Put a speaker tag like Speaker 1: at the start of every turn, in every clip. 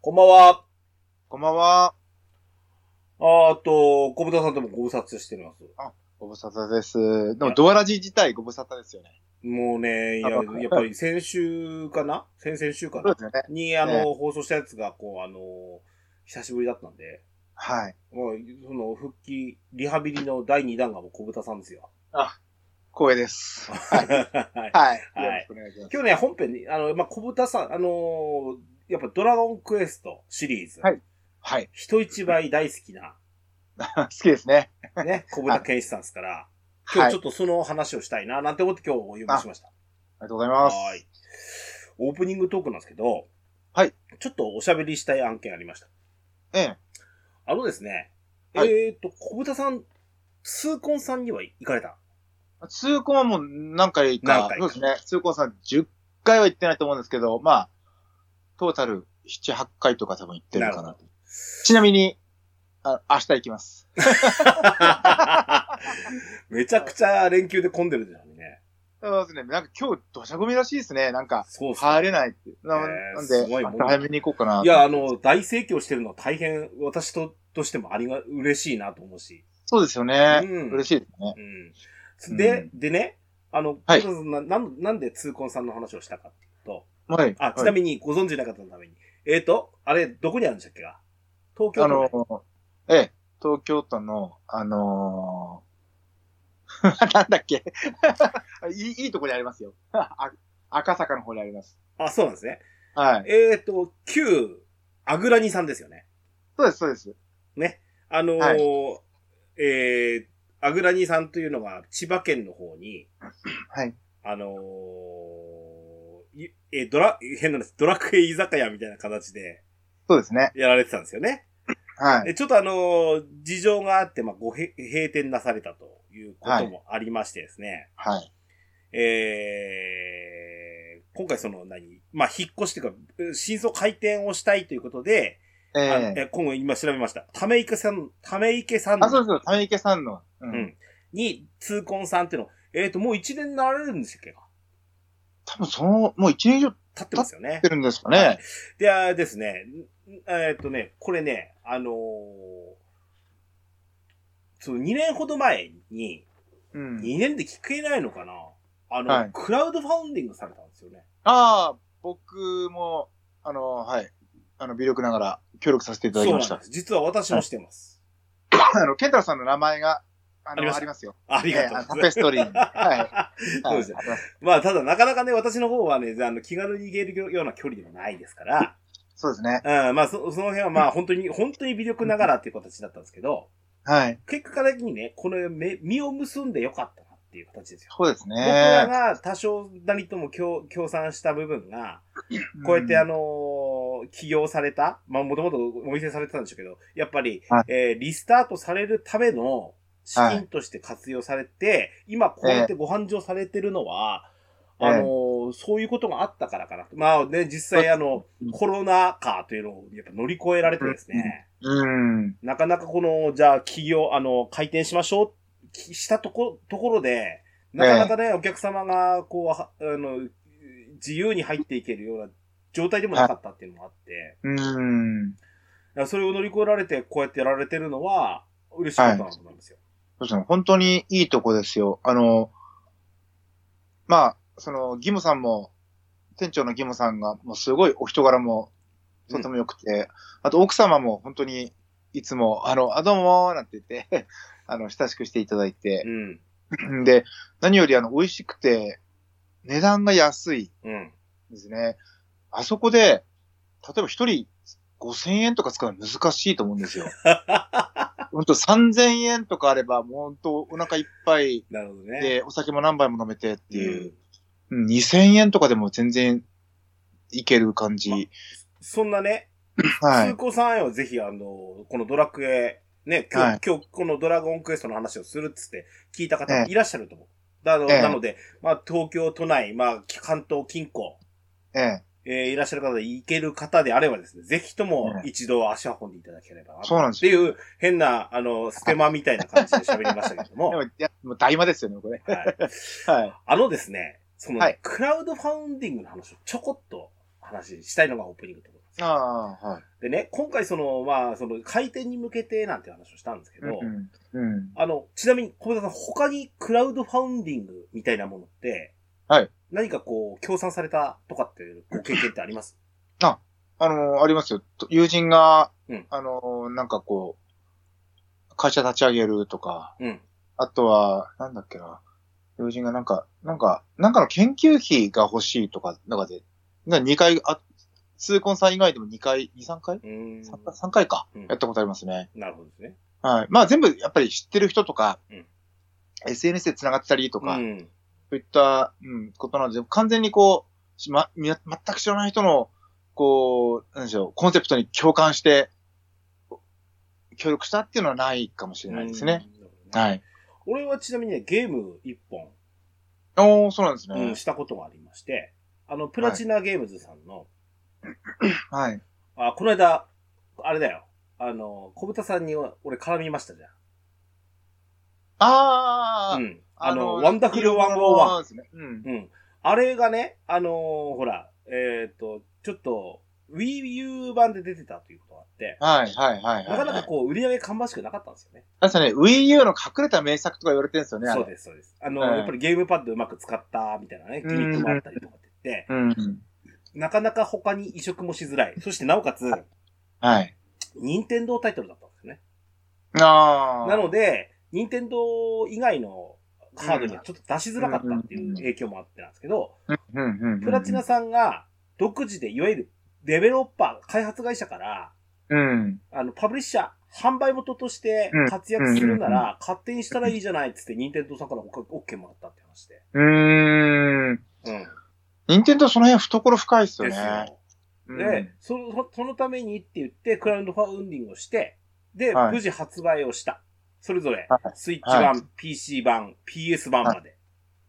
Speaker 1: こんばんは。
Speaker 2: こんばんは。
Speaker 1: あーと、小豚さんともご無沙汰してます。
Speaker 2: ご無沙汰です。でも、ドアラジ自体ご無沙汰ですよね。
Speaker 1: もうね、いや、
Speaker 2: あ
Speaker 1: や
Speaker 2: ば
Speaker 1: っぱり先週かな先々週か
Speaker 2: そう
Speaker 1: な
Speaker 2: ですよね。
Speaker 1: に、あ
Speaker 2: え
Speaker 1: の、放送したやつが、こう、あの、久しぶりだったんで、
Speaker 2: はい。
Speaker 1: もう、その、復帰、リハビリの第2弾がもう小豚さんですよ。
Speaker 2: 光栄です。
Speaker 1: はい
Speaker 2: はい。
Speaker 1: はい
Speaker 2: よろしくお願いしま す。
Speaker 1: 今日ね、本編に、あの、まあ、小豚さん、あのーやっぱドラゴンクエストシリーズ。
Speaker 2: はいはい。
Speaker 1: 人一倍大好きな、
Speaker 2: 好きですね。
Speaker 1: ね、小豚健一さんですから、今
Speaker 2: は
Speaker 1: 日
Speaker 2: い。
Speaker 1: ちょ
Speaker 2: あり
Speaker 1: っとその話をしたいな、なんて思って今日お呼びしました。
Speaker 2: がとうございます。
Speaker 1: はい。オープニングトークなんですけど、
Speaker 2: はい。
Speaker 1: ちょっとおしゃべりしたい案件ありました。
Speaker 2: ええ。
Speaker 1: あのですね、
Speaker 2: はい
Speaker 1: えっ、と、小豚さん、痛恨さんには行かれ た。
Speaker 2: 通行はもう何回か。
Speaker 1: 何回か
Speaker 2: そうですね。通行さん10回は行ってないと思うんですけど、まあ、トータル7、8回とか多分行ってるか
Speaker 1: な
Speaker 2: なと。ちなみに、あ明日行きます。
Speaker 1: めちゃくちゃ連休で混んでるじゃんね。
Speaker 2: そうですね。なんか今日土砂込みらしいですね。なんか、
Speaker 1: そうっすね
Speaker 2: 入れないって。な
Speaker 1: えー
Speaker 2: なん
Speaker 1: す
Speaker 2: で、
Speaker 1: ごいもん
Speaker 2: 明日早めに行こうかな。
Speaker 1: いや、あ、の、大盛況してるのは大変、私と、としてもありが、嬉しいなと思うし。
Speaker 2: そうですよね。
Speaker 1: うん
Speaker 2: 嬉しいですね。
Speaker 1: うん。で、でね、あの、
Speaker 2: はい
Speaker 1: 小豚さんななんなんで痛恨さんの話をしたかっていうと、
Speaker 2: はい。
Speaker 1: あ、ち
Speaker 2: はい
Speaker 1: なみにご存知な方のために。えっ、と、あれ、どこにあるんでしたっけか東京
Speaker 2: あ
Speaker 1: 都内
Speaker 2: の、ええ、東京都の、あのー なんだっけいい、いいとこにありますよ。 あ赤坂の方にあります。
Speaker 1: あ、そうなんですね。
Speaker 2: はい。
Speaker 1: えっ、と、旧、アグラニさんですよね。
Speaker 2: そうです、そうです。
Speaker 1: ね。あのー
Speaker 2: は
Speaker 1: えー、アグラニさんというのが千葉県の方に、
Speaker 2: はい。
Speaker 1: あのーいえードラ、変なんです。ドラクエ居酒屋みたいな形で
Speaker 2: そうですね。
Speaker 1: やられてたんですよね。
Speaker 2: はい。
Speaker 1: でちょっとあのー事情があって、まあ、ごへ閉店なされたということもありましてですね。
Speaker 2: はい。
Speaker 1: えー、今回その何、まあ、引っ越しというか、えー新装開店をしたいということで、
Speaker 2: え
Speaker 1: あのえ
Speaker 2: え
Speaker 1: ー今後今調べました。ため池さん、ため池さん
Speaker 2: あ、そうそう、ため池さんの。う
Speaker 1: うんに、痛恨さんっていうの、えっ、と、もう1年になられるんですっけ
Speaker 2: 多分その、もう一年以上経
Speaker 1: 経ってますよね
Speaker 2: っ。てるんですか
Speaker 1: はい
Speaker 2: ね。
Speaker 1: で、あれですね、んえっ、とね、これね、あのーその2年ほど前に、
Speaker 2: うん。
Speaker 1: 2年で聞けないのかなあの、
Speaker 2: はい
Speaker 1: クラウドファウンディングされたんですよね。
Speaker 2: ああ、僕も、あの、はい。あの、微力ながら協力させていただきまし
Speaker 1: そうなん
Speaker 2: た
Speaker 1: で。す。実は私もしてます。
Speaker 2: あの、ケンタロウさんの名前が、あ
Speaker 1: ありま
Speaker 2: の、
Speaker 1: す
Speaker 2: ありますよ。
Speaker 1: ありがとう
Speaker 2: ええ
Speaker 1: ご
Speaker 2: タ
Speaker 1: ざい
Speaker 2: ペストリーに。 はい。
Speaker 1: ます。
Speaker 2: は
Speaker 1: そう
Speaker 2: い
Speaker 1: ですね。まあ、ただなかなかね、私の方はね、あの、気軽に行けるような距離でもないですから、
Speaker 2: そうですね。
Speaker 1: うん、まあそ、その辺はまあ、本当に、本当に微力ながらっていう形だったんですけど、
Speaker 2: はい。
Speaker 1: 結果的にね、この目、身を結んでよかったなっていう形ですよ。
Speaker 2: そうです
Speaker 1: 僕ら
Speaker 2: ね。
Speaker 1: が多少なりとも協協賛した部分が、こうやってあのー起業された、まあもともとお店されてたんでしょうけど、やっぱり、
Speaker 2: はい
Speaker 1: えーリスタートされるための資金として活用されて、今こうやってご繁盛されてるのは、
Speaker 2: ええ
Speaker 1: あのーそういうことがあったからかなと。まあね、実際あの
Speaker 2: うん、
Speaker 1: コロナ禍というのをやっぱ乗り越えられてですね、
Speaker 2: うん。うん。
Speaker 1: なかなかこの、じゃあ起業、あの、開店しましょう、きしたとこ、ところで、なかなかね、お客様が、こうは、あの、自由に入っていけるような状態でもなかったっていうのもあって、
Speaker 2: うん。
Speaker 1: だからそれを乗り越えられて、こうやってやられてるのは、嬉しかったなと思いますよ。
Speaker 2: そうですね。本当にいいとこですよ。あの、まあ、その、ギムさんも、店長のギムさんが、もうすごいお人柄も、とても良くて、あと奥様も本当に、いつも、あの、あ、どうもーなんて言って、 あの、親しくしていただいて、
Speaker 1: うん。
Speaker 2: で、何よりあの、美味しくて、値段が安い
Speaker 1: うん。
Speaker 2: んですね。あそこで、例えば一人5000円とか使うの難しいと思うん ですよ。本当3000円とかあれば、もう本当お腹いっぱい
Speaker 1: なるほどね。
Speaker 2: で、お酒も何杯も飲めてっていう
Speaker 1: う、
Speaker 2: うん2000円とかでも全然いける感じ。
Speaker 1: そんなね、
Speaker 2: はい
Speaker 1: 通。行さんへはぜひ、あの、このドラクエ、ね、今日、
Speaker 2: はい
Speaker 1: 今日このドラゴンクエストの話をするっつって聞いた方
Speaker 2: え
Speaker 1: もいらっしゃると思う。だの
Speaker 2: ええ
Speaker 1: なので、まあ、東京都内、まあ、関東近郊、
Speaker 2: ええ。
Speaker 1: えーいらっしゃる方で行ける方であればですね、ぜひとも
Speaker 2: え
Speaker 1: 一度足を運んでいただければな。
Speaker 2: そうなんですよ
Speaker 1: っていう変な、あの、ステマみたいな感じで喋りましたけれど も、
Speaker 2: で
Speaker 1: は
Speaker 2: も、
Speaker 1: い
Speaker 2: いやもう大魔ですよね、これ。はい。
Speaker 1: あのですね、その、
Speaker 2: はい
Speaker 1: クラウドファウンディングの話をちょこっと話したいのがオープニングところなんですよ。
Speaker 2: ああ、はい。
Speaker 1: でね、今回その、まあ、その、回転に向けてなんて話をしたんですけど、
Speaker 2: うん。うん。
Speaker 1: あの、ちなみに、小平さん、他にクラウドファウンディングみたいなものって、
Speaker 2: はい。
Speaker 1: 何かこう、協賛されたとかっていうご経験ってあります
Speaker 2: あの、ありますよ。と友人が、
Speaker 1: うん
Speaker 2: あの、なんかこう、会社立ち上げるとか、
Speaker 1: うん。
Speaker 2: あとは、なんだっけな。友人がなんか、なんか、なんかの研究費が欲しいとか、なんかで、なんか2回、あ、通コンさん以外でも2回、2、3回
Speaker 1: うーん。
Speaker 2: ?3 回三回か
Speaker 1: うん。
Speaker 2: やったことありますね。
Speaker 1: なるほどですね。
Speaker 2: はい。まあ全部、やっぱり知ってる人とか、
Speaker 1: うん
Speaker 2: SNS で繋がってたりとか、
Speaker 1: うん。
Speaker 2: そういった、うん、ことなんですよ。完全にこう、しま、みな全く知らない人の、こう、なんでしょう、コンセプトに共感して、協力したっていうのはないかもしれないですね。
Speaker 1: うん。なるほどね
Speaker 2: はい。
Speaker 1: 俺はちなみにね、ゲーム一本、
Speaker 2: おー、そうなんですね。
Speaker 1: うん、したことがありまして、あの、プラチナゲームズさんの、
Speaker 2: はい。
Speaker 1: あ、この間、あれだよ。あの、小豚さんに俺絡みましたじ
Speaker 2: あ
Speaker 1: ゃ
Speaker 2: ー、
Speaker 1: ん。うん。あの、ワンダフルワンオーワ
Speaker 2: ン。ですね。う
Speaker 1: ン。
Speaker 2: ん。
Speaker 1: うん。あれがね、あのーほら、えっ、と、ちょっと、Wii U 版で出てたということがあって、
Speaker 2: はい、はい、はい。
Speaker 1: なかなかこう、売り上げ芳しくなかったんですよね。
Speaker 2: う。確かね、Wii U の隠れた名作とか言われてるんですよね。あれ
Speaker 1: そうです、そうです。あの、
Speaker 2: はい
Speaker 1: やっぱりゲームパッドうまく使った、みたいなね、ギミックもあったりとかって言って、
Speaker 2: うん。
Speaker 1: なかなか他に移植もしづらい。そしてなおかつ、
Speaker 2: はい。
Speaker 1: 任天堂タイトルだったんですよね。
Speaker 2: あー。
Speaker 1: なので、任天堂以外のハードにはちょっと出しづらかったっていう影響もあってなんですけど、
Speaker 2: うん、うんうんうん。
Speaker 1: プラチナさんが独自でいわゆるデベロッパー、開発会社から、
Speaker 2: うん。
Speaker 1: あの、パブリッシャー、販売元として活躍するなら、勝手にしたらいいじゃないっつ って、任天堂さんからオッケーもらったって話で。
Speaker 2: うーん。
Speaker 1: うん。
Speaker 2: 任天堂その辺懐深いですよ
Speaker 1: です
Speaker 2: ね。
Speaker 1: よ。
Speaker 2: うん
Speaker 1: で、その、そのためにって言って、クラウドファウンディングをして、で、
Speaker 2: はい
Speaker 1: 無事発売をした。それぞれ
Speaker 2: は、
Speaker 1: スイッチ版、
Speaker 2: は
Speaker 1: PC 版、PS 版まで。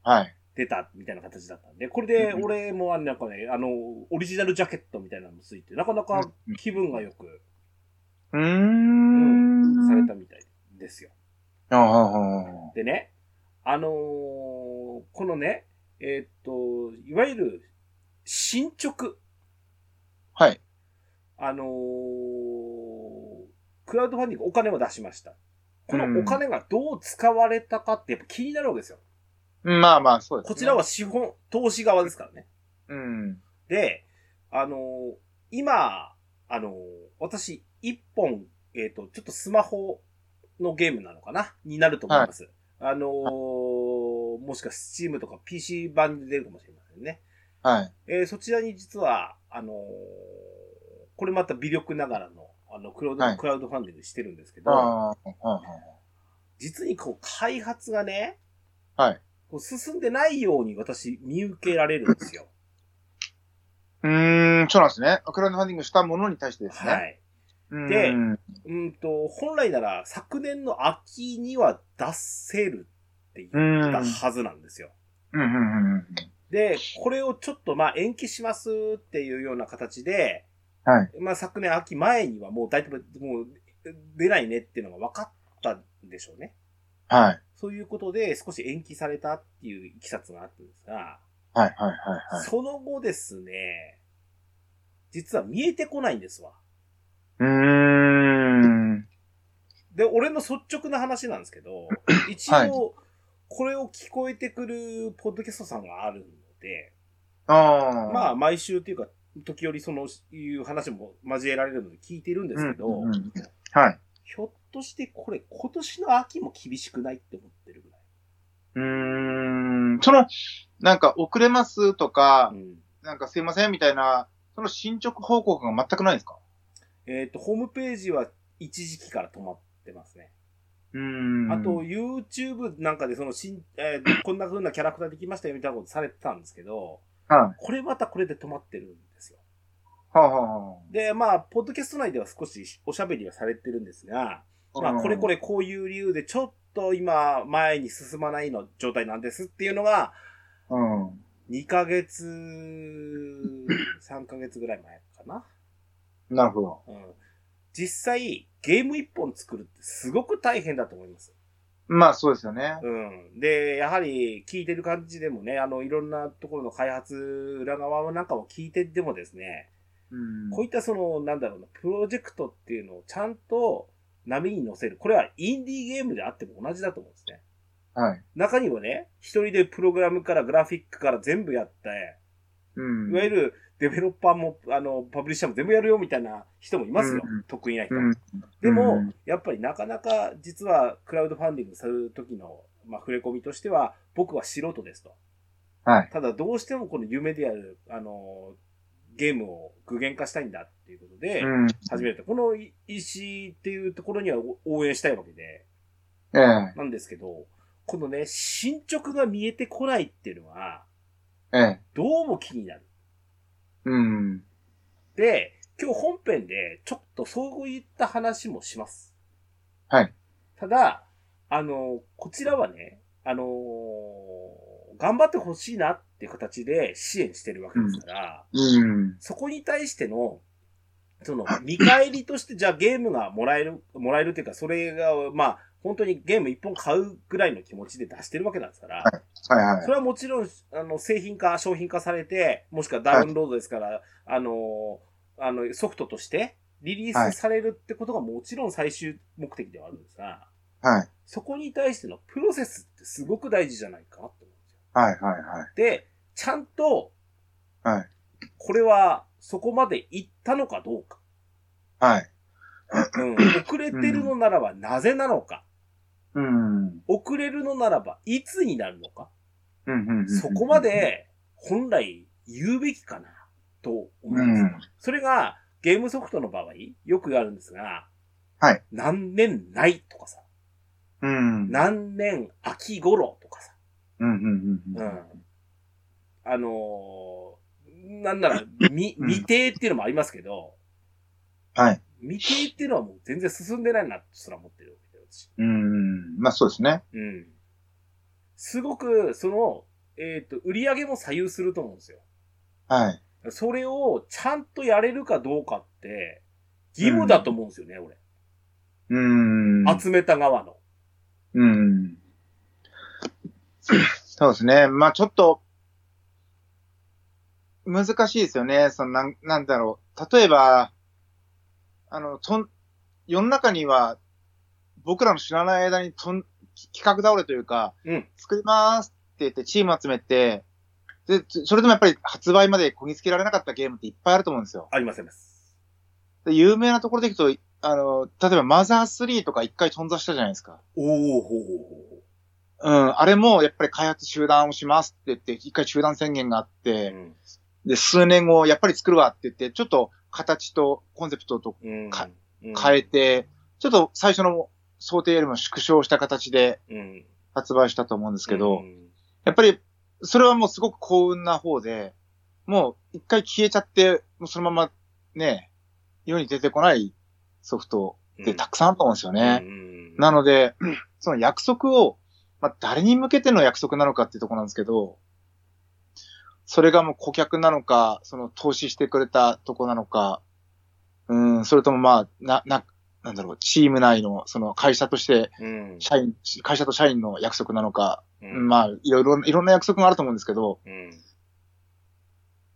Speaker 2: はい。
Speaker 1: 出たみたいな形だったんで、これで
Speaker 2: うん
Speaker 1: 俺もあのなんかね、あの、オリジナルジャケットみたいなのもついて、なかなか気分がよく、
Speaker 2: うー
Speaker 1: うん
Speaker 2: ん。
Speaker 1: されたみたいですよ。
Speaker 2: あああああ
Speaker 1: でね、あのーこのね、えーっと、いわゆる、進捗、
Speaker 2: あ。はい。
Speaker 1: あのークラウドファンディングお金を出しました。このお金がどう使われたかってやっぱ気になるわけですよ。
Speaker 2: まあまあ、そうです、ね。
Speaker 1: こちら。は資本、投資側ですからね。
Speaker 2: うん。
Speaker 1: で、あのー今、あのー私、一本、えっ、と、ちょっとスマホのゲームなのかなになると思います。あのーもしかスチームとか PC 版で出るかもしれませんね。
Speaker 2: はい。
Speaker 1: えーそちらに実は、あのーこれまた微力ながらの、あの、クラウド、
Speaker 2: はい
Speaker 1: クラウドファンディングしてるんですけ
Speaker 2: あ
Speaker 1: ど、
Speaker 2: あああ。
Speaker 1: 実にこう、開発がね、
Speaker 2: はい。
Speaker 1: こう進んでないように私、見受けられるんですよ。
Speaker 2: うーん、そうなんですね。クラウドファンディングしたものに対してですね。
Speaker 1: は。い。でうんと、本来なら昨年の秋には出せるって
Speaker 2: う
Speaker 1: 言っ
Speaker 2: ん。うん。
Speaker 1: たはずなんですよ。
Speaker 2: うんうんうん。
Speaker 1: で、これをちょっとまあ延期しますっていうような形で、
Speaker 2: はい。
Speaker 1: まあ昨年秋前にはもう大体、もう出ないねっていうのが分かったんでしょうね。
Speaker 2: はい。
Speaker 1: そういうことで少し延期されたっていういきさつがあったんですが、
Speaker 2: はい。はい。はい。はい。
Speaker 1: その後ですね、実は見えてこないんですわ。
Speaker 2: うーん。
Speaker 1: で、俺の率直な話なんですけ ど、一
Speaker 2: はい
Speaker 1: 応、これを聞こえてくるポッドキャストさんがあるので、
Speaker 2: ああ。
Speaker 1: ま
Speaker 2: あ、
Speaker 1: あ、毎週っていうか、時折その、いう話も交えられるので聞いてるんですけど、
Speaker 2: うんうんうんはい。
Speaker 1: ひょっとしてこれ、今年の秋も厳しくないって思ってるぐらい。
Speaker 2: うーん。その、なんか遅れますとか
Speaker 1: う、ん
Speaker 2: なんかすいませんみたいな、その進捗報告が全くないんですか
Speaker 1: えっ、と、ホームページは一時期から止まってますね。
Speaker 2: うーん
Speaker 1: あと、YouTube なんかでその、新えーこんな風なキャラクターできましたよみたいなことされてたんですけど、
Speaker 2: はい。
Speaker 1: これまたこれで止まってるんですよ。
Speaker 2: はあは
Speaker 1: で、まあ、ポッドキャスト内では少しおしゃべりはされてるんですが、
Speaker 2: あ
Speaker 1: まあ、これこ。れこういう理由でちょっと今、前に進まないの状態なんですっていうのが、
Speaker 2: うん。
Speaker 1: 2ヶ月、3ヶ月ぐらい前かな。
Speaker 2: なるほど。
Speaker 1: うん。実際、ゲーム1本作るってすごく大変だと思います。
Speaker 2: まあ、そうですよね。
Speaker 1: うん。で、やはり聞いてる感じでもね、あの、いろんなところの開発裏側なんかを聞いてでもですね、
Speaker 2: うん
Speaker 1: こういったその、なんだろうな、プロジェクトっていうのをちゃんと波に乗せる。これはインディーゲームであっても同じだと思うんですね。
Speaker 2: はい。
Speaker 1: 中にはね、一人でプログラムからグラフィックから全部やって、
Speaker 2: うん。
Speaker 1: いわゆるデベロッパーも、あの、パブリッシャーも全部やるよみたいな人もいますよ。
Speaker 2: うん
Speaker 1: 得意な人。
Speaker 2: うん
Speaker 1: で
Speaker 2: う
Speaker 1: も
Speaker 2: ん、
Speaker 1: やっぱりなかなか実はクラウドファンディングする時の、まあ、触れ込みとしては、僕は素人ですと。
Speaker 2: はい。
Speaker 1: ただどうしてもこの夢である、あの、ゲームを具現化したいんだっていうことで、
Speaker 2: うん。
Speaker 1: 始めると。このい石っていうところにはお応援したいわけで、
Speaker 2: ええ、
Speaker 1: なんですけど、このね、進捗が見えてこないっていうのは、
Speaker 2: ええ、
Speaker 1: どうも気になる。
Speaker 2: うん。
Speaker 1: で、今日本編でちょっとそういった話もします。
Speaker 2: はい。
Speaker 1: ただ、あの、こちらはね、あの頑張ってほしいなっていう形で支援してるわけですから、
Speaker 2: うん。
Speaker 1: そこに対しての、その、見返りとして、じゃあゲームがもらえる、もらえるというか、それが、まあ、本当にゲーム一本買うぐらいの気持ちで出してるわけなんですから、
Speaker 2: はいは
Speaker 1: そ
Speaker 2: い。
Speaker 1: れはもちろん、あの、製品化、商品化されて、もしくはダウンロードですから、あの、あの、ソフトとしてリリースされるってことがもちろん最終目的ではあるんですが、
Speaker 2: はい。
Speaker 1: そこに対してのプロセスってすごく大事じゃないかなと思うんですよ。
Speaker 2: はいはいはい。
Speaker 1: で、ちゃんと、
Speaker 2: はい
Speaker 1: これはそこまで行ったのかどうか。
Speaker 2: はい。
Speaker 1: うん、遅れてるのならばなぜなのか。
Speaker 2: うん。うん
Speaker 1: 遅れるのならばいつになるのか。
Speaker 2: うんうん。
Speaker 1: そこま。で本来言うべきかなと思
Speaker 2: う
Speaker 1: います。
Speaker 2: ん。
Speaker 1: それがゲームソフトの場合、よくあるんですが、
Speaker 2: はい
Speaker 1: 何年ないとかさ、
Speaker 2: うん。
Speaker 1: 何年秋頃とかさ、
Speaker 2: うんうんうん
Speaker 1: う
Speaker 2: うんん。。
Speaker 1: あのーなんなら、み、
Speaker 2: うん
Speaker 1: 未定っていうのもありますけど、
Speaker 2: はい。
Speaker 1: 未定っていうのはもう全然進んでないなとすら思ってるわけで私。
Speaker 2: うん。まあそうですね。
Speaker 1: うん。すごく、その、えっ、と、売り上げも左右すると思うんですよ。
Speaker 2: はい。
Speaker 1: それをちゃんとやれるかどうかって、義務だと思うんですよね、
Speaker 2: うん。
Speaker 1: 俺。集めた側の。
Speaker 2: うん。そうですね。まあちょっと、難しいですよね。そのなん、なんだろう。例えば、あの、とん、世の中には、僕らの知らない間にとん、企画倒れというか、
Speaker 1: うん
Speaker 2: 作りますって言ってチーム集めて、で、つそれでもやっぱり発売までこぎつけられなかったゲームっていっぱいあると思うんですよ。
Speaker 1: ありませんです。
Speaker 2: で有名なところでいくと、あの、例えばマザー3とか一回頓挫したじゃないですか。
Speaker 1: おおほうほ
Speaker 2: うん、あれもやっぱり開発中断をしますって言って、一回中断宣言があっ
Speaker 1: うほう
Speaker 2: て、
Speaker 1: ほう
Speaker 2: で、数年後、やっぱり作るわって言って、ちょっと形とコンセプトと
Speaker 1: うん。うん。
Speaker 2: か
Speaker 1: うん
Speaker 2: 変えて、ちょっと最初の想定よりも縮小した形で
Speaker 1: うん。
Speaker 2: 発売したと思うんですけど、
Speaker 1: うん
Speaker 2: やっぱり、それはもうすごく幸運な方で、もう一回消えちゃって、もうそのままね、世に出てこないソフトってたくさんあると思うんですよね。
Speaker 1: うん
Speaker 2: なので、 その約束を、まあ、誰に向けての約束なのかっていうところなんですけど、それがもう顧客なのか、その投資してくれたとこなのか、うん、それともまあ、な、な、なんだろう、チーム内の、その会社として、
Speaker 1: うん
Speaker 2: 社員、会社と社員の約束なのか、
Speaker 1: うん
Speaker 2: まあ、いろいろ、いろんな約束があると思うんですけど、
Speaker 1: うん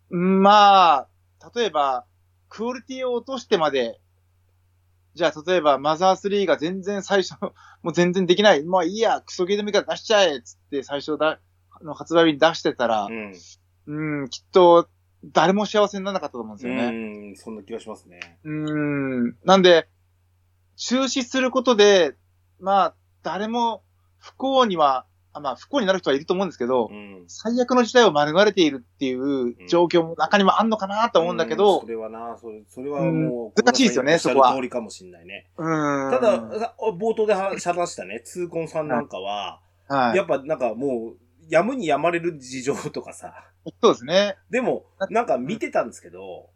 Speaker 2: まあ、例えば、クオリティを落としてまで、じゃあ、例えば、マザー3が全然最初、 もう全然できない。まあいいや、クソゲーでもいいから出しちゃえっつって、最初だ、あの発売日に出してたら、
Speaker 1: うん
Speaker 2: うん、きっと、誰も幸せにならなかったと思うんですよね。
Speaker 1: うん。そんな気がしますね。
Speaker 2: うん、なんで、中止することで、まあ、誰も不幸には、あまあ、不幸になる人はいると思うんですけど、
Speaker 1: うん。
Speaker 2: 最悪の事態を免れているっていう状況も中にもあんのかなと思うんだけど、
Speaker 1: それはな、それ、それはもう、
Speaker 2: うん難しいですよね
Speaker 1: 小田さん
Speaker 2: そこは
Speaker 1: おっしゃる通りかもしれないね。
Speaker 2: うん。
Speaker 1: ただ、さ冒頭で話話したね、痛恨さんなんかは、
Speaker 2: はい。
Speaker 1: やっぱなんかもう、やむにやまれる事情とかさ。
Speaker 2: そうですね。
Speaker 1: でも、なんか見てたんですけど、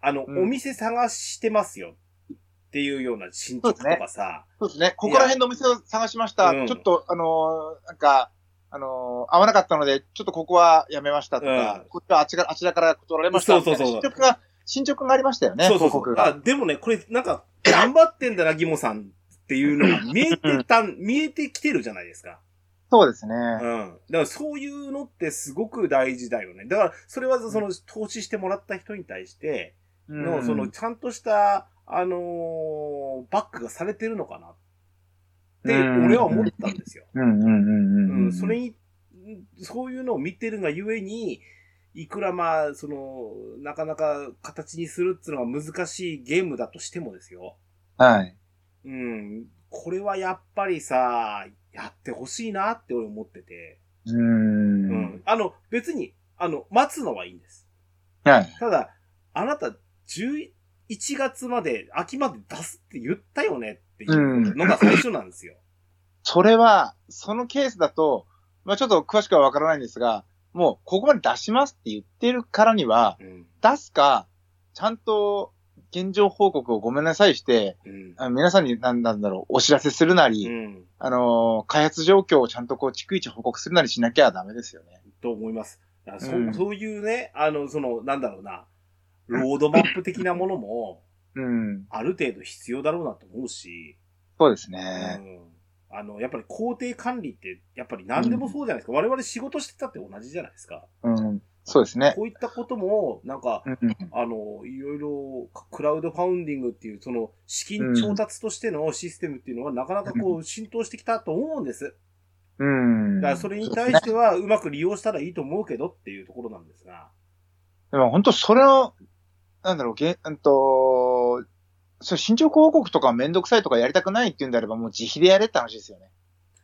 Speaker 1: あの、
Speaker 2: うん
Speaker 1: お店探してますよっていうような進捗とかさ、
Speaker 2: そうですね。ここら辺のお店を探しました。
Speaker 1: うん
Speaker 2: ちょっと、あのーなんか、あのー合わなかったので、ちょっとここはやめましたとか、
Speaker 1: うん
Speaker 2: こっちはあちらあちらから断られましたみたいな。
Speaker 1: そうそうそう
Speaker 2: 進捗が、進捗がありましたよね。
Speaker 1: そうそう
Speaker 2: 報
Speaker 1: そう
Speaker 2: 告。が。
Speaker 1: あ、でもね、これなんか、頑張ってんだな、ギモさんっていうのが見えてたん、見えてきてるじゃないですか。
Speaker 2: そうですね。
Speaker 1: うん。だからそういうのってすごく大事だよね。だから、それはその、投資してもらった人に対しての、
Speaker 2: うん
Speaker 1: その、ちゃんとした、あのーバックがされてるのかなって、
Speaker 2: うん
Speaker 1: 俺は思ったんですよ。
Speaker 2: うんうんうんうん。
Speaker 1: うん、それに、そういうのを見てるがゆえに、いくらまあ、その、なかなか形にするっていうのが難しいゲームだとしてもですよ。
Speaker 2: はい。
Speaker 1: うん。これはやっぱりさ、やってほしいなって俺思ってて。
Speaker 2: うー
Speaker 1: うんん。。あの、別に、あの、待つのはいいんです。
Speaker 2: はい。
Speaker 1: ただ、あなた、11月まで、秋まで出すって言ったよねっていうのが最初なんですよ。
Speaker 2: それは、そのケースだと、まあちょっと詳しくはわからないんですが、もうここまで出しますって言ってるからには、
Speaker 1: うん。
Speaker 2: 出すか、ちゃんと現状報告をごめんなさいして、
Speaker 1: うん。
Speaker 2: あ皆さんになんなんだろう、お知らせするなり、
Speaker 1: うん。
Speaker 2: あのー開発状況をちゃんとこう、逐一報告するなりしなきゃダメですよね。
Speaker 1: と思います。だからそ
Speaker 2: うん
Speaker 1: そういうね、あの、その、なんだろうな、ロードマップ的なものも、
Speaker 2: うん。
Speaker 1: ある程度必要だろうなと思うし、
Speaker 2: そうです
Speaker 1: う
Speaker 2: ね。
Speaker 1: ん、あの、やっぱり工程管理って、やっぱり何でもそうじゃないですか。我々仕事してたって同じじゃないですか。
Speaker 2: うん。そうですね。
Speaker 1: こういったことも、なんか、
Speaker 2: うんうん
Speaker 1: あの、いろいろ、クラウドファウンディングっていう、その、資金調達としてのシステムっていうのは、なかなかこう、浸透してきたと思うんです。
Speaker 2: うん。
Speaker 1: だから、それに対しては、うまく利用したらいいと思うけどっていうところなんですが。
Speaker 2: でも本当それの、なんだろう、げうんと、それ進捗報告とかめんどくさいとかやりたくないっていうんであればもう自費でやれって話ですよね。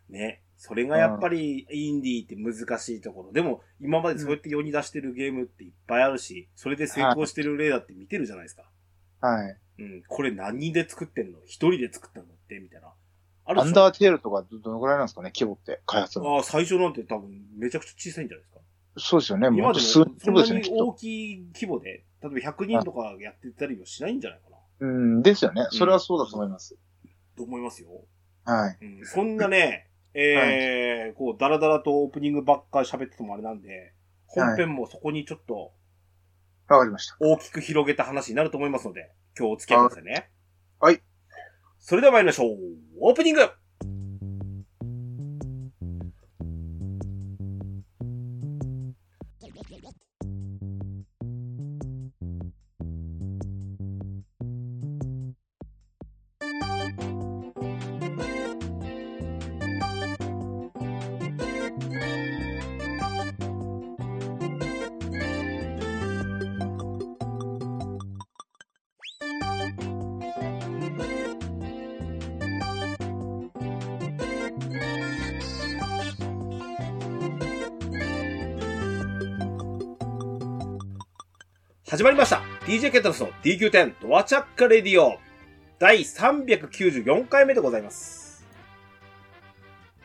Speaker 1: ね。それがやっぱりインディーって難しいところ。でも、今までそうやって世に出してるゲームっていっぱいあるし、それで成功してる例だって見てるじゃないですか。
Speaker 2: はい。
Speaker 1: うん。これ何人で作ってんの一人で作ったのってみたいな。あ
Speaker 2: ア
Speaker 1: る
Speaker 2: ン
Speaker 1: でしょ
Speaker 2: ダーテールとかどどのくらいなんですかね、規模って、開発の。
Speaker 1: ああ、最初なんて多分めちゃくちゃ小さいんじゃないですか。
Speaker 2: そうですよね。も
Speaker 1: 今
Speaker 2: う
Speaker 1: でも
Speaker 2: 数
Speaker 1: そん
Speaker 2: 規模です
Speaker 1: な
Speaker 2: よ
Speaker 1: に
Speaker 2: ね、きっと。
Speaker 1: 大きい規模で、例えば100人とかやってたりはしないんじゃないかな。
Speaker 2: うん、ですよね。それはそうだと思います。
Speaker 1: と思いますよ。
Speaker 2: はい。
Speaker 1: うん。そんな ね、えー、こう、だらだらとオープニングばっかり喋っててもあれなんで、本編もそこにちょっと、
Speaker 2: わかりました。
Speaker 1: 大きく広げた話になると思いますので、今日お付き合いくださいね。
Speaker 2: はい。
Speaker 1: それでは参りましょう。オープニング始まりました。DJ ケトロスの DQ10 ドアチャッカレディオ第394回目でございます。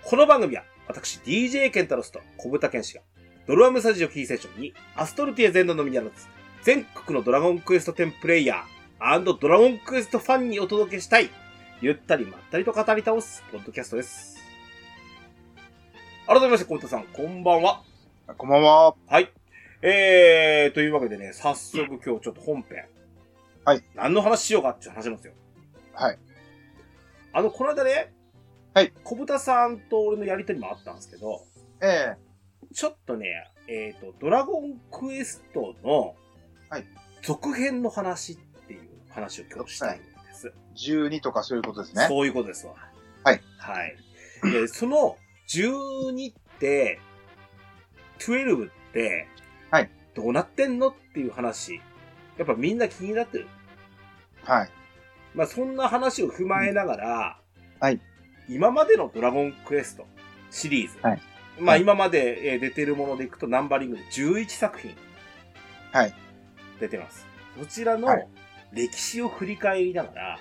Speaker 1: この番組は私 DJ ケンタロスと小豚健士がドラムスタジオキーセッションにアストルティエ全土のみならず全国のドラゴンクエスト10プレイヤードラゴンクエストファンにお届けしたいゆったりまったりと語り倒すポッドキャストです。改めまして小豚さん、こんばんは。
Speaker 2: こんばんは。
Speaker 1: はい。えー、というわけでね、早速今日ちょっと本編。
Speaker 2: はい。
Speaker 1: 何の話しようかっていう話なんですよ。
Speaker 2: はい。
Speaker 1: あの、この間ね、
Speaker 2: はい。
Speaker 1: 小豚さんと俺のやりとりもあったんですけど、
Speaker 2: ええ
Speaker 1: ちょっとね、えっ、と、ドラゴンクエストの、
Speaker 2: はい。
Speaker 1: 続編の話っていう話を今日したいんです。
Speaker 2: 12とかそういうことですね。
Speaker 1: そういうことですわ。
Speaker 2: はい。
Speaker 1: はい。で、 その12って、12って、
Speaker 2: はい。
Speaker 1: どうなってんのっていう話。やっぱみんな気になってる。
Speaker 2: はい。
Speaker 1: まあそんな話を踏まえながら、
Speaker 2: うんはい。
Speaker 1: 今までのドラゴンクエストシリーズ。
Speaker 2: はい。
Speaker 1: まあ
Speaker 2: はい
Speaker 1: 今までえー出てるものでいくとナンバリングで11作品。
Speaker 2: はい。
Speaker 1: 出てます。そちらの
Speaker 2: はい
Speaker 1: 歴史を振り返りながら、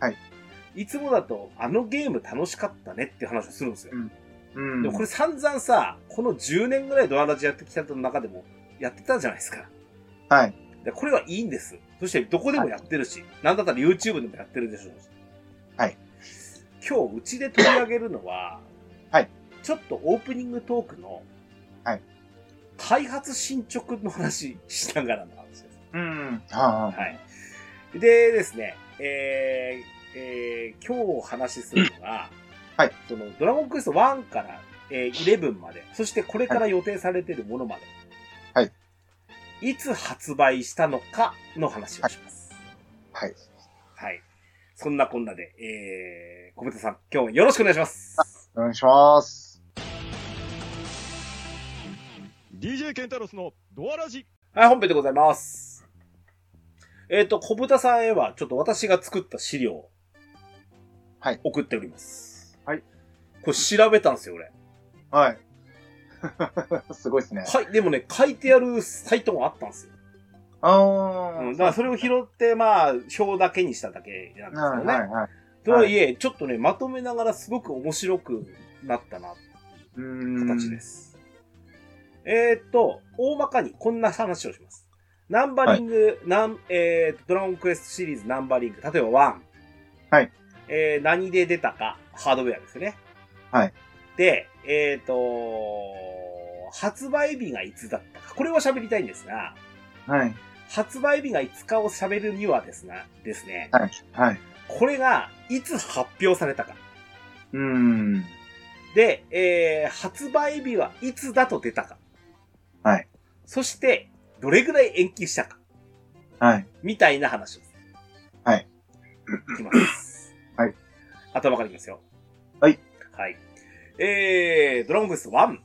Speaker 2: はい。
Speaker 1: いつもだとあのゲーム楽しかったねっていう話をするんですよ。
Speaker 2: うん。
Speaker 1: でもこれ散々さ、この10年ぐらいドアラジやってきたの中でもやってたじゃないですか。
Speaker 2: はい。
Speaker 1: でこれはいいんです。そしてどこでもやってるし、なんだったら YouTube でもやってるでしょうし。
Speaker 2: はい。
Speaker 1: 今日うちで取り上げるのは、
Speaker 2: はい。
Speaker 1: ちょっとオープニングトークの、
Speaker 2: はい。
Speaker 1: 開発進捗の話しながらの話です。
Speaker 2: うん。
Speaker 1: は
Speaker 2: は
Speaker 1: い。でですね、えーえー今日お話しするのが、
Speaker 2: はい。
Speaker 1: その、ドラゴンクエスト1からえー、11まで、そしてこれから予定されているものまで。
Speaker 2: はい。
Speaker 1: いつ発売したのかの話をします。
Speaker 2: はい。
Speaker 1: はい。そんなこんなで、えー、小豚さん、今日はよろしくお願いします。
Speaker 2: お願いします。
Speaker 3: DJ ケンタロスのドアラジ
Speaker 1: はい、本編でございます。えっ、と、小豚さんへは、ちょっと私が作った資料を、
Speaker 2: はい
Speaker 1: 送っております。
Speaker 2: はい。
Speaker 1: これ調べたんですよ、俺。
Speaker 2: はい。 すごいですね。
Speaker 1: はい、でもね、書いてあるサイトもあったんですよ。
Speaker 2: ああ、
Speaker 1: うん、だからそれを拾って、まあ、表だけにしただけなんですよね。
Speaker 2: はいはいはい。
Speaker 1: とはいえ、ちょっとね、まとめながらすごく面白くなったな、
Speaker 2: うーん
Speaker 1: 形で。す。えーっと、大まかにこんな話をします。ナンバリング、なんえードラゴンクエストシリーズナンバリング、例えば1。
Speaker 2: はい。
Speaker 1: えー何で出たか、ハードウェアですよね。
Speaker 2: はい。
Speaker 1: で、えーっと、発売日がいつだったか、これを喋りたいんですが、
Speaker 2: はい。
Speaker 1: 発売日がいつかを喋るにはですが、ですね、
Speaker 2: はい。はい。
Speaker 1: これがいつ発表されたか。
Speaker 2: うーん。
Speaker 1: で、えー発売日はいつだと出たか。
Speaker 2: はい。
Speaker 1: そして、どれぐらい延期したか。
Speaker 2: はい。
Speaker 1: みたいな話です。
Speaker 2: はい。
Speaker 1: いきます。
Speaker 2: はい。
Speaker 1: 頭からいきますよ。
Speaker 2: はい。
Speaker 1: はい。えー、ドラゴンクエスト1。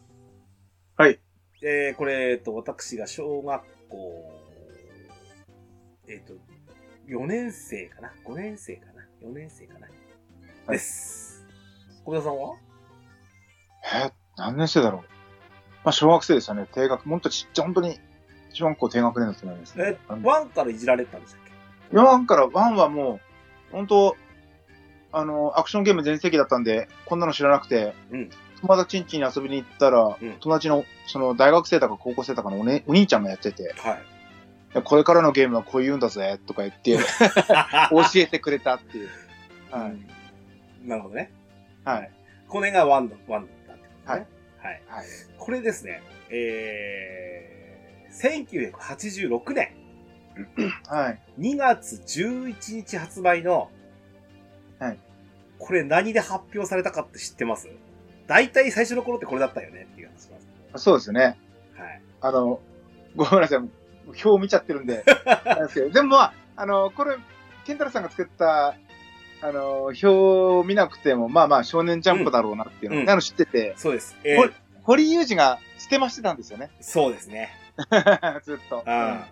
Speaker 2: はい。
Speaker 1: えー、これ、えっと、私が小学校、えっと、4年生かな ?5 年生かな ?4 年生かな、
Speaker 2: はい
Speaker 1: です。小田さんは
Speaker 2: えー、何年生だろう。まあ、小学生ですよね。低学、もっとちっちゃ、本当に、小学校低学年だと思います
Speaker 1: え
Speaker 2: ね。、あの
Speaker 1: ワンからいじられてたんでしたっけ
Speaker 2: 4から1はもう、本当あの、アクションゲーム全盛期だったんで、こんなの知らなくて、
Speaker 1: うん
Speaker 2: 友達ん家に遊びに行ったら、
Speaker 1: うん
Speaker 2: 友達の、その、大学生だか高校生だかのお,、ね、お兄ちゃんがやってて、
Speaker 1: はい。
Speaker 2: これからのゲームはこう言うんだぜ、とか 言って、教えてくれたっていう。はい。
Speaker 1: なるほどね。
Speaker 2: はい。
Speaker 1: これがワンだ、ワンだってこと
Speaker 2: はい
Speaker 1: ね。はい。
Speaker 2: はい。
Speaker 1: これですね、えー、1986年
Speaker 2: はい。
Speaker 1: 2月11日発売の、
Speaker 2: はい。
Speaker 1: これ何で発表されたかって知ってます大体最初の頃ってこれだったよねっていう話なんです
Speaker 2: そうですね。
Speaker 1: はい。
Speaker 2: あの、ごめんなさい。表見ちゃってるん で。なんですけどでもまあ、あの、これ、ケンタロウさんが作った、あの、表を見なくても、まあまあ、少年ジャンプだろうなっていうの,、
Speaker 1: うん
Speaker 2: あの知ってて、
Speaker 1: そうです。え
Speaker 2: これ
Speaker 1: ー、
Speaker 2: 堀裕二が捨てましてたんですよね。
Speaker 1: そうですね。
Speaker 2: ずっと。
Speaker 1: うん。あ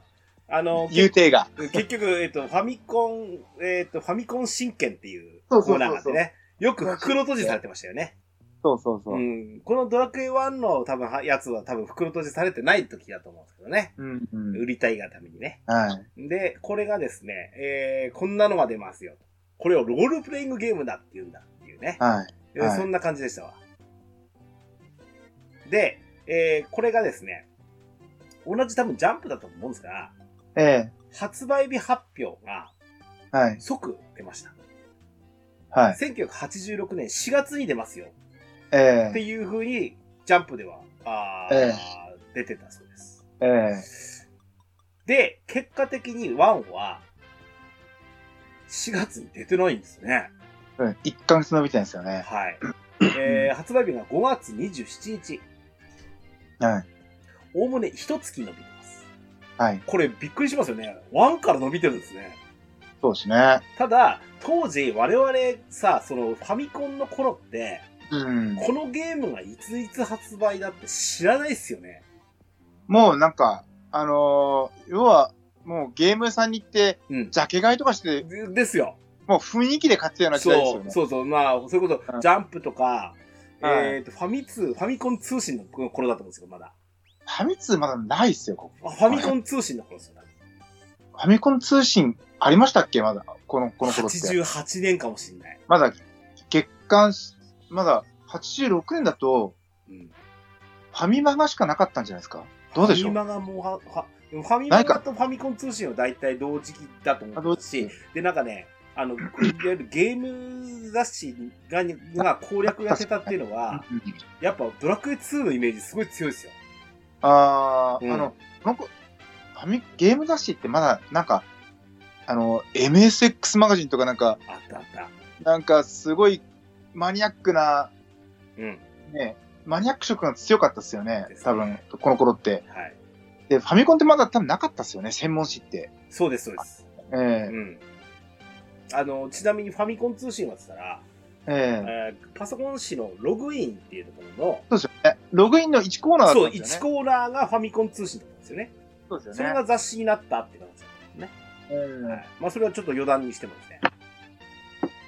Speaker 1: の、
Speaker 2: 言うてが。
Speaker 1: 結局、えっ、と、ファミコン、えっ、と、ファミコン神剣っていうコ
Speaker 2: そうそうそうそう
Speaker 1: ーナーがあってね、よく袋閉じされてましたよね。
Speaker 2: そうそうそうう。
Speaker 1: ん。このドラクエ1の多分は、やつは多分袋閉じされてない時だと思うんですけどね。
Speaker 2: うん、うん。
Speaker 1: 売りたいがためにね。
Speaker 2: はい。
Speaker 1: で、これがですね、えー、こんなのが出ますよ。これをロールプレイングゲームだって言うんだっていうね。
Speaker 2: はい。
Speaker 1: えー
Speaker 2: はい
Speaker 1: そんな感じでしたわ。で、えー、これがですね、同じ多分ジャンプだと思うんですが、
Speaker 2: ええ
Speaker 1: 発売日発表が
Speaker 2: はい。
Speaker 1: 即出ました。
Speaker 2: はい。
Speaker 1: 1986年4月に出ますよ
Speaker 2: え
Speaker 1: っ
Speaker 2: え
Speaker 1: ていう風に、ジャンプでは、あー
Speaker 2: え
Speaker 1: 出てたそうです。
Speaker 2: ええ
Speaker 1: で、結果的に1は、4月に出てないんですね。
Speaker 2: うん。1ヶ月伸びてるんですよね。
Speaker 1: はい。 えー、発売日が5月27日。
Speaker 2: はい。
Speaker 1: おおむね1月伸びてます。
Speaker 2: はい。
Speaker 1: これびっくりしますよね。1から伸びてるんですね。
Speaker 2: そうですね。
Speaker 1: ただ、当時我々さ、そのファミコンの頃って、
Speaker 2: うん。
Speaker 1: このゲームがいついつ発売だって知らないっすよね。
Speaker 2: もうなんか、あのー要は、もうゲーム屋さんに行って、
Speaker 1: うん。
Speaker 2: ジャケ買いとかして、
Speaker 1: でですよ。
Speaker 2: もう雰囲気で買ってたような時代です
Speaker 1: そ
Speaker 2: よ
Speaker 1: う、
Speaker 2: ね。
Speaker 1: そうそう、まあ、そういうこと、
Speaker 2: うん
Speaker 1: ジャンプとか、
Speaker 2: はい
Speaker 1: えっ、と、ファミ通、ファミコン通信の頃だと思うんですよ、まだ。
Speaker 2: ファミ通まだないっすよ、ここ。
Speaker 1: あファミコン通信の頃ですよ、多分
Speaker 2: ファミコン通信ありましたっけまだ。この、この頃って。
Speaker 1: 88年かもしれない。
Speaker 2: まだ、月間し、まだ、86年だと、
Speaker 1: うん。
Speaker 2: ファミマガしかなかったんじゃないですかどうでしょう
Speaker 1: ファミマがもうは、は、でもファミ
Speaker 2: な
Speaker 1: マ
Speaker 2: いか
Speaker 1: とファミコン通信は大体同時期だと
Speaker 2: あど
Speaker 1: 思
Speaker 2: う
Speaker 1: うし、で、なんかね、あの、いわゆるゲーム雑誌が、が攻略やってたっていうのは、
Speaker 2: うん
Speaker 1: やっぱドラクエ2のイメージすごい強いですよ。
Speaker 2: あー、
Speaker 1: うん
Speaker 2: あの、この子、ファミ、ゲーム雑誌ってまだ、なんか、あの、MSX マガジンとかなんか、
Speaker 1: あったあった。
Speaker 2: なんかすごいマニアックな、
Speaker 1: うん。
Speaker 2: ね、マニアック色が強かったですよね
Speaker 1: ですね。
Speaker 2: 多分、この頃って。
Speaker 1: はい。
Speaker 2: で、ファミコンってまだ多分なかったですよね、専門誌って。
Speaker 1: そうです、そうです。
Speaker 2: え
Speaker 1: う
Speaker 2: え
Speaker 1: ん。あの、ちなみにファミコン通信はって言ったら、
Speaker 2: ええ
Speaker 1: えーパソコン誌のログインっていうところ
Speaker 2: そうですよね。ログインの1コーナ
Speaker 1: の、
Speaker 2: ーだった、
Speaker 1: そうん
Speaker 2: です
Speaker 1: 1
Speaker 2: よね。
Speaker 1: コーナーがファミコン通信だったんですよね。
Speaker 2: そうです
Speaker 1: そ
Speaker 2: よ
Speaker 1: れ
Speaker 2: ね。
Speaker 1: が雑誌になったって感じですね。
Speaker 2: うん
Speaker 1: はい。まあ、それはちょっと余談にしてもですね。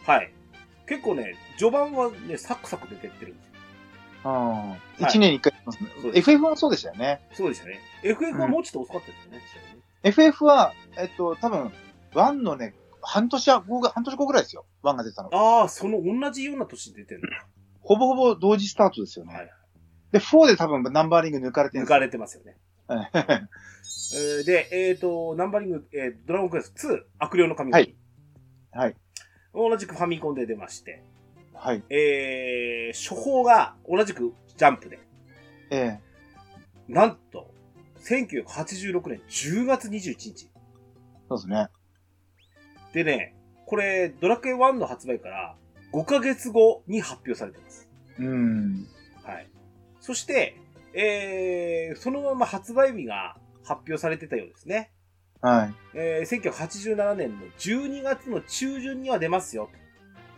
Speaker 1: はい。結構ね、序盤はね、サクサク出てってるんですよ。
Speaker 2: あ
Speaker 1: い
Speaker 2: あ、1年に1回やってますね
Speaker 1: そう。です
Speaker 2: FF もそうでしたよね。
Speaker 1: そうでしたね。FF はもうちょっと遅かったですよね。
Speaker 2: FF は、えっと、多分、1のね、半年後が、半年後ぐらいですよ。1が出たの。
Speaker 1: ああ、その同じような年に出てる
Speaker 2: ほぼほぼ同時スタートですよ
Speaker 1: の。
Speaker 2: ね。
Speaker 1: はい。
Speaker 2: で、4で多分ナンバーリング抜かれてる
Speaker 1: 抜
Speaker 2: んです
Speaker 1: か
Speaker 2: よ。
Speaker 1: れてますよね。えーで、えっ、と、ナンバリング、えードラゴンクエスト2、悪霊の神々。
Speaker 2: はいはい。
Speaker 1: 同じくファミコンで出まして、
Speaker 2: はい。
Speaker 1: えー、処方が同じくジャンプで、
Speaker 2: ええ
Speaker 1: なんと、1986年10月21日。
Speaker 2: そうですね。
Speaker 1: でね、これ、ドラクエ1の発売から5ヶ月後に発表されてます。
Speaker 2: うん。
Speaker 1: はい。そして、えー、そのまま発売日が発表されてたようですね。
Speaker 2: はい。
Speaker 1: えー1987年の12月の中旬には出ますよ、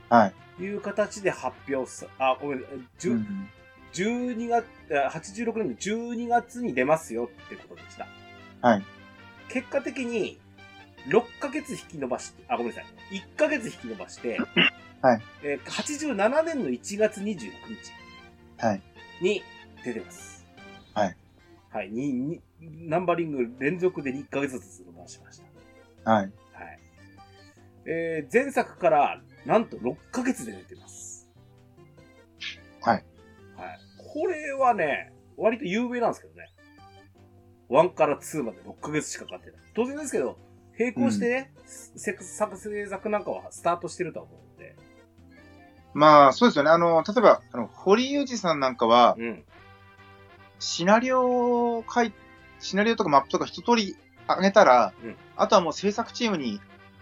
Speaker 2: はい。
Speaker 1: という形で発表さ、あ、ごめん、えーじゅ
Speaker 2: うん
Speaker 1: 12月、あ86年の12月に出ますよってことでした。
Speaker 2: はい。
Speaker 1: 結果的に、6ヶ月引き延ばして、あ、ごめんなさい。1ヶ月引き延ばして、
Speaker 2: はい。
Speaker 1: えー87年の1月29日
Speaker 2: はい。
Speaker 1: に出てます。
Speaker 2: はい。
Speaker 1: はい。に、に、ナンバリング連続で2ヶ月ずつ伸ばしました。
Speaker 2: はい。
Speaker 1: はい。えー前作からなんと6ヶ月で出てます。
Speaker 2: はい。
Speaker 1: はい。これはね、割と有名なんですけどね。1から2まで6ヶ月しかかかってない。当然ですけど、並行してね、せ作制作なんかはスタートしてるとは思うんで。
Speaker 2: まあ、そうですよね。あの、例えば、あの、堀裕二さんなんかは、
Speaker 1: うん。
Speaker 2: シナリオを書い、シナリオとかマップとか一通り上げたら、
Speaker 1: うん
Speaker 2: あとはもう制作チームに、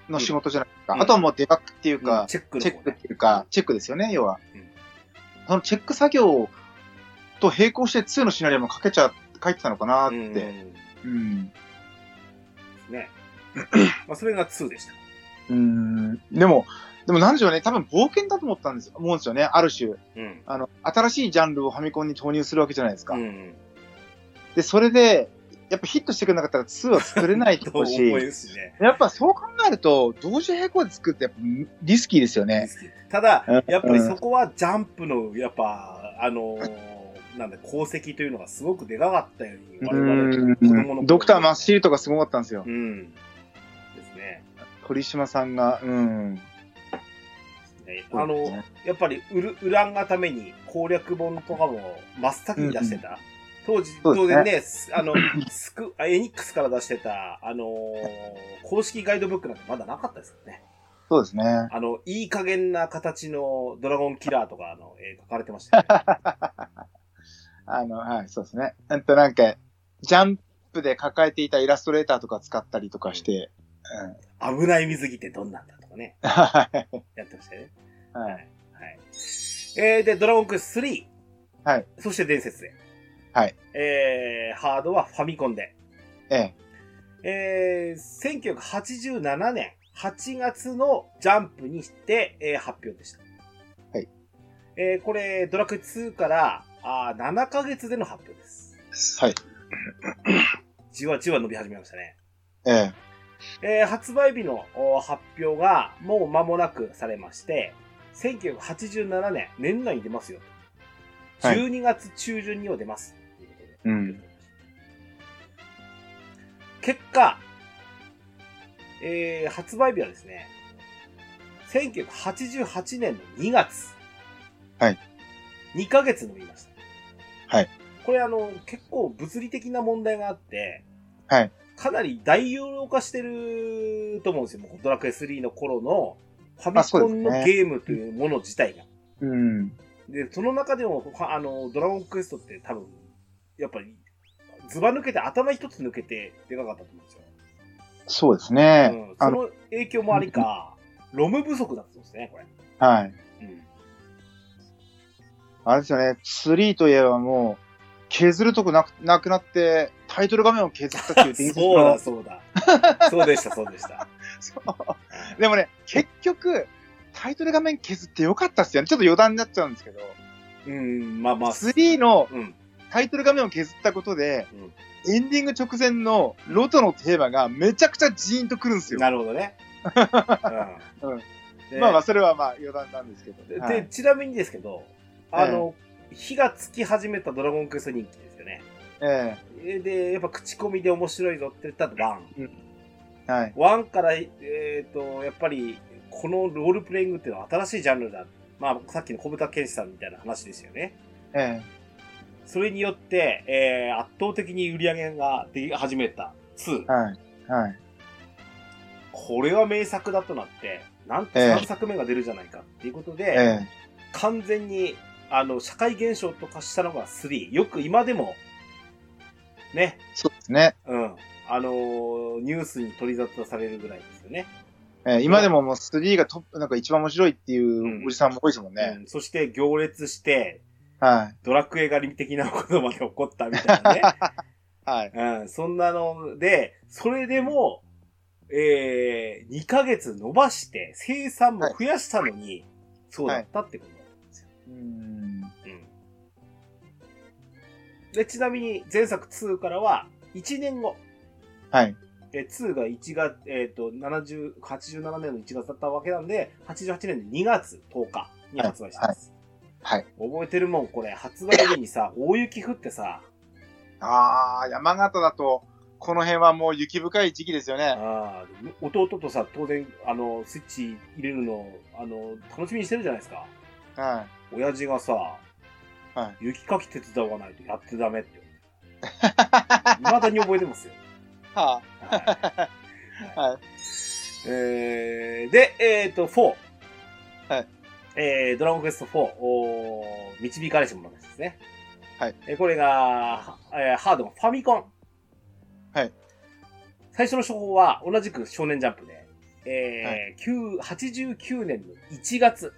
Speaker 2: の仕事じゃないですか。
Speaker 1: うん
Speaker 2: あとはもうデバッグっていうか、
Speaker 1: チェックの
Speaker 2: チェ
Speaker 1: 方
Speaker 2: ックっ
Speaker 1: ね。
Speaker 2: ていうか、チェックですよね、要は。
Speaker 1: うん
Speaker 2: そのチェック作業と並行して2のシナリオも書けちゃ、書いてたのかなっ
Speaker 1: うん
Speaker 2: て。うん。
Speaker 1: ね。まあ、それが2でした。
Speaker 2: うん。でも、でもなんでしょうね、多分冒険だと思ったんですよ、思うんですよね、ある種。
Speaker 1: うん。
Speaker 2: あの、新しいジャンルをファミコンに投入するわけじゃないですか。
Speaker 1: うん。
Speaker 2: で、それで、やっぱヒットしてくれなかったら2は作れないと
Speaker 1: と
Speaker 2: 思う
Speaker 1: 思
Speaker 2: し、
Speaker 1: いますしね。
Speaker 2: やっぱそう考えると、同時並行で作ってやっぱリスキーですよね。
Speaker 1: ただ
Speaker 2: うん、
Speaker 1: やっぱりそこはジャンプの、やっぱ、あのーなんだ、功績というのがすごくでかかったように、我々、子供の頃
Speaker 2: ドクターマッシールとかすごかったんですよ。
Speaker 1: うん。ですね。
Speaker 2: 鳥島さんが。うん。
Speaker 1: ねあの、やっぱり、売る、売らんがために攻略本とかも真っ先に出してた。当時、
Speaker 2: そう
Speaker 1: 当
Speaker 2: ですね
Speaker 1: 然ね、すあの、スク、あエニックスから出してた、あのー公式ガイドブックなんてまだなかったですからね。
Speaker 2: そうですね。
Speaker 1: あの、いい加減な形のドラゴンキラーとか、あの、えー書かれてましたよね、
Speaker 2: あの、はい、そうですね。うんとなんか、ジャンプで抱えていたイラストレーターとか使ったりとかして、
Speaker 1: 危ない水着ってどんなんだとかね、
Speaker 2: はい。
Speaker 1: やってましたよね。
Speaker 2: はい。
Speaker 1: はい。えー、で、ドラゴンクエスト3。
Speaker 2: はい。
Speaker 1: そして伝説で。
Speaker 2: はい。
Speaker 1: えー、ハードはファミコンで。
Speaker 2: ええ。
Speaker 1: えー、1987年8月のジャンプにして、えー発表でした。
Speaker 2: はい。
Speaker 1: えー、これ、ドラクエ2から、あー7ヶ月での発表です。
Speaker 2: はい。
Speaker 1: じわじわ伸び始めましたね。
Speaker 2: ええ。
Speaker 1: えー発売日のお発表がもう間もなくされまして、1987年、年内に出ますよ。
Speaker 2: はい
Speaker 1: 12月中旬には出ます。ということで
Speaker 2: うん
Speaker 1: 結果、えー発売日はですね、1988年の2月。
Speaker 2: はい。
Speaker 1: 2ヶ月伸びました。
Speaker 2: はい。
Speaker 1: これあの、結構物理的な問題があって、
Speaker 2: はい。
Speaker 1: かなり大容量化してると思うんですよ。もうドラクエ3の頃のファ
Speaker 2: あそう
Speaker 1: ミ
Speaker 2: で
Speaker 1: コ
Speaker 2: す
Speaker 1: ン
Speaker 2: ね
Speaker 1: のゲームというもの自体が。
Speaker 2: うん。
Speaker 1: で、その中でも、ああの、ドラゴンクエストって多分、やっぱり、ずば抜けて、頭一つ抜けて、でかかったと思うんですよ。
Speaker 2: そうですね。
Speaker 1: うん、
Speaker 2: あ
Speaker 1: そ
Speaker 2: の、
Speaker 1: の影響もありか、ロム不足だったんですね、これ。
Speaker 2: はい。
Speaker 1: うん。
Speaker 2: あれですよね、3といえばもう、削るとこなくなくなって、タイトル画面を削ったっていう伝説
Speaker 1: そう
Speaker 2: の
Speaker 1: だ、。そうだ。そうでした、そうでした。
Speaker 2: そうでもね、結局、タイトル画面削ってよかったっすよね。ちょっと余談になっちゃうんですけど、
Speaker 1: うん、まあまあ、
Speaker 2: 3の
Speaker 1: うん。
Speaker 2: タイトル画面を削ったことで、エンディング直前のロトのテーマがめちゃくちゃジーンとくるんですよ。
Speaker 1: なるほどね。うん。
Speaker 2: うん
Speaker 1: で
Speaker 2: まあまあ、それはまあ余談なんですけど。
Speaker 1: で、
Speaker 2: はい
Speaker 1: ちなみにですけど、あの、火がつき始めたドラゴンクエスト人気ですよね。
Speaker 2: え
Speaker 1: えで、やっぱ口コミで面白いぞって言ったらワン。
Speaker 2: えはい。
Speaker 1: ワンから、えっ、と、やっぱり、このロールプレイングっていうのは新しいジャンルだ。まあ、さっきの小豚健志さんみたいな話ですよね。
Speaker 2: え
Speaker 1: それによって、えー圧倒的に売り上げができ始めた2
Speaker 2: え。はい。はい。
Speaker 1: これは名作だとなって、なんと
Speaker 2: ええ
Speaker 1: 3作目が出るじゃないかっていうことで、
Speaker 2: え
Speaker 1: 完全に、あの、社会現象と化したのが3。よく今でも、ね
Speaker 2: え。、そうですね。
Speaker 1: うん。あのーニュースに取り沙汰されるぐらいですよね。
Speaker 2: ええ今でももう3がトップ、なんか一番面白いっていうおじさんも多いですもんね。
Speaker 1: うん、そして行列して、
Speaker 2: はい。
Speaker 1: ドラクエ狩り的なことまで起こったみたいなね。
Speaker 2: はい。
Speaker 1: うん、そんなので、それでも、えー、2ヶ月伸ばして、生産も増やしたのに、そうだったってことなんですよ。
Speaker 2: うん。
Speaker 1: うん。で、ちなみに、前作2からは、1年後、
Speaker 2: はい。
Speaker 1: えー2が1月、えっ、と、70、87年の1月だったわけなんで、88年の2月10日に発売してます。
Speaker 2: はい
Speaker 1: 覚えてるもん、これ、発売日に さ、大雪降ってさ、
Speaker 2: ああ、山形だと、この辺はもう雪深い時期ですよね。
Speaker 1: ああ、弟とさ、当然、あの、スイッチ入れるの、あの、楽しみにしてるじゃないですか。
Speaker 2: は
Speaker 1: 親父がさ、
Speaker 2: は
Speaker 1: 雪かき手伝わないとやってダメって 言われて。未だに覚えてますよ。
Speaker 2: い。は
Speaker 1: はい
Speaker 2: はい
Speaker 1: えー、で、えっ、ー、と、4。
Speaker 2: はい。
Speaker 1: えー、ドラゴンクエスト4、おー導かれし者ですね。
Speaker 2: はい。
Speaker 1: えーこれが、えーハードのファミコン。
Speaker 2: はい。
Speaker 1: 最初の処方は、同じく少年ジャンプで、
Speaker 2: は
Speaker 1: えー、9 89年の1月。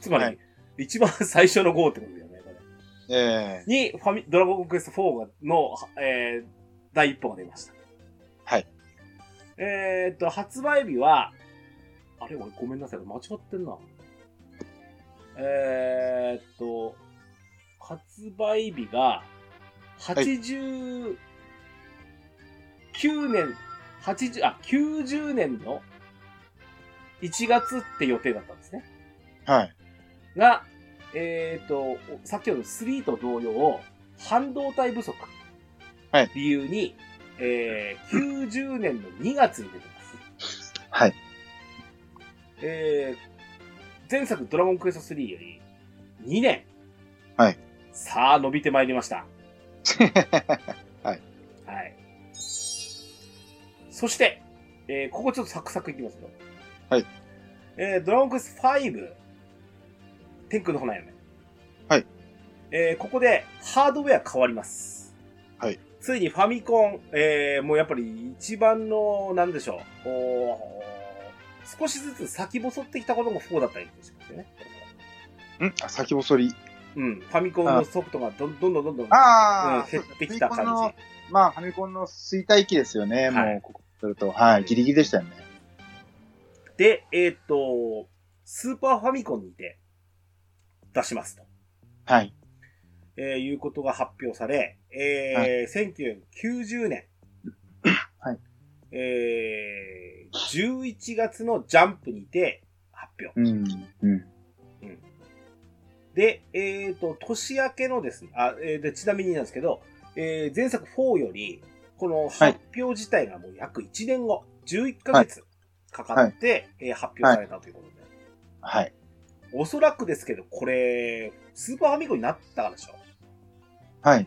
Speaker 1: つまり、
Speaker 2: はい
Speaker 1: 一番最初の号ってことだよね、これ。
Speaker 2: い。ええ
Speaker 1: に、ファミ、ドラゴンクエスト4がの、えー、第一歩が出ました。
Speaker 2: はい。
Speaker 1: えーっと、発売日は、あれ、俺ごめんなさい、間違ってんな。えーっと、発売日が、89年、80、あ、90年の1月って予定だったんですね。
Speaker 2: はい。
Speaker 1: が、えっ、と、先ほどの3と同様、半導体不足。
Speaker 2: はい
Speaker 1: 理由に、えー、90年の2月に出てます。
Speaker 2: はい。
Speaker 1: えー、前作ドラゴンクエスト3より2年。
Speaker 2: はい。
Speaker 1: さあ、伸びてまいりま した。はい。そして、えーここちょっとサクサクいきますよ。
Speaker 2: はい。
Speaker 1: えードラゴンクエスト5、天空の花嫁。
Speaker 2: はい。
Speaker 1: えーここでハードウェア変わります。
Speaker 2: はい。
Speaker 1: ついにファミコン、えーもうやっぱり一番の、なんでしょう、おー少しずつ先細ってきたことも不幸だったりしますよね。
Speaker 2: んあ、先細り。
Speaker 1: うん。ファミコンのソフトがどんどんどんどんどん、
Speaker 2: ああ、
Speaker 1: うん減ってきた
Speaker 2: ファミコン
Speaker 1: 感
Speaker 2: のまあ、ファミコンの衰退期ですよね。
Speaker 1: はい
Speaker 2: もう、ここすると。はい。ギリギリでしたよね。
Speaker 1: じ。で、えーっと、スーパーファミコンにて出しますと。
Speaker 2: はい。
Speaker 1: えーいうことが発表され、えー
Speaker 2: は
Speaker 1: 1990年、
Speaker 2: はい
Speaker 1: えー、11月のジャンプにて発表。
Speaker 2: うん。うん。
Speaker 1: で、えっ、と、年明けのですね、あ、えーでちなみになんですけど、えー前作4より、この発表自体がもう約1年後、11ヶ月かかって、えー発表されたということで、
Speaker 2: はい。
Speaker 1: おそらくですけど、これ、スーパーファミコンになったからでしょ
Speaker 2: はい。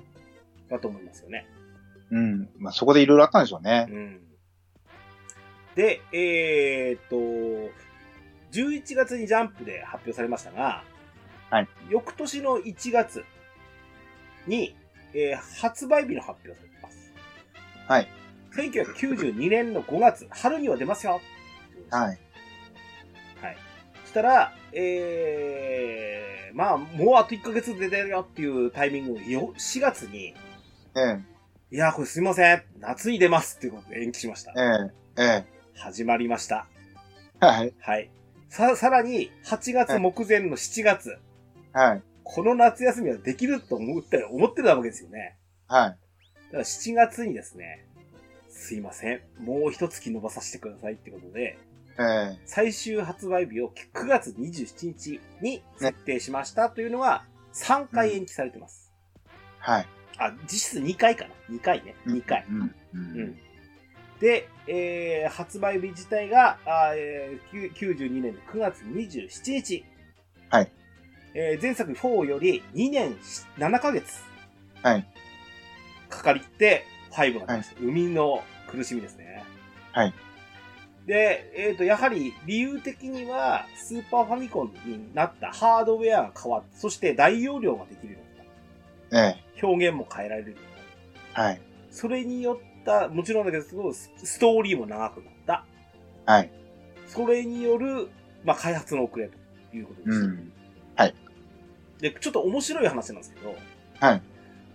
Speaker 1: だと思いますよね。
Speaker 2: うん。まあ、そこでいろいろあったんでしょうね。
Speaker 1: うんで、えーっと、11月にジャンプで発表されましたが、
Speaker 2: はい
Speaker 1: 翌年の1月に、えー発売日の発表されてます。
Speaker 2: はい。
Speaker 1: 1992年の5月、春には出ますよ。
Speaker 2: はい。
Speaker 1: はい。そしたら、えで、まあ、もうあと1ヶ月で出るよっていうタイミングをよ4月に、
Speaker 2: ええ、
Speaker 1: いや、これすいません。夏に出ますっていうことで延期しました。
Speaker 2: ええ、ええ。
Speaker 1: 始まりました。
Speaker 2: はい、
Speaker 1: はい。さ、さらに、8月目前の7月、
Speaker 2: はい、
Speaker 1: この夏休みはできると思って、思ってたわけですよね。
Speaker 2: はい。
Speaker 1: だから7月にですね、すいません。もう一月伸ばさせてくださいってことで、
Speaker 2: ええ、
Speaker 1: 最終発売日を9月27日に設定しましたというのが3回延期されてます。
Speaker 2: はい。
Speaker 1: あ、実質2回かな。2回ね。2回。
Speaker 2: うん。う
Speaker 1: うんん。で、えー発売日自体が、あーえーきゅ92年の9月27日。
Speaker 2: はい。
Speaker 1: えー前作4より2年し7ヶ月。
Speaker 2: はい。
Speaker 1: かかりって、5が出ました。生みの苦しみですね。
Speaker 2: はい。
Speaker 1: で、えっ、と、やはり理由的には、スーパーファミコンになったハードウェアが変わって、そして大容量ができるようになっ
Speaker 2: ええ、
Speaker 1: た。表現も変えられるようになった。
Speaker 2: はい、
Speaker 1: それによった、もちろんだけど、スストーリーも長くなった。
Speaker 2: はい。
Speaker 1: それによる、まあ、開発の遅れということで
Speaker 2: う
Speaker 1: す、
Speaker 2: ん。
Speaker 1: で、ちょっと面白い話なんですけど、
Speaker 2: はい。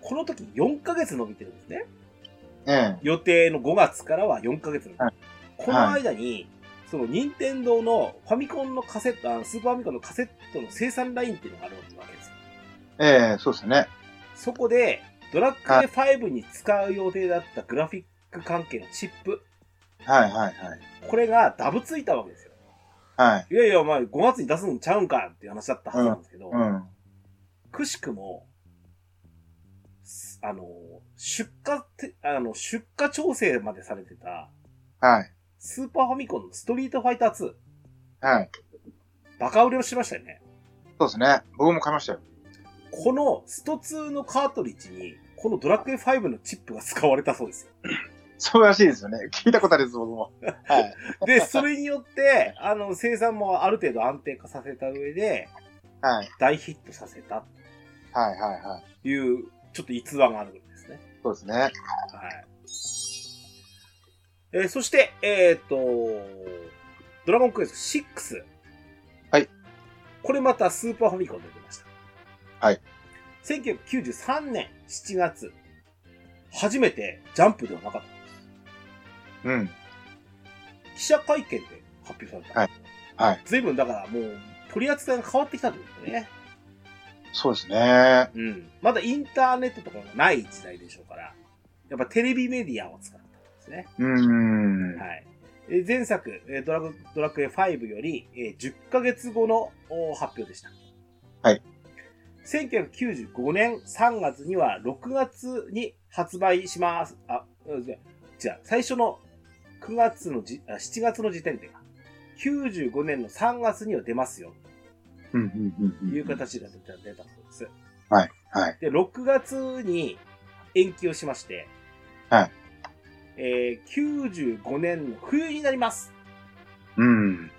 Speaker 1: この時4ヶ月伸びてるんですね。
Speaker 2: ええ、
Speaker 1: 予定の5月からは4ヶ月伸びてる。
Speaker 2: は
Speaker 1: この間に、その、任天堂のファミコンのカセット、あのスーパーファミコンのカセットの生産ラインっていうのがあるわけですよ。
Speaker 2: ええ、そうですね。
Speaker 1: そこで、ドラッグ5に使う予定だったグラフィック関係のチップ、
Speaker 2: はい、はい、はい。
Speaker 1: これがダブついたわけですよ。
Speaker 2: はい。
Speaker 1: いやいや、お前5月に出すんちゃうんかっていう話だったはずなんですけど、
Speaker 2: うん。
Speaker 1: くしくも、すあの、出荷て、あの、出荷調整までされてた、
Speaker 2: はい、
Speaker 1: スーパーファミコンのストリートファイター2、
Speaker 2: はい。
Speaker 1: バカ売れをしましたよね。
Speaker 2: そうですね。僕も買いましたよ。
Speaker 1: このスト2のカートリッジに、このドラクエ5のチップが使われたそうですよ。
Speaker 2: そうらしいですよね。聞いたことあるんです、僕も。はい。
Speaker 1: で、それによって、あの、生産もある程度安定化させた上で、
Speaker 2: はい。
Speaker 1: 大ヒットさせた
Speaker 2: はい、はい、はい。
Speaker 1: という、ちょっと逸話があるんですね。
Speaker 2: そうですね。
Speaker 1: はい。えーそして、えっ、と、ドラゴンクエスト6。
Speaker 2: はい。
Speaker 1: これまたスーパーファミコンで出ました。
Speaker 2: はい。
Speaker 1: 1993年7月、初めてジャンプではなかった。
Speaker 2: うん。
Speaker 1: 記者会見で発表された。
Speaker 2: はいはい。
Speaker 1: 随分だからもう、取り扱いが変わってきたってことね。
Speaker 2: そうですね。
Speaker 1: うん。まだインターネットとかがない時代でしょうから、やっぱテレビメディアを使ったんですね。
Speaker 2: うん。
Speaker 1: はい。えー前作、えードラゴドラクエ5より、えー10ヶ月後のお発表でした。
Speaker 2: はい。
Speaker 1: 1995年3月には6月に発売します。あ、うん違う、最初の9月のじ、あ7月の時点でか。95年の3月には出ますよ、
Speaker 2: うん、うん、
Speaker 1: と
Speaker 2: うん。
Speaker 1: いう。形が出た、出たそうです。
Speaker 2: はい、はい。
Speaker 1: で、6月に延期をしまして、
Speaker 2: はい。
Speaker 1: えー、95年の冬になります。
Speaker 2: うん。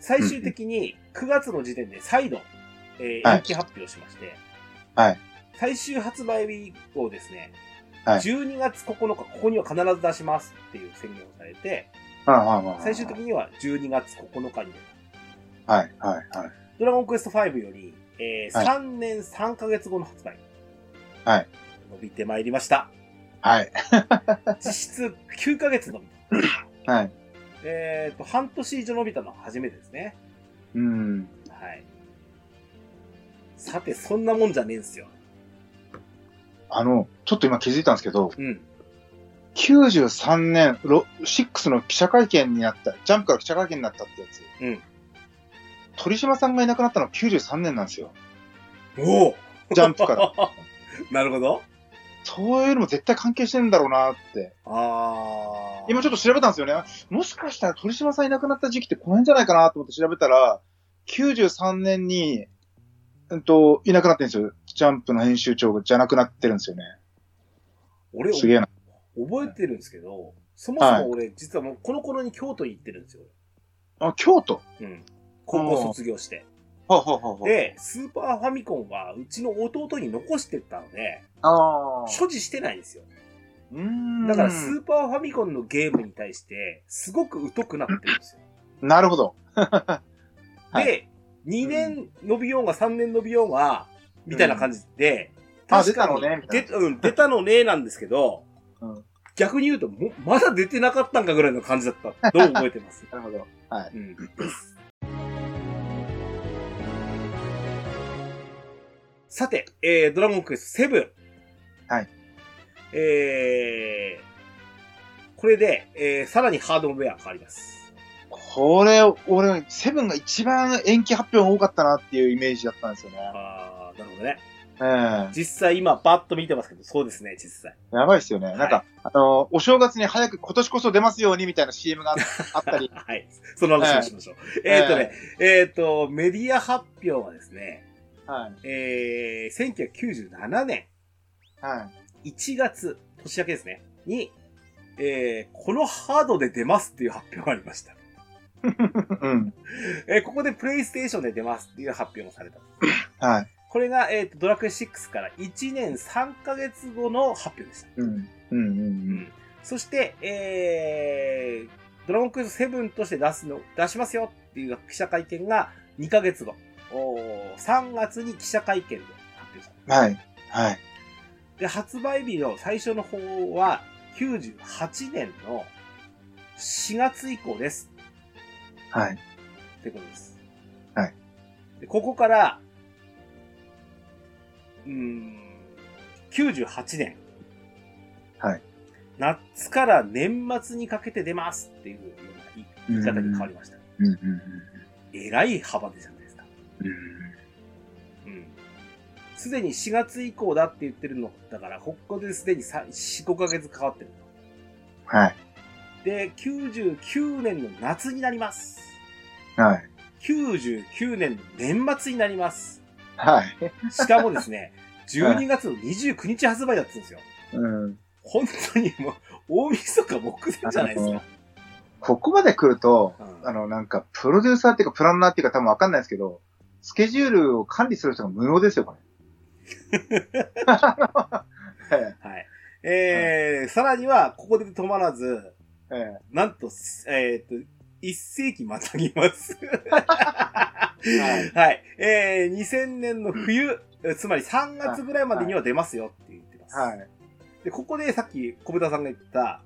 Speaker 1: 最終的に9月の時点で再度、えー
Speaker 2: はい
Speaker 1: 延期発表しまして、
Speaker 2: はい。
Speaker 1: 最終発売日以降ですね、
Speaker 2: はい
Speaker 1: 12月9日、ここには必ず出しますっていう宣言をされて、
Speaker 2: はい、はい、はい。
Speaker 1: 最終的には12月9日に出た、
Speaker 2: はい、はい、はい。
Speaker 1: ドラゴンクエスト5より、えー
Speaker 2: はい
Speaker 1: 3年3ヶ月後の発売。
Speaker 2: はい。
Speaker 1: 伸びてまいりました。
Speaker 2: はい。
Speaker 1: 実質9ヶ月伸びた。
Speaker 2: はい。
Speaker 1: えっ、と、半年以上伸びたのは初めてですね。
Speaker 2: うん。
Speaker 1: はい。さて、そんなもんじゃねえんすよ。
Speaker 2: あの、ちょっと今気づいたんですけど、
Speaker 1: うん。
Speaker 2: 93年、ロ6の記者会見になった、ジャンプから記者会見になったってやつ。
Speaker 1: うん
Speaker 2: 鳥島さんがいなくなったの93年なんですよ。
Speaker 1: おお
Speaker 2: ジャンプから。
Speaker 1: なるほど。
Speaker 2: そういうのも絶対関係してるんだろうなって。
Speaker 1: ああ。
Speaker 2: 今ちょっと調べたんですよね。もしかしたら鳥島さんいなくなった時期ってこの辺じゃないかなと思って調べたら、93年に、うんと、いなくなってるんですよ。ジャンプの編集長じゃなくなってるんですよね。
Speaker 1: 俺、
Speaker 2: すげえ
Speaker 1: 覚
Speaker 2: な。
Speaker 1: えてるんですけど、そもそも俺、実はもうこの頃に京都に行ってるんですよ。
Speaker 2: あ、京都
Speaker 1: うん。高校卒業して。
Speaker 2: ほうほうほうほう。
Speaker 1: で、スーパーファミコンはうちの弟に残してったので、
Speaker 2: ああ。
Speaker 1: 所持してないんですよ。
Speaker 2: うーん
Speaker 1: だからスーパーファミコンのゲームに対して、すごく疎くなってるんですよ。
Speaker 2: なるほど。はい
Speaker 1: で、 2年伸びようが3年伸びようが、みたいな感じで、
Speaker 2: うんあ
Speaker 1: 確かに
Speaker 2: 出たのねみたいな
Speaker 1: 出うん、出たのね、なんですけど、
Speaker 2: うん
Speaker 1: 逆に言うと、も、まだ出てなかったんかぐらいの感じだったと覚えて ます。
Speaker 2: なるほど。はい。
Speaker 1: うん。さて、えー、ドラゴンクエスト7。
Speaker 2: はい。
Speaker 1: えー、これで、えー、さらにハードウェア変わります。
Speaker 2: これ、俺、セブンが一番延期発表が多かったなっていうイメージだったんですよね。
Speaker 1: あー、なるほどね。
Speaker 2: ええ
Speaker 1: 実際今、バッと見てますけど、そうですね、実際。
Speaker 2: やばいですよね。
Speaker 1: い
Speaker 2: なんか、あの、お正月に早く今年こそ出ますようにみたいな CM がああったり。
Speaker 1: はい。その話をしましょう。 えーっとね、えーっと、メディア発表はですね、
Speaker 2: はい。
Speaker 1: えー、1997年
Speaker 2: はい。
Speaker 1: 1月、年明けですね、に、えー、このハードで出ますっていう発表がありました。
Speaker 2: うん。
Speaker 1: えー、ここでプレイステーションで出ますっていう発表もされた。
Speaker 2: はい。
Speaker 1: これが、えーっと、ドラクエ6から1年3ヶ月後の発表でした。
Speaker 2: うん。うん。うんうん。
Speaker 1: そして、えー、ドラゴンクエスト7として出すの、出しますよっていう記者会見が2ヶ月後、おー3月に記者会見で発表され
Speaker 2: はい。はい。
Speaker 1: た。で、発売日の最初の方は98年の4月以降です
Speaker 2: はい。
Speaker 1: ってことです。
Speaker 2: はい。
Speaker 1: で、ここから、うーん、98年。
Speaker 2: はい。
Speaker 1: 夏から年末にかけて出ますっていうような言い方に変わりました。
Speaker 2: うん。うん。
Speaker 1: えらい幅でじゃないですか。
Speaker 2: うん。
Speaker 1: うん。すでに4月以降だって言ってるのだから、ここですでにさ4、5ヶ月変わってるの。
Speaker 2: はい。
Speaker 1: で、99年の夏になります。
Speaker 2: はい。
Speaker 1: 99年の年末になります。
Speaker 2: はい。
Speaker 1: しかもですね、12月の29日発売だったんですよ。
Speaker 2: うん。
Speaker 1: 本当にもう、大晦日目前じゃないですか。
Speaker 2: ここまで来ると、
Speaker 1: うん
Speaker 2: あの、なんか、プロデューサーっていうか、プランナーっていうか、多分わかんないですけど、スケジュールを管理する人が無能ですよ、こ れ。はい
Speaker 1: はい。えー、さらには、ここで止まらず、
Speaker 2: え
Speaker 1: なんと、えっ、と、一世紀またぎます。はい。えー、2000年の冬、つまり3月ぐらいまでには出ますよって言ってま
Speaker 2: え
Speaker 1: す。
Speaker 2: はい。
Speaker 1: で、ここでさっき小豚さんが言った、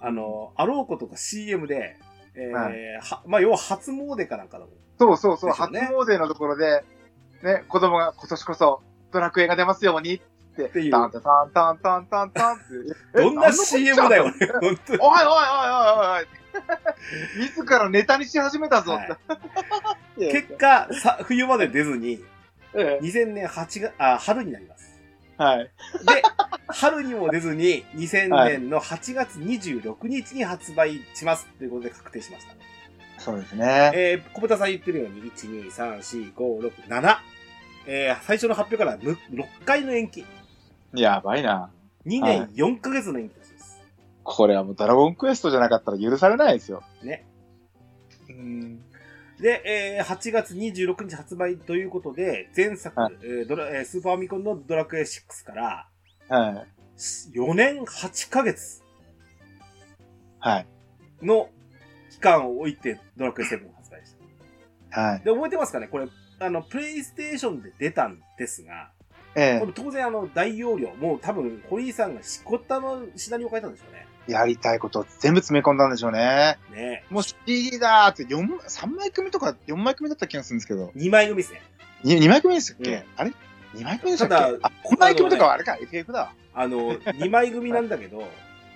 Speaker 1: あの、あろうことか CM で、えー
Speaker 2: は
Speaker 1: はまあ、要は初詣かなんかの
Speaker 2: そうそうそう、
Speaker 1: ですよ
Speaker 2: 初
Speaker 1: ね
Speaker 2: 詣のところで、ね、子供が今年こそドラクエが出ますようにって、
Speaker 1: ていう
Speaker 2: タンタンタンタンタンタンって。え
Speaker 1: どんな CM だよ、
Speaker 2: なんのこっち
Speaker 1: ね、本当に
Speaker 2: ゃ。おいおいおいおいお いおい自らネタにし始めたぞ
Speaker 1: はい
Speaker 2: って。
Speaker 1: 結果さ、冬まで出ずに、
Speaker 2: え
Speaker 1: 2000年8月、あ、春になります。
Speaker 2: えはい。
Speaker 1: で、春にも出ずに、2000年の8月26日に発売しますということで確定しました。
Speaker 2: そうですね。
Speaker 1: えー、小豚さん言ってるように、1、2、3、4、5、6、7。えー、最初の発表から6回の延期。
Speaker 2: やばいな。
Speaker 1: 2
Speaker 2: は
Speaker 1: 年4ヶ月の延期だそうです。
Speaker 2: これはもうドラゴンクエストじゃなかったら許されないですよ。
Speaker 1: ね。
Speaker 2: うん。
Speaker 1: で、えー、8月26日発売ということで、前作、
Speaker 2: は
Speaker 1: えードラえースーパーファミコンのドラクエ6から、
Speaker 2: はい。
Speaker 1: 4年8ヶ月
Speaker 2: はい。
Speaker 1: の期間を置いてドラクエ7を発売した。
Speaker 2: はい。
Speaker 1: で、覚えてますかねこれ、あの、プレイステーションで出たんですが、
Speaker 2: え
Speaker 1: これ当然あの、大容量、もう多分、堀井さんがしこったのシナリオを書いたんでしょう
Speaker 2: えやりたいことを全部詰め込んだんでしょうね。
Speaker 1: ね。ね
Speaker 2: もう CD だーって4、3枚組とか4枚組だった気がするんですけど。
Speaker 1: 2枚組ですね。
Speaker 2: に 2, 枚組ですっけ、
Speaker 1: うん
Speaker 2: あれ ?2 枚組でしたっけ
Speaker 1: ただ
Speaker 2: あ、5枚組とかはあれか、FF だ。
Speaker 1: あの、2枚 組なんだけど、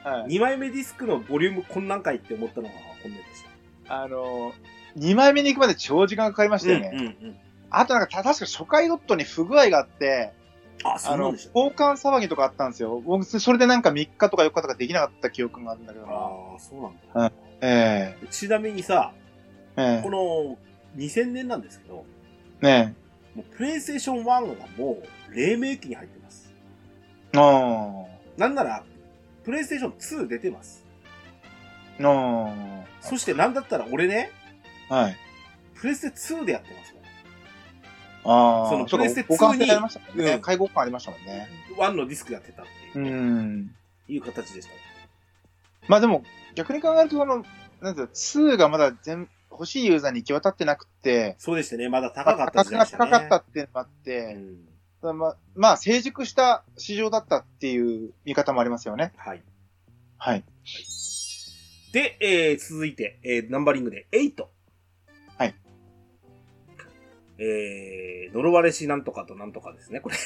Speaker 2: はい。
Speaker 1: 2枚目ディスクのボリュームこんなんかいって思ったのが本音でした。
Speaker 2: あのー、2枚目に行くまで超時間がかかりましたよね。
Speaker 1: うんうんうん。
Speaker 2: あとなんか、た確か初回ロットに不具合があって、
Speaker 1: あ、そ
Speaker 2: あ
Speaker 1: うなん
Speaker 2: の、
Speaker 1: でしたね。
Speaker 2: 交換騒ぎとかあったんですよ。僕、それでなんか3日とか4日とかできなかった記憶があるんだけどな。
Speaker 1: ああ、そうなんだ。
Speaker 2: え
Speaker 1: ちなみにさ、
Speaker 2: ええ
Speaker 1: この2000年なんですけど、も
Speaker 2: えね
Speaker 1: うプレイステーション1はもう黎明期に入ってます。
Speaker 2: え。の
Speaker 1: なんなら、プレイステーション2出てます。
Speaker 2: ー、の
Speaker 1: そしてなんだったら俺ね、
Speaker 2: ー、はい。
Speaker 1: プレステ2でやってます
Speaker 2: ああ、
Speaker 1: そのプレステ
Speaker 2: そうか
Speaker 1: 2に
Speaker 2: 互換性ありましたもんね。
Speaker 1: うん
Speaker 2: 会合感ありましたもんね。
Speaker 1: ワンのディスクやってたって
Speaker 2: う。
Speaker 1: いうんいう形でした。
Speaker 2: まあでも、逆に考えると、あの、なんていうの、2がまだ全、欲しいユーザーに行き渡ってなくて、
Speaker 1: そうでしたね。まだ高かった
Speaker 2: 価
Speaker 1: 時代
Speaker 2: 格
Speaker 1: で
Speaker 2: が
Speaker 1: したね。
Speaker 2: 高かったっていうのもあっ
Speaker 1: う
Speaker 2: て、
Speaker 1: ん。
Speaker 2: まあ、まあ、成熟した市場だったっていう見方もありますよね。
Speaker 1: はい。
Speaker 2: はい。
Speaker 1: で、えー、続いて、えー、ナンバリングで8。
Speaker 2: はい。
Speaker 1: えー、呪われしなんとかとなんとかです ね、これ。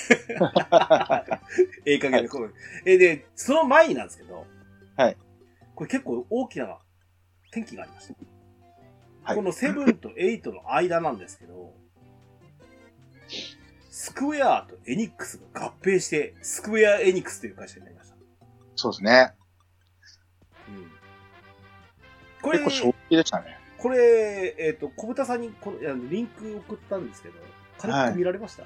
Speaker 1: ええ加減で、こうえーで、その前になんですけど、
Speaker 2: はい。
Speaker 1: これ結構大きな転機がありました。
Speaker 2: はい
Speaker 1: この7と8の間なんですけど、スクエアとエニックスが合併して、スクエアエニックスという会社になりました。
Speaker 2: そうですね。
Speaker 1: うん。これ
Speaker 2: 結構衝撃でしたね。
Speaker 1: これ、えっ、と、小豚さんにこのあのリンク送ったんですけど、軽く見られました、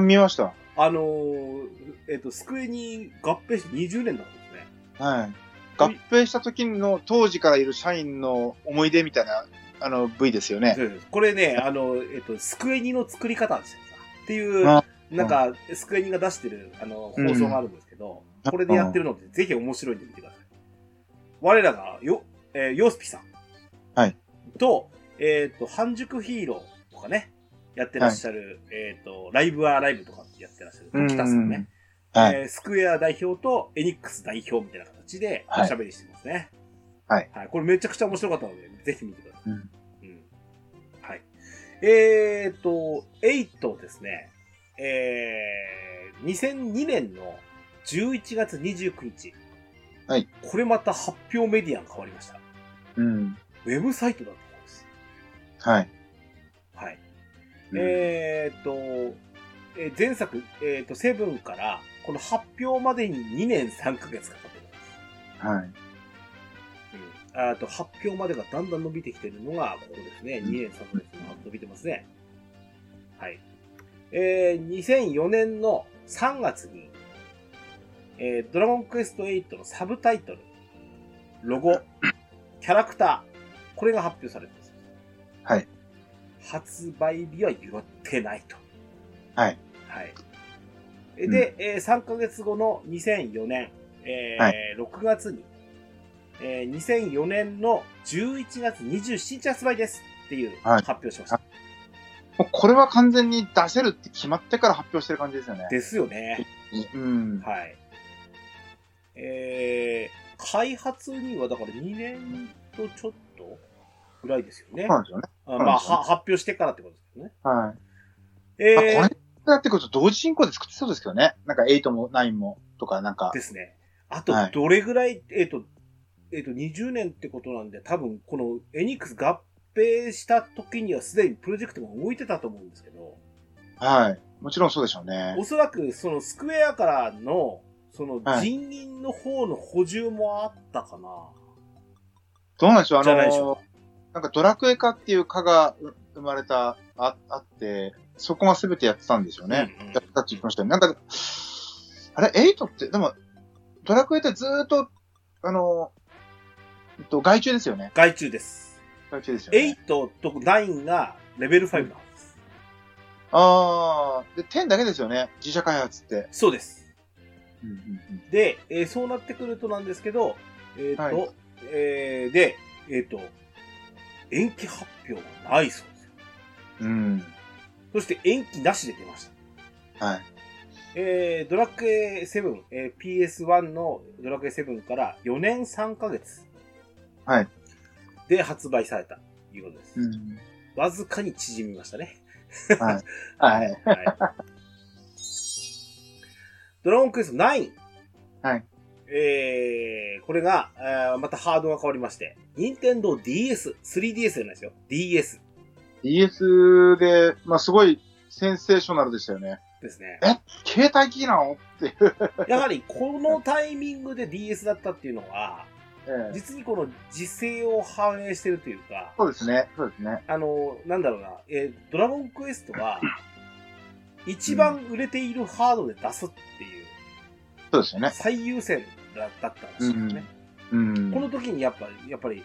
Speaker 2: 見ました。
Speaker 1: あのー、えっ、と、スクエに合併して20年だったんですね。
Speaker 2: はい。合併した時の当時からいる社員の思い出みたいな、あの、部位ですよね。
Speaker 1: そうですこれね、あの、えっ、と、スクエニの作り方ですよ。っていう、
Speaker 2: あ
Speaker 1: なんか、スクエニが出してる、あの、放送があるんですけど、
Speaker 2: うん
Speaker 1: これでやってるので、ぜひ面白いんで見てください。我らが、よ、えーヨースピさん。
Speaker 2: はい。
Speaker 1: と、えっ、と、半熟ヒーローとかね、やってらっしゃる、えっ、と、ライブアライブとかやってらっしゃる、
Speaker 2: うん
Speaker 1: 北さんね。
Speaker 2: はい。
Speaker 1: えースクエア代表とエニックス代表みたいな形でお
Speaker 2: はい
Speaker 1: しゃべりしてますね。
Speaker 2: はい。
Speaker 1: はい。これめちゃくちゃ面白かったので、ぜひ見てください。
Speaker 2: うん
Speaker 1: うんはい。えー、と、8ですね。えー、2002年の11月29日。
Speaker 2: はい。
Speaker 1: これまた発表メディアが変わりました。
Speaker 2: うん。
Speaker 1: ウェブサイトだったんです。
Speaker 2: はい。
Speaker 1: はい。
Speaker 2: うん
Speaker 1: えー、っと、えー前作、えーっと、セブンから、この発表までに2年3ヶ月かかってるんです。
Speaker 2: はい。
Speaker 1: うんあーっと、発表までがだんだん伸びてきてるのが、ここですね。
Speaker 2: うん
Speaker 1: 2年3ヶ月が伸びてますね。はい。えー、2004年の3月に、えードラゴンクエスト8のサブタイトル、ロ ゴ、キャラクター、これが発表されてます。
Speaker 2: はい。
Speaker 1: 発売日は言ってないと。
Speaker 2: はい。
Speaker 1: はい。えで、えー3ヶ月後の2004年、えー
Speaker 2: は
Speaker 1: 6月に、えー2004年の11月27日発売ですっていう
Speaker 2: はい
Speaker 1: 発表しました。
Speaker 2: もうこれは完全に出せるって決まってから発表してる感じですよね。
Speaker 1: ですよね。
Speaker 2: うん。
Speaker 1: はい。えー、開発にはだから2年とちょっとぐらいですよね。
Speaker 2: そうなんですよね。
Speaker 1: あ
Speaker 2: そう
Speaker 1: まあ、
Speaker 2: なん
Speaker 1: は
Speaker 2: ですよね
Speaker 1: 発表してからってことですよね。
Speaker 2: はい。まあ
Speaker 1: えー
Speaker 2: これだってこと同時進行で作ってそうですけどね。なんか8も9もとかなんか。
Speaker 1: ですね。あと
Speaker 2: は、い
Speaker 1: どれぐらい、えっ、と、えっ、と、20年ってことなんで、多分、このエニックス合併した時にはすでにプロジェクトが動いてたと思うんですけど、
Speaker 2: はい。もちろんそうでしょうね
Speaker 1: お。そらく、そのスクエアからの、その
Speaker 2: はい
Speaker 1: 人員の方の補充もあったかな。
Speaker 2: どうなんでしょうあ
Speaker 1: じゃないでしょう
Speaker 2: の、なんかドラクエ化っていう化がう生まれた、ああって、そこが全てやってたんですよね。
Speaker 1: うんうん
Speaker 2: やってたって言ってましたよね。なんか、あれ、8って、でも、ドラクエってずーっと、あの、えっと、外注ですよね。
Speaker 1: 外注です。
Speaker 2: 外注ですよね。
Speaker 1: 8と9がレベル5なんです。
Speaker 2: ああ、で、10だけですよね。自社開発って。
Speaker 1: そうです。
Speaker 2: うんうんうん
Speaker 1: で、えーそうなってくるとなんですけど、えっ、と、
Speaker 2: はい
Speaker 1: えーで、えっ、と、延期発表はないそうですよ。
Speaker 2: うん。
Speaker 1: そして延期なしで出ました。
Speaker 2: はい。
Speaker 1: えー、ドラクエ7、えー、PS1 のドラクエ7から4年3ヶ月。
Speaker 2: はい。
Speaker 1: で発売された、いうことです。
Speaker 2: うん。
Speaker 1: わずかに縮みましたね。
Speaker 2: はい。はい。
Speaker 1: はい。ドラゴンクエスト9。
Speaker 2: はい。
Speaker 1: えー、これが、あーまたハードが変わりまして、任天堂 DS、3DS じゃないですよ。DS
Speaker 2: DS で、まあ、すごいセンセーショナルでしたよね。
Speaker 1: です ね。
Speaker 2: え携帯機なのっていう。
Speaker 1: やはり、このタイミングで DS だったっていうのは、
Speaker 2: ええ
Speaker 1: 実にこの時勢を反映してるというか、
Speaker 2: そうですね。そうですね。
Speaker 1: あの、なんだろうな、えードラゴンクエストは、一番売れているハードで出すっていう、
Speaker 2: そうですよね。
Speaker 1: 最優先だだったらしいですね。
Speaker 2: うん。
Speaker 1: この時にやっぱ、やっぱり、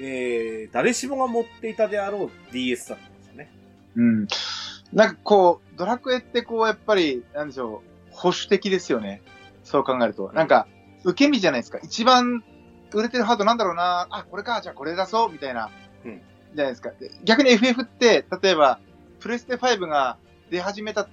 Speaker 1: えー、誰しもが持っていたであろう DS だったんですよね。
Speaker 2: うん。なんかこう、ドラクエってこう、やっぱり、なんでしょう、保守的ですよね。そう考えると。なんか、受け身じゃないですか。一番売れてるハードなんだろうな。あ、これか。じゃあこれ出そう。みたいな。
Speaker 1: うん
Speaker 2: じゃないですか。で逆に FF って、例えば、プレステ5が出始めた、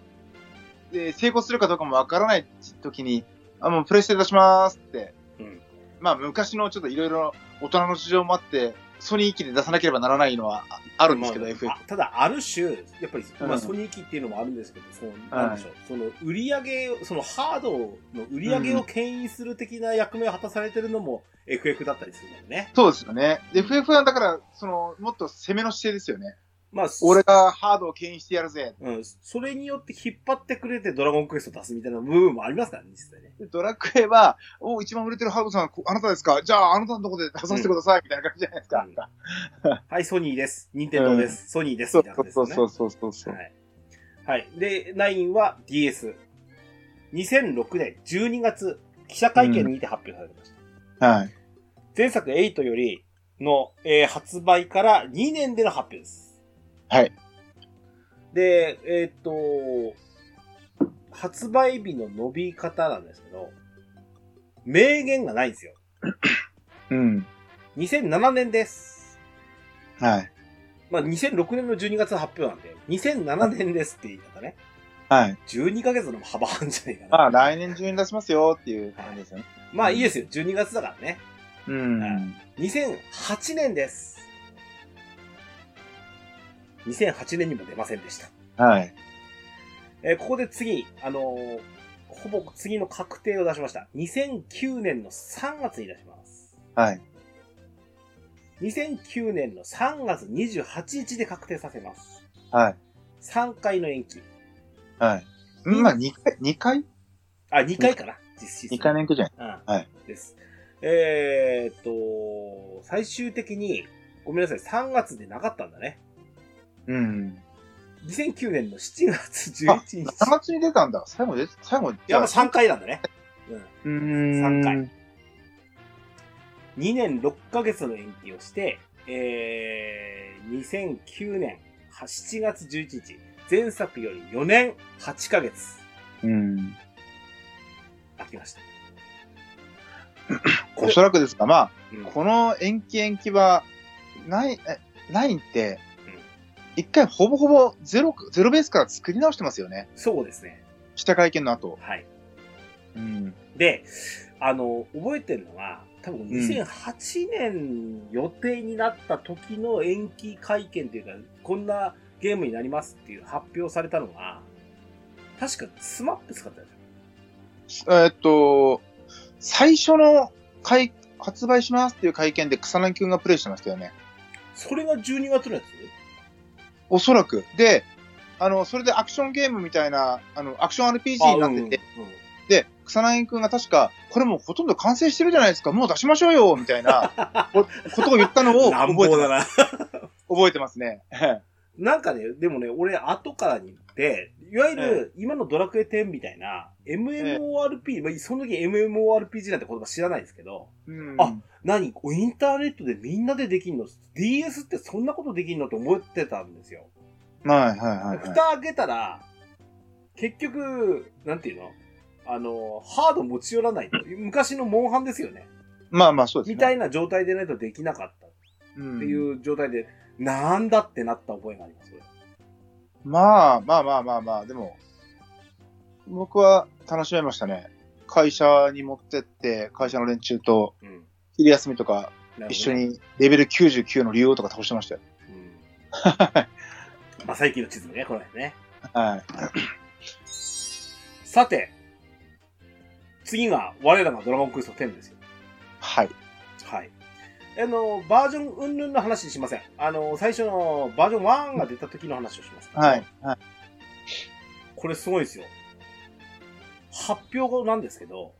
Speaker 2: で成功するかどうかもわからない時に、あ、もうプレステ出しますって、
Speaker 1: うん
Speaker 2: まあ昔のちょっといろいろ大人の事情もあって、ソニー機で出さなければならないのはああるんですけど、
Speaker 1: まあ
Speaker 2: FF。
Speaker 1: あただ、ある種、やっぱり、ま
Speaker 2: う
Speaker 1: あ、
Speaker 2: ん
Speaker 1: ソニー機っていうのもあるんですけど、その、なんでしょう、その、売り上げを、その、ハードの売り上げを牽引する的な役目を果たされてるのも、FF だったりするのでね。
Speaker 2: そうですよね。で FF はだから、その、もっと攻めの姿勢ですよね。
Speaker 1: まあ、
Speaker 2: 俺がハードを牽引してやるぜ。
Speaker 1: うん、それによって引っ張ってくれてドラゴンクエスト出すみたいな部分もありますからね、実際ね。
Speaker 2: でドラクエは、お、一番売れてるハードさん、こあなたですかじゃあ、あなたのとこで出させてください、みたいな感じじゃないですか。
Speaker 1: うんはい、ソニーです。任天堂です。ソニーです。
Speaker 2: そ
Speaker 1: み
Speaker 2: う
Speaker 1: たいな感
Speaker 2: そ
Speaker 1: じですよ
Speaker 2: うそう
Speaker 1: ね。
Speaker 2: そうそうそうそう。
Speaker 1: はい。はい。で、9は DS。2006年12月、記者会見にて発表されました。
Speaker 2: はい。
Speaker 1: 前作8よりの、えー発売から2年での発表です。
Speaker 2: はい。
Speaker 1: で、えーっと、発売日の伸び方なんですけど、名言がないんですよ。
Speaker 2: うん。
Speaker 1: 2007年です。
Speaker 2: はい。
Speaker 1: まあ、2006年の12月の発表なんで、2007年ですって言い方ね。
Speaker 2: はい。
Speaker 1: 12ヶ月の幅半じゃないかな。
Speaker 2: まあ、来年中に出しますよっていう感じですよね。
Speaker 1: まあいいですよ。12月だからね。
Speaker 2: うん。
Speaker 1: 2008年です。2008年にも出ませんでした。
Speaker 2: はい。
Speaker 1: えーここで次、あのーほぼ次の確定を出しました。2009年の3月に出します。
Speaker 2: はい。
Speaker 1: 2009年の3月28日で確定させます。
Speaker 2: はい。
Speaker 1: 3回の延期。
Speaker 2: はい。うんまあ、2回、二回
Speaker 1: あ、2回かな。実施する
Speaker 2: 二回年くじゃない
Speaker 1: うん
Speaker 2: はい
Speaker 1: です。えーっと、最終的に、ごめんなさい、3月でなかったんだね。
Speaker 2: うん。
Speaker 1: 2009年の7月
Speaker 2: あ
Speaker 1: 11日。
Speaker 2: 3月に出たんだ。最後で、最後に。
Speaker 1: いや、まあ3回なんだね。うん。
Speaker 2: うーん。
Speaker 1: 三回。2年6ヶ月の延期をして、えー、2009年は7月11日、前作より4年8ヶ月
Speaker 2: うん。
Speaker 1: 空きました。
Speaker 2: おそらくですが、まあ、
Speaker 1: うん
Speaker 2: この延期延期は、ない、え、ないって、一回ほぼほぼゼロ、ゼロベースから作り直してますよね。
Speaker 1: そうですね。
Speaker 2: 記者会見の後。
Speaker 1: はい。
Speaker 2: うん。
Speaker 1: で、あの、覚えてるのが、多分2008年予定になった時の延期会見というか、こんなゲームになりますっていう発表されたのが、確かスマップ使ったでしょ
Speaker 2: えーっと、最初の会、発売しますっていう会見で草薙くんがプレイしてましたよね。
Speaker 1: それが12月のやつ
Speaker 2: おそらく。で、あの、それでアクションゲームみたいな、あの、アクション RPG になってて、
Speaker 1: うんうんうん
Speaker 2: で、草薙くんが確か、これもうほとんど完成してるじゃないですか、もう出しましょうよ、みたいなこことを言ったのを
Speaker 1: 乱
Speaker 2: 覚え
Speaker 1: 暴
Speaker 2: て
Speaker 1: だ
Speaker 2: ます
Speaker 1: な。
Speaker 2: 覚えてますね。
Speaker 1: なんかね、でもね、俺、後からにって、いわゆ
Speaker 2: え
Speaker 1: る、今のドラクエ10みたいな、MMORP、まあ、その時 MMORPG なんて言葉知らないですけど、
Speaker 2: うん
Speaker 1: あ何こうインターネットでみんなでできんの ?DS ってそんなことできんのと思ってたんですよ。
Speaker 2: はいはいはい、はい。
Speaker 1: 蓋開けたら、結局、なんていうのあの、ハード持ち寄らないと。昔のモンハンですよね。
Speaker 2: まあまあそうですね。
Speaker 1: みたいな状態でないとできなかったっ
Speaker 2: うん
Speaker 1: ていう状態で、なんだってなった覚えがあります。俺
Speaker 2: まあまあまあまあまあ、でも、僕は楽しめましたね。会社に持ってって、会社の連中と
Speaker 1: うん
Speaker 2: 昼休みとか
Speaker 1: なるほど
Speaker 2: 一緒。にレベル99の竜王とか倒してましたよ。
Speaker 1: うんまあ最近の地図ね、これね。
Speaker 2: はい。
Speaker 1: さて、次が我らがドラゴンクエスト10ですよ。
Speaker 2: はい。
Speaker 1: はい。あの、バージョン云々の話しません。あの、最初のバージョン1が出た時の話をします。
Speaker 2: はい。。はい。
Speaker 1: これすごいですよ。発表後なんですけど、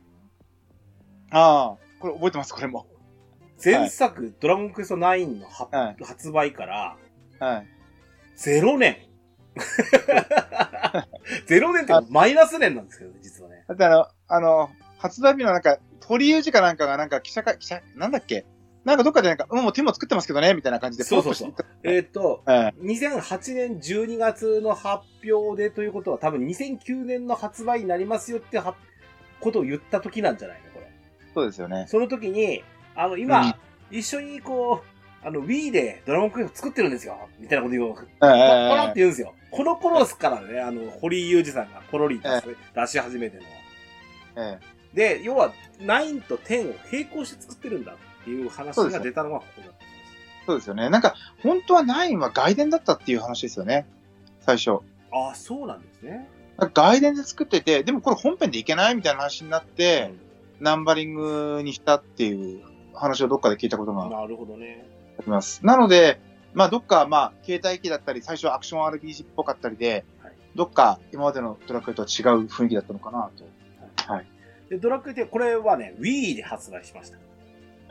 Speaker 2: ああ、これ覚えてます、これも。
Speaker 1: 前作、ドラゴンクエスト9の発,、
Speaker 2: は
Speaker 1: 発売から
Speaker 2: はい。
Speaker 1: 0年。0年ってかマイナス年なんですけどね、実はね。
Speaker 2: だってあの、あの、発売日のなんか、鳥有事かなんかがなんか記者会、記者、なんだっけなんかどっかでなんか、うん、もう手も作ってますけどね、みたいな感じで、
Speaker 1: そうそうそう
Speaker 2: ポロッとして
Speaker 1: えーっと、
Speaker 2: はい。
Speaker 1: 2008年12月の発表でということは多分2009年の発売になりますよってはことを言った時なんじゃないのこれ。
Speaker 2: そうですよね。
Speaker 1: その時に、あの今、
Speaker 2: うん
Speaker 1: 一緒にこあの、Wii でドラゴンクエスト作ってるんですよ、みたいなこと言う、
Speaker 2: え
Speaker 1: ポロポロって
Speaker 2: え
Speaker 1: 言うんですよ。この頃ですからね、あの、堀井雄二さんがポロリって出し始めてるのは。
Speaker 2: え
Speaker 1: で、要は、9と10を並行して作ってるんだっていう話が出たのがここだったんです。
Speaker 2: そうですよね。なんか、本当は9は外伝だったっていう話ですよね。最初。
Speaker 1: ああ、そうなんですね。
Speaker 2: 外伝で作ってて、でもこれ本編でいけないみたいな話になって、ナンバリングにしたっていう話をどっかで聞いたことがあ
Speaker 1: なるほどね。
Speaker 2: ります。なので、まあどっか、まあ携帯機だったり、最初はアクション RPG っぽかったりで
Speaker 1: はい、
Speaker 2: どっか今までのドラクエとは違う雰囲気だったのかなと。
Speaker 1: で、ドラクエって、これはね、Wii で発売しました。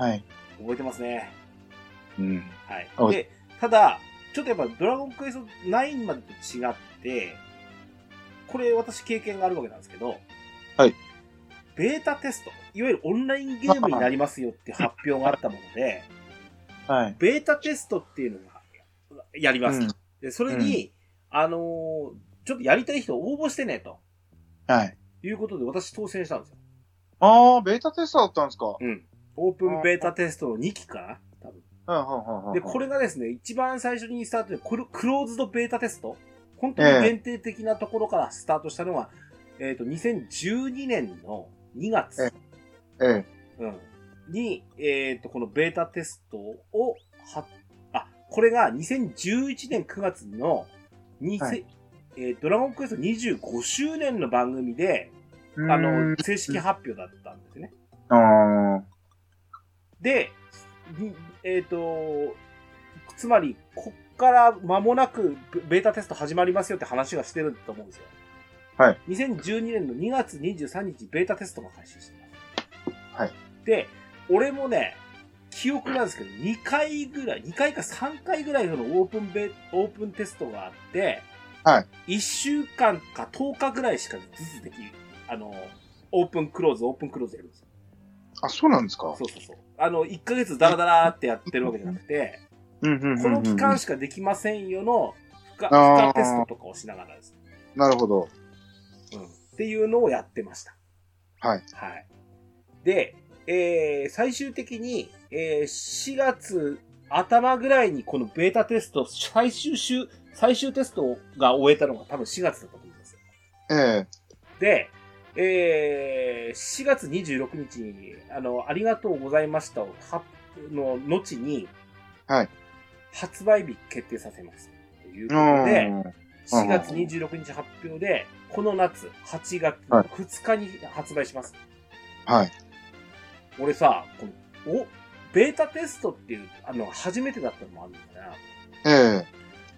Speaker 2: はい。
Speaker 1: 覚えてますね。
Speaker 2: うん。
Speaker 1: は
Speaker 2: あ
Speaker 1: い。で、ただ、ちょっとやっぱドラゴンクエスト9までと違って、これ私経験があるわけなんですけど、
Speaker 2: はい。
Speaker 1: ベータテスト、いわゆるオンラインゲームになりますよって発表があったもので、
Speaker 2: はい。
Speaker 1: ベータテストっていうのがやります。
Speaker 2: うん
Speaker 1: で、それに、あのーちょっとやりたい人応募してね、と
Speaker 2: はい。
Speaker 1: いうことで私当選したんですよ。
Speaker 2: ああ、ベータテストだったんですか。うん
Speaker 1: うん。オープンベータテストの2期かな多分。
Speaker 2: うんうんうん。
Speaker 1: で、これがですね、一番最初にスタートで、これクローズドベータテスト本当に限定的なところからスタートしたのが、えっ、と、2012年の2月、
Speaker 2: えええ。
Speaker 1: うん、に、えっ、と、このベータテストをは、あ、これが2011年9月の、にせ
Speaker 2: はい
Speaker 1: えードラゴンクエスト25周年の番組で、あ
Speaker 2: あ
Speaker 1: の、正式発表だったんですね。
Speaker 2: あ
Speaker 1: で、にえっ、と、つまり、こっから間もなくベベータテスト始まりますよって話がしてると思うんですよ。
Speaker 2: はい。
Speaker 1: 2012年の2月23日、ベータテストが開始してます。
Speaker 2: はい。
Speaker 1: で、俺もね、記憶なんですけど、2回ぐらい、2回か3回ぐらいのオープンベ、オープンテストがあって、。
Speaker 2: はい
Speaker 1: 1週間か10日ぐらいしかずつできる。あの、オープンクローズ、オープンクローズやるんですよ。
Speaker 2: ー。あ、そうなんですか。
Speaker 1: そうそうそう。あの、1ヶ月ダラダラってやってるわけじゃなくて、
Speaker 2: うんうんうんうん
Speaker 1: この期間しかできませんよの負荷、負
Speaker 2: あー
Speaker 1: 荷テストとかをしながらですね。
Speaker 2: なるほど。
Speaker 1: うん。っていうのをやってました。
Speaker 2: はい。
Speaker 1: はい。で、えー、最終的に、えー、4月頭ぐらいにこのベータテスト、最終週、最終テストが終えたのが多分4月だと思うんですよ。
Speaker 2: ええ。
Speaker 1: で、えー、4月26日に、あの、ありがとうございましたを、は、の、後に、
Speaker 2: はい。
Speaker 1: 発売日決定させます。というこ
Speaker 2: う
Speaker 1: とで、
Speaker 2: ん。
Speaker 1: 4月26日発表で、この夏、8月
Speaker 2: はい
Speaker 1: 2日に発売します。
Speaker 2: はい。
Speaker 1: 俺さ、この、お、ベータテストっていう、あの、初めてだったのもあるのかな。
Speaker 2: ええ。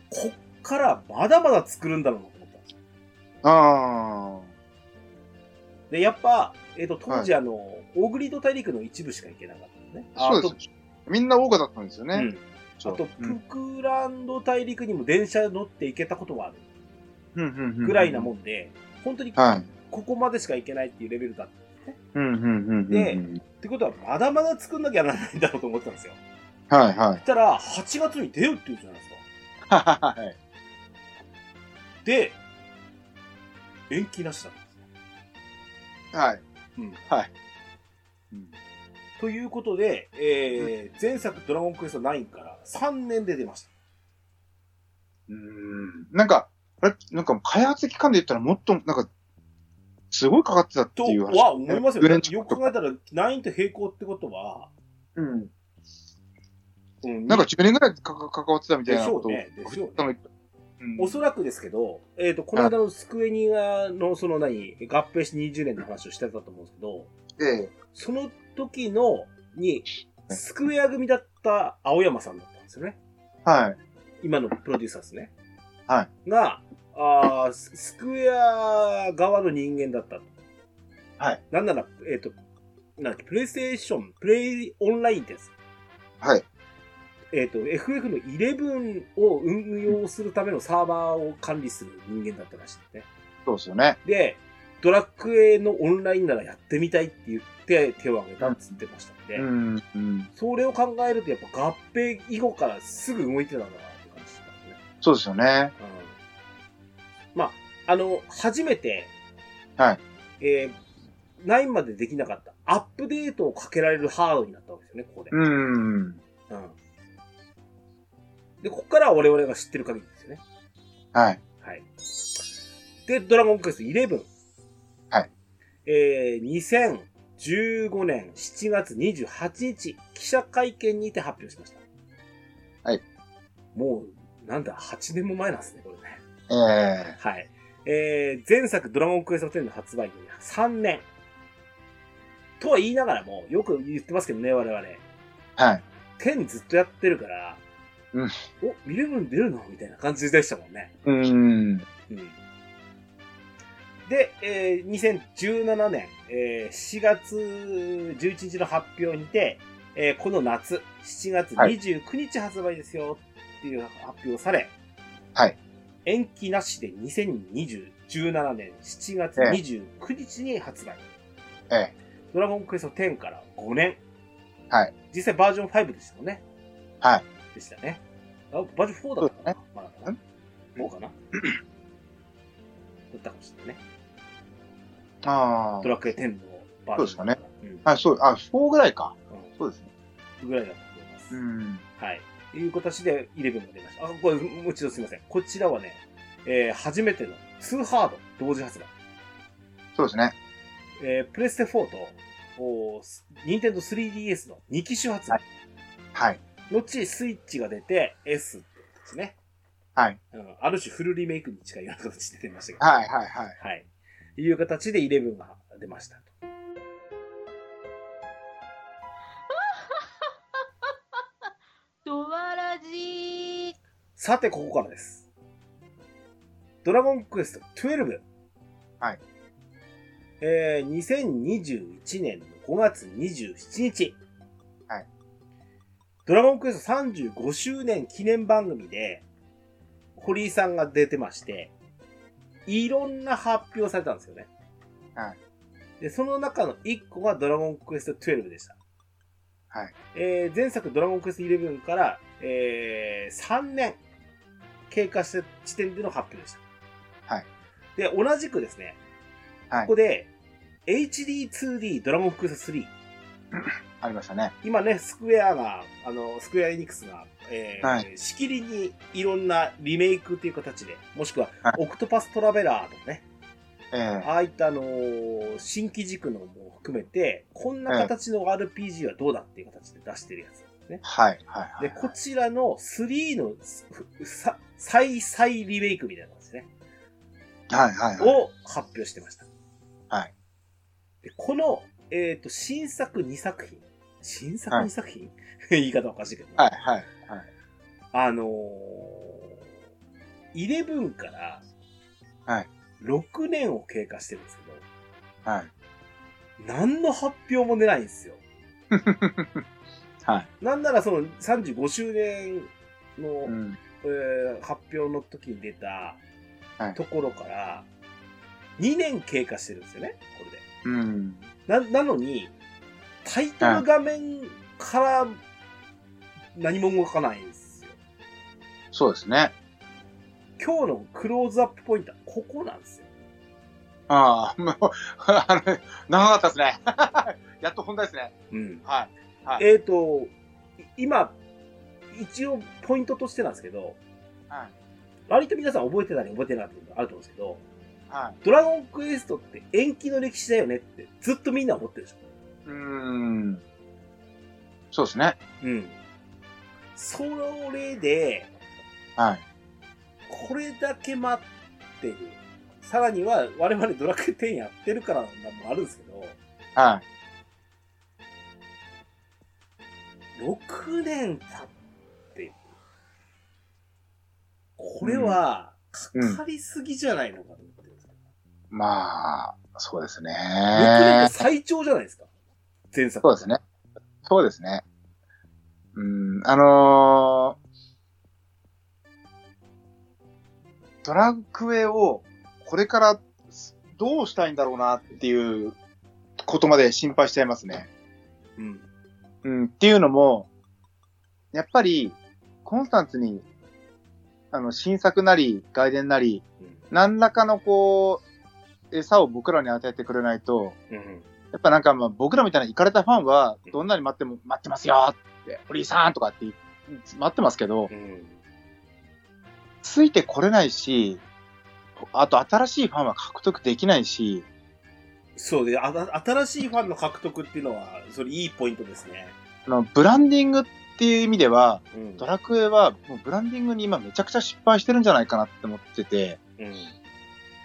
Speaker 1: こっからまだまだ作るんだろうなと思ったんですよ。
Speaker 2: あ
Speaker 1: で、やっぱ、えっ、と、当時あの、オーグリッド大陸の一部しか行けなかったのね。
Speaker 2: あ、そうです。みんなオーガだったんですよ
Speaker 1: あとうん。
Speaker 2: ねち
Speaker 1: あ
Speaker 2: ょ
Speaker 1: と、
Speaker 2: う
Speaker 1: プ
Speaker 2: ん
Speaker 1: クランド大陸にも電車乗って行けたことがある
Speaker 2: うんうんうんうん
Speaker 1: ぐらいなもんで、本当にこ
Speaker 2: はい。
Speaker 1: こまでしか行けないっていうレベルだった。
Speaker 2: うんうんうんうん
Speaker 1: でってことは、まだまだ作んなきゃならないんだろうと思ってたんですよ。
Speaker 2: はいは
Speaker 1: そしたら、8月に出ようって言うじゃないですか。
Speaker 2: い。 はい。
Speaker 1: で、延期なしだったんですよ。
Speaker 2: はい。
Speaker 1: うん。
Speaker 2: うん
Speaker 1: ということで、えー、前作ドラゴンクエスト9から3年で出ました。
Speaker 2: うんなんか、あれ、なんか開発期間で言ったらもっと、なんか、すごいかかってたって
Speaker 1: と
Speaker 2: いう話。
Speaker 1: は思いますよ。
Speaker 2: ね
Speaker 1: だってよく考えたら、9と並行ってことは、
Speaker 2: うん。
Speaker 1: うん
Speaker 2: なんか10年ぐらいかか関わってたみたいなこと
Speaker 1: でしょうねでしょうね
Speaker 2: 多分うん
Speaker 1: おそらくですけど、えっ、と、この間のスクエニアの、その何、合併して20年の話をしてたと思うんですけど、
Speaker 2: ええ
Speaker 1: その時の、に、スクエア組だった青山さんだったんですよね。
Speaker 2: はい。
Speaker 1: 今のプロデューサーですね。。
Speaker 2: はい
Speaker 1: が、あーススクエア側の人間だったと。
Speaker 2: はい。
Speaker 1: なんなら、えっ、と、なんだっけ、プレイステーション、プレイオンラインです。
Speaker 2: はい。
Speaker 1: えっ、と、FF の11を運用するためのサーバーを管理する人間だったらしいですね。
Speaker 2: そうですよね。
Speaker 1: で、ドラクエのオンラインならやってみたいって言って手を挙げたっつってましたんで、
Speaker 2: うん。うん
Speaker 1: それを考えるとやっぱ合併以後からすぐ動いてたんだなって感じですね。
Speaker 2: そうですよね。
Speaker 1: うん。まあ、あの、初めて、
Speaker 2: はい。
Speaker 1: えー、9までできなかったアップデートをかけられるハードになったわけですよね、ここで。
Speaker 2: うん。
Speaker 1: うん。で、ここからは我々が知ってる限りですよね。
Speaker 2: はい。
Speaker 1: はい。で、ドラゴンクエスト11。
Speaker 2: はい。
Speaker 1: えー、2015年7月28日、記者会見にて発表しました。
Speaker 2: はい。
Speaker 1: もう、なんだ、8年も前なんですね、これね。
Speaker 2: ええ
Speaker 1: はい。えー、前作ドラゴンクエスト10の発売に3年。とは言いながらも、よく言ってますけどね、我々。
Speaker 2: はい。
Speaker 1: 10ずっとやってるから、
Speaker 2: うん
Speaker 1: お、見れるん出るのみたいな感じでしたもんね。
Speaker 2: うーん。
Speaker 1: うん。で、えー2017年、えー4月11日の発表にて、えーこの夏、7月
Speaker 2: はい
Speaker 1: 29日発売ですよっていう発表をされ、
Speaker 2: はい。
Speaker 1: 延期なしで2017年7月29日に発売。
Speaker 2: ええ
Speaker 1: ドラゴンクエスト10から5年。
Speaker 2: はい。
Speaker 1: 実際バージョン5でしたもんね。
Speaker 2: はい。
Speaker 1: でしたね。あバージョン4だったかな、まだかな
Speaker 2: ね
Speaker 1: ?4 かなだったかもしれないね。
Speaker 2: あ
Speaker 1: ドラクエ10のバージョン。
Speaker 2: そうです
Speaker 1: ね。
Speaker 2: あ。はい、そう、あ、4ぐらいか。
Speaker 1: う
Speaker 2: そうですね。
Speaker 1: ん。ぐらいだと思います。
Speaker 2: うん。
Speaker 1: はい。という形で11が出ました。あ、これ、もう一度すみません。こちらはね、えー初めての2ハード同時発売。
Speaker 2: そうですね。
Speaker 1: えープレステ4と、おーす Nintendo 3DS の2機種発売。
Speaker 2: はい。
Speaker 1: 後、スイッチが出て S ってことですね。
Speaker 2: はい。
Speaker 1: うん、ある種フルリメイクに近いような形で出ましたけど。
Speaker 2: はい、はい、はい。
Speaker 1: はい。いう形で11が出ましたと。
Speaker 4: ドワラジー。
Speaker 1: さて、ここからです。ドラゴンクエスト12。
Speaker 2: はい。
Speaker 1: えー、2021年の5月27日。
Speaker 2: はい。
Speaker 1: ドラゴンクエスト35周年記念番組で、堀井さんが出てまして、いろんな発表されたんですよね。
Speaker 2: はい。
Speaker 1: で、その中の1個がドラゴンクエスト12でした。
Speaker 2: はい。
Speaker 1: えー前作ドラゴンクエスト11から、えー3年経過した時点での発表でした。
Speaker 2: はい。
Speaker 1: で、同じくですね、
Speaker 2: はい
Speaker 1: ここで、HD2D ドラゴンクエスト3。
Speaker 2: ありましたね。
Speaker 1: 今ね、スクエアが、あの、スクエアエニックスが、えー
Speaker 2: は
Speaker 1: しきりにいろんなリメイクという形で、もしくは
Speaker 2: はい、
Speaker 1: オクトパストラベラーとかね、
Speaker 2: ええ
Speaker 1: ああいったあのー新規軸のも含めて、こんな形の RPG はどうだっていう形で出してるやつなんですね。
Speaker 2: はい、はい、はい。
Speaker 1: で、こちらの3のふさ再々リメイクみたいなのですね。
Speaker 2: はい、はい、はい。
Speaker 1: を発表してました。
Speaker 2: はい。
Speaker 1: で、この、えっ、と、新作2作品。新作
Speaker 2: はい
Speaker 1: 2作品、 言い方おかしいけど。
Speaker 2: はい、はい、はい。
Speaker 1: あのー、11から、
Speaker 2: はい。
Speaker 1: 6年を経過してるんですけど、
Speaker 2: はい。
Speaker 1: 何の発表も出ないんですよ。
Speaker 2: はい。
Speaker 1: なんならその35周年の、
Speaker 2: うん。
Speaker 1: えー発表の時に出た
Speaker 2: はい
Speaker 1: ところから、2年経過してるんですよね、こ
Speaker 2: うん。
Speaker 1: れで。な、なのに、タイトル画面から何も動かないんですよ。
Speaker 2: そうですね。
Speaker 1: 今日のクローズアップポイントはここなんですよ。
Speaker 2: ああ、もう、あの、長かったですね。 やっと本題ですね。
Speaker 1: うん。
Speaker 2: はい。はい
Speaker 1: えっ、と、い今、一応ポイントとしてなんですけど、
Speaker 2: はい。
Speaker 1: 割と皆さん覚えてたり覚えてなかったりあると思うんですけど、
Speaker 2: はい。
Speaker 1: ドラゴンクエストって延期の歴史だよねってずっとみんな思ってるでしょ。
Speaker 2: うーん。そうですね。
Speaker 1: うん。それで、
Speaker 2: はい。
Speaker 1: これだけ待ってる。さらには、我々ドラクエ10やってるからなんもあるんですけど、
Speaker 2: はい。
Speaker 1: 6年経ってる。これは、かかりすぎじゃないのかと思ってるんですよ。
Speaker 2: まあ、そうです
Speaker 1: 6年
Speaker 2: ね
Speaker 1: が。最長じゃないですか。前作。
Speaker 2: そうですね。。そうですね。うん、あのードラクエをこれからどうしたいんだろうなっていうことまで心配しちゃいますね。
Speaker 1: うん。
Speaker 2: うん、っていうのも、やっぱり、コンスタンツに、あの、新作なり、外伝なり、
Speaker 1: うん
Speaker 2: 何らかのこう、餌を僕らに与えてくれないと、
Speaker 1: うん。
Speaker 2: やっぱなんかまあ僕らみたいな行かれたファンは、どんなに待っても、待ってますよって、堀井さんとかって言い待ってますけど、
Speaker 1: うん。
Speaker 2: ついてこれないし、あと新しいファンは獲得できないし、
Speaker 1: そうで、あた新しいファンの獲得っていうのは、それいいポイントですね。
Speaker 2: あのブランディングっていう意味では、
Speaker 1: うん
Speaker 2: ドラクエはもうブランディングに今めちゃくちゃ失敗してるんじゃないかなって思ってて、
Speaker 1: うん。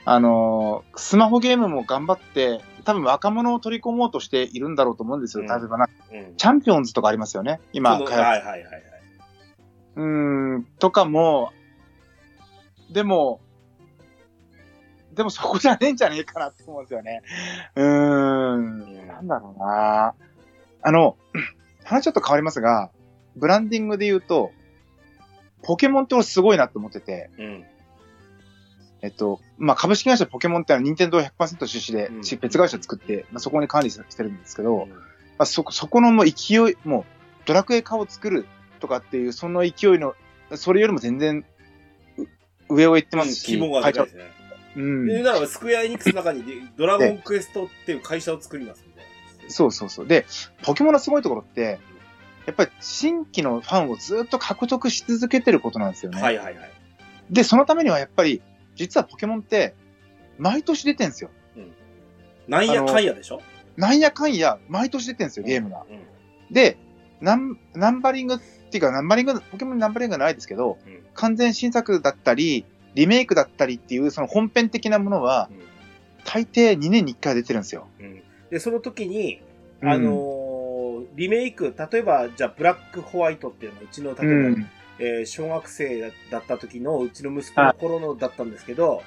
Speaker 2: あのースマホゲームも頑張って、多分若者を取り込もうとしているんだろうと思うんですよ。
Speaker 1: うん
Speaker 2: 例えばな、
Speaker 1: うん。
Speaker 2: チャンピオンズとかありますよね。今、
Speaker 1: その
Speaker 2: 開
Speaker 1: はい
Speaker 2: 発
Speaker 1: はいはいはい。
Speaker 2: うーん、とかも、でも、でもそこじゃねえんじゃねえかなって思うんですよね。うーん、なんだろうなあの、 話ちょっと変わりますが、ブランディングで言うと、ポケモンって俺すごいなと思ってて、
Speaker 1: うん。
Speaker 2: えっと、まあ、株式会社ポケモンってのは任天堂100%出資で
Speaker 1: うん、
Speaker 2: ち別会社作って、まあ、そこに管理してるんですけど、
Speaker 1: うん
Speaker 2: まあ、そこ、そこのもう勢い、もう、ドラクエ化を作るとかっていう、その勢いの、それよりも全然、う上を行ってます
Speaker 1: 規
Speaker 2: し、
Speaker 1: 模がでかい
Speaker 2: 会
Speaker 1: ですね。
Speaker 2: 社うん
Speaker 1: で、だからスクエアエニックスの中にでドラゴンクエストっていう会社を作りますみたいな。
Speaker 2: そうそうそう。で、ポケモンのすごいところって、やっぱり新規のファンをずっと獲得し続けてることなんですよね。
Speaker 1: はいはいはい。
Speaker 2: で、そのためにはやっぱり、実はポケモンって、毎年出てんですよ。
Speaker 1: なんや
Speaker 2: あの
Speaker 1: かんやでしょ
Speaker 2: なんやかんや、毎年出てんですよ、ゲームが。
Speaker 1: うん。
Speaker 2: で、ナンナンバリングっていうか、ナンバリング、ポケモンにナンバリングはないですけど、
Speaker 1: うん
Speaker 2: 完全新作だったり、リメイクだったりっていう、その本編的なものは、大抵2年に1回出てるんですよ。
Speaker 1: うんうん。で、その時に、あのーリメイク、例えば、じゃあ、ブラックホワイトっていうのは、うちの、例
Speaker 2: う
Speaker 1: えば、
Speaker 2: ん、うん。
Speaker 1: えー小学生だだった時のうちの息子の頃のだったんですけど、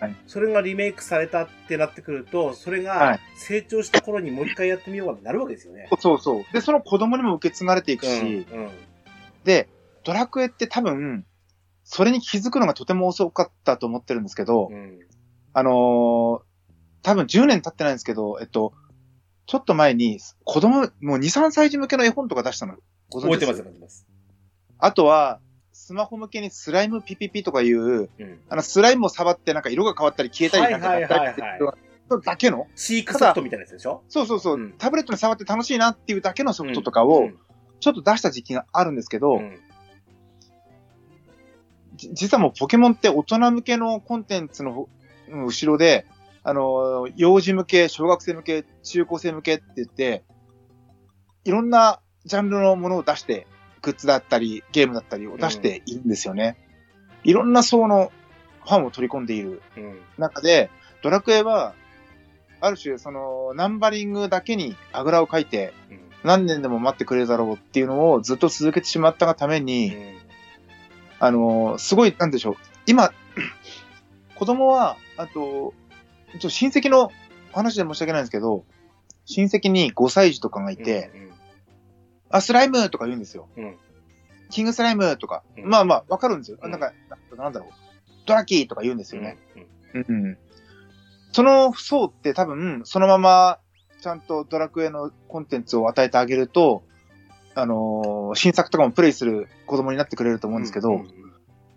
Speaker 2: はい
Speaker 1: それがリメイクされたってなってくると、それ
Speaker 2: は
Speaker 1: が
Speaker 2: い
Speaker 1: 成長した頃にもう一回やってみようかになるわけですよね。
Speaker 2: そうそう。で、その子供にも受け継がれていくし、
Speaker 1: うんうん
Speaker 2: で、ドラクエって多分、それに気づくのがとても遅かったと思ってるんですけど、
Speaker 1: うん
Speaker 2: あのー多分10年経ってないんですけど、えっと、ちょっと前に、子供、もう2、3歳児向けの絵本とか出したの。ご
Speaker 1: 覚えてます、
Speaker 2: す
Speaker 1: 覚えてます。
Speaker 2: あとは、スマホ向けにスライムピピピとかいう、
Speaker 1: うん
Speaker 2: あの、スライムを触ってなんか色が変わったり消えたりなんかやったりって
Speaker 1: はいはい
Speaker 2: いう
Speaker 1: は
Speaker 2: のだけの、
Speaker 1: 飼育ソフトみたいなやつでしょ
Speaker 2: そうそうそう、
Speaker 1: うん
Speaker 2: タブレットに触って楽しいなっていうだけのソフトとかを、ちょっと出した時期があるんですけど、
Speaker 1: うんうん
Speaker 2: じ実はもうポケモンって大人向けのコンテンツのほうん後ろで、あのー、幼児向け、小学生向け、中高生向けって言って、いろんなジャンルのものを出して、グッズだったり、ゲームだったりを出しているんですよね。いろんな層のファンを取り込んでいる
Speaker 1: うん
Speaker 2: 中で、ドラクエは、ある種、その、ナンバリングだけにあぐらをかいて、
Speaker 1: うん
Speaker 2: 何年でも待ってくれるだろうっていうのをずっと続けてしまったがために、
Speaker 1: うん
Speaker 2: あのーすごい、なんでしょう。今、 子供は、あと、ちょっと親戚の話で申し訳ないんですけど、親戚に5歳児とかがいて、あ、スライムとか言うんですよ。
Speaker 1: うん
Speaker 2: キングスライムとか、
Speaker 1: うん
Speaker 2: まあまあ、わかるんですよ。
Speaker 1: うん
Speaker 2: なんか、なんだろう。ドラキーとか言うんです
Speaker 1: うん
Speaker 2: よね。
Speaker 1: うん
Speaker 2: うん。その層って多分、そのまま、ちゃんとドラクエのコンテンツを与えてあげると、あのー新作とかもプレイする子供になってくれると思うんですけど、
Speaker 1: うんうん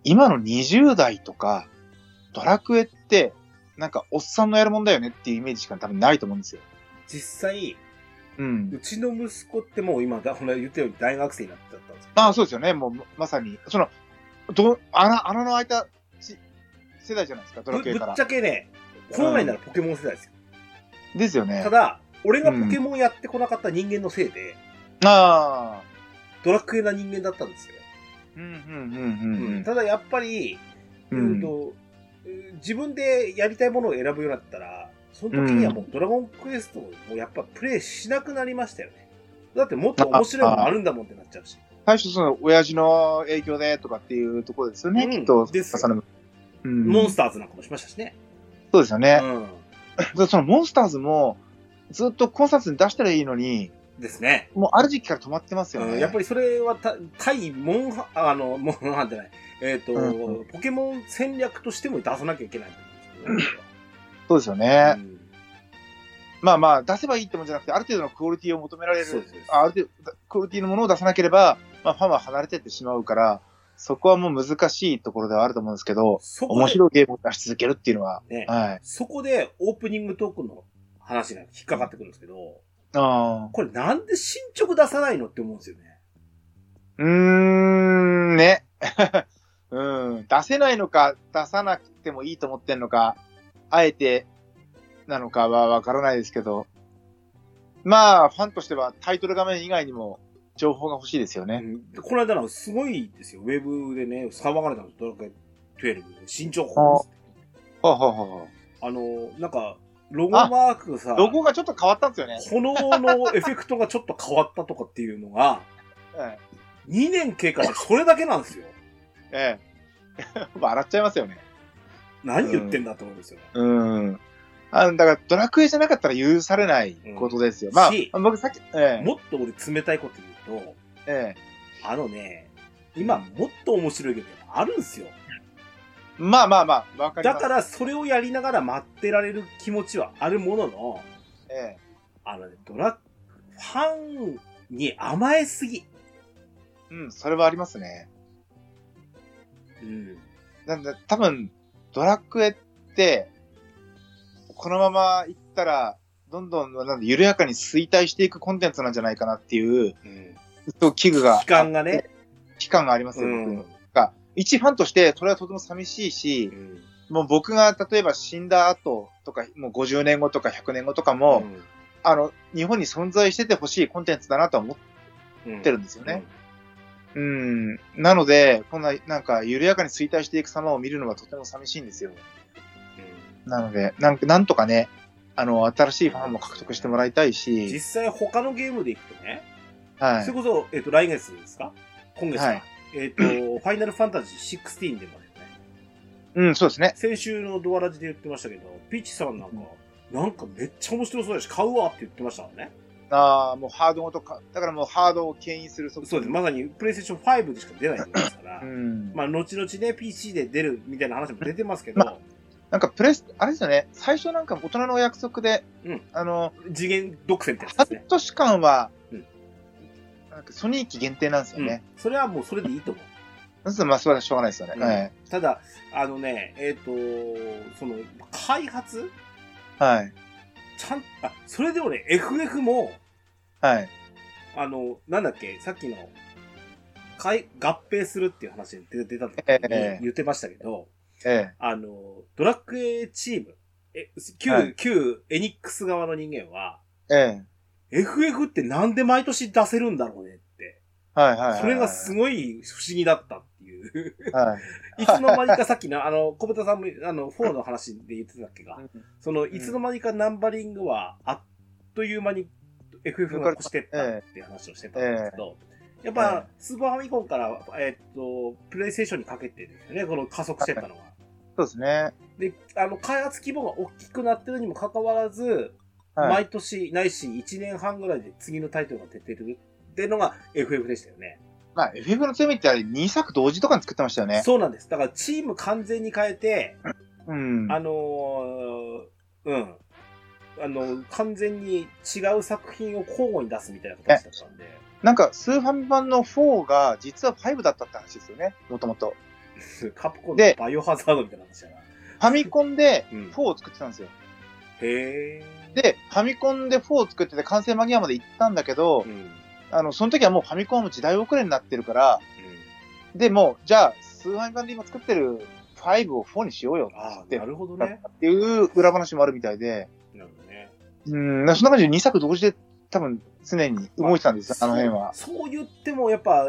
Speaker 2: 今の20代とか、ドラクエって、なんか、おっさんのやるもんだよねっていうイメージしか多分ないと思うんですよ。
Speaker 1: 実際、
Speaker 2: う。
Speaker 1: うんちの息子ってもう今、だほら言ったように大学生になっちゃったんですよ
Speaker 2: まあ、そうですよね。もう、ままさに、その、ど、穴、穴の開いたし世代じゃないですか、ドラ
Speaker 1: ぶ
Speaker 2: クエか
Speaker 1: ぶっ
Speaker 2: ら
Speaker 1: ち。ゃけね、本来ならポケモン世代ですよ。
Speaker 2: ですよね
Speaker 1: た。だ、俺がポケモンやってこなかった人間のせいで、
Speaker 2: ああ。
Speaker 1: ドラクエな人間だったんですよ。
Speaker 2: うん、うん、
Speaker 1: ただやっぱり、
Speaker 2: う、
Speaker 1: うん
Speaker 2: うん。
Speaker 1: んと、自分でやりたいものを選ぶようになったら、その時にはもうドラゴンクエストをもうやっぱプレイしなくなりましたよね。だってもっと面白いものあるんだもんってなっちゃうし。
Speaker 2: 最初その親父の影響でとかっていうところですよね、
Speaker 1: うん
Speaker 2: きっと。
Speaker 1: ですよ
Speaker 2: そのうん、
Speaker 1: モンスターズなんかもしましたしね。
Speaker 2: そうですよ
Speaker 1: う
Speaker 2: ね。
Speaker 1: ん。
Speaker 2: でそのモンスターズも、ずっとコンスタンスに出したらいいのに、
Speaker 1: ですね。
Speaker 2: もうある時期から止まってますよね。
Speaker 1: うんやっぱ
Speaker 2: り。
Speaker 1: りそれはた対モンハン、あの、モンハンじゃない。えっ、と、
Speaker 2: う
Speaker 1: ポケモン戦略としても出さなきゃいけないと思うんですよ
Speaker 2: そうですよ
Speaker 1: 俺
Speaker 2: ね
Speaker 1: は。うん
Speaker 2: まあまあ、出せばいいってもんじゃなくて、ある程度のクオリティを求められ
Speaker 1: そう
Speaker 2: る
Speaker 1: ですそうで、す
Speaker 2: あある程度、クオリティのものを出さなければ、まあ、ファンは離れてってしまうから、そこはもう難しいところではあると思うんですけど、
Speaker 1: そこ
Speaker 2: 面
Speaker 1: で、
Speaker 2: 白いゲームを出し続けるっていうのは、
Speaker 1: ね、
Speaker 2: はい。
Speaker 1: そこでオープニングトークの話が引っかかってくるんですけど、
Speaker 2: ああ。
Speaker 1: これなんで進捗出さないのって思うんですよね。
Speaker 2: うーん、ね。 うん、出せないのか、出さなくてもいいと思ってんのか、あえてなのかはわからないですけど、まあ、ファンとしてはタイトル画面以外にも情報が欲しいですよね。
Speaker 1: うんこの間のすごいですよ。ウェブでね、騒がれたの、ドラクエ12、新情報です。
Speaker 2: ほうほうほうほ
Speaker 1: あの、なんか、ロゴマークがさ、
Speaker 2: う。ロゴがちょっと変わったんですよね。
Speaker 1: 炎のエフェクトがちょっと変わったとかっていうのが、
Speaker 2: え
Speaker 1: 2年経過してそれだけなんですよ。
Speaker 2: え。 ええ。笑っちゃいますよね。
Speaker 1: 何言ってんだと思うんですよね。
Speaker 2: うん。あの、だから、ドラクエじゃなかったら許されないことですよ。
Speaker 1: うん
Speaker 2: ま
Speaker 1: し
Speaker 2: あ、僕さっき、ええ、
Speaker 1: もっと俺冷たいこと言うと、
Speaker 2: ええ。
Speaker 1: あのね、今もっと面白いゲームあるんですよ。
Speaker 2: まあまあまあ、わかりま
Speaker 1: だ
Speaker 2: す。
Speaker 1: からそれをやりながら待ってられる気持ちはあるものの、
Speaker 2: え
Speaker 1: あのね、ドラ、ファンに甘えすぎ。
Speaker 2: え。うん、それはありますね。
Speaker 1: うん。
Speaker 2: なんで、多分、ドラクエって、このままいったら、どんどん、なんで、緩やかに衰退していくコンテンツなんじゃないかなっていう、そう危惧が、
Speaker 1: 期間がね。
Speaker 2: 期間があります
Speaker 1: う
Speaker 2: よ、
Speaker 1: ん。
Speaker 2: 僕
Speaker 1: うん
Speaker 2: に。一ファンとして、それはとても寂しいし、もう僕が例えば死んだ後とか、もう50年後とか100年後とかも、あの、日本に存在しててほしいコンテンツだなとは思っ
Speaker 1: うん
Speaker 2: てるんですよね。うん。なので、こんな、なんか、緩やかに衰退していく様を見るのはとても寂しいんですよ。なので、なんなんとかね、あの、新しいファンも獲得してもらいたい
Speaker 1: うん実
Speaker 2: し、
Speaker 1: 際他のゲームでいくとね、
Speaker 2: は
Speaker 1: それこ
Speaker 2: い。
Speaker 1: そ、えっ、と、来月ですか今月か。
Speaker 2: はい
Speaker 1: えっ、 と、ファイナルファンタジー16でもね、
Speaker 2: うん、そうですね。
Speaker 1: 先週のドアラジで言ってましたけど、ピーチさんなんか、なんかめっちゃ面白そうだし、買うわって言ってましたからね。
Speaker 2: ああ、もうハードごとか、だからもうハードを牽引するソフ
Speaker 1: そ
Speaker 2: ト
Speaker 1: うです。まさに、プレイステーション5でしか出ないんですから
Speaker 2: う、ん。
Speaker 1: まあ、後々ね、PC で出るみたいな話も出てますけど、
Speaker 2: まなんかプレス、あれですよね、最初なんか大人のお約束で、
Speaker 1: うん
Speaker 2: あの、
Speaker 1: 次元独占ってやつです
Speaker 2: 半
Speaker 1: ね。
Speaker 2: 年間は、
Speaker 1: うん
Speaker 2: なんかソニー機限定なんですよね。
Speaker 1: うんそれはもうそれでいいと思う。
Speaker 2: そうするとまあ、それはしょうがないですよね。
Speaker 1: うん
Speaker 2: はい。
Speaker 1: ただ、あのね、えっ、と、その、開発
Speaker 2: はい。
Speaker 1: ちゃん、あ、それでもね、FF も、
Speaker 2: はい。
Speaker 1: あの、なんだっけ、さっきの、かい合併するっていう話で出た時に
Speaker 2: ええ
Speaker 1: 言ってましたけど、
Speaker 2: え
Speaker 1: あの、ドラクエチーム、え、旧、
Speaker 2: はい
Speaker 1: 旧エニックス側の人間は、
Speaker 2: え。ええ。
Speaker 1: FF ってなんで毎年出せるんだろうねって。
Speaker 2: はいはいはいはい。
Speaker 1: それがすごい不思議だったっていう。
Speaker 2: はい。
Speaker 1: いつの間にかさっきの、あの、小豚さんも、あの、4の話で言ってたっけが、その、
Speaker 2: ん
Speaker 1: いつの間にかナンバリングは、あっという間に FF が越してったっていう話をしてたんですけど、やっぱ、スーパーファミコンから、えっと、プレイステーションにかけてですよね、この加速してったのは。
Speaker 2: そうですね。
Speaker 1: で、あの、開発規模が大きくなってるにもかかわらず、
Speaker 2: はい。
Speaker 1: 毎年ないし1年半ぐらいで次のタイトルが出てるっていうのが FF でしたよね。
Speaker 2: まあ、FF の強みってあれ、2作同時とかに作ってましたよね。
Speaker 1: そうなんです。だからチーム完全に変えて、
Speaker 2: うん。
Speaker 1: あのーうん。あの、完全に違う作品を交互に出すみたいな形だったんで。
Speaker 2: なんか、スーファミ版の4が、実は5だったって話ですよね、もともと。
Speaker 1: カプコンの
Speaker 2: で
Speaker 1: バイオハザードみたいな話だな。
Speaker 2: ファミコンで
Speaker 1: うん
Speaker 2: 4を作ってたんですよ。
Speaker 1: へえ。
Speaker 2: で、ファミコンで4を作ってて、完成間際まで行ったんだけど
Speaker 1: う、ん、うん。
Speaker 2: あの、その時はもうファミコンはもう時代遅れになってるから、で、もう、じゃあ、スーファミ版で今作ってる5を4にしようよ
Speaker 1: あ
Speaker 2: っ
Speaker 1: あ、
Speaker 2: て
Speaker 1: なるほどね。
Speaker 2: っていう裏話もあるみたいで、
Speaker 1: なるほどね。
Speaker 2: うん、なんかそんな感じで2作同時で多分常に動いてたんですよ、あの辺は。
Speaker 1: そうそう言っても、やっぱ、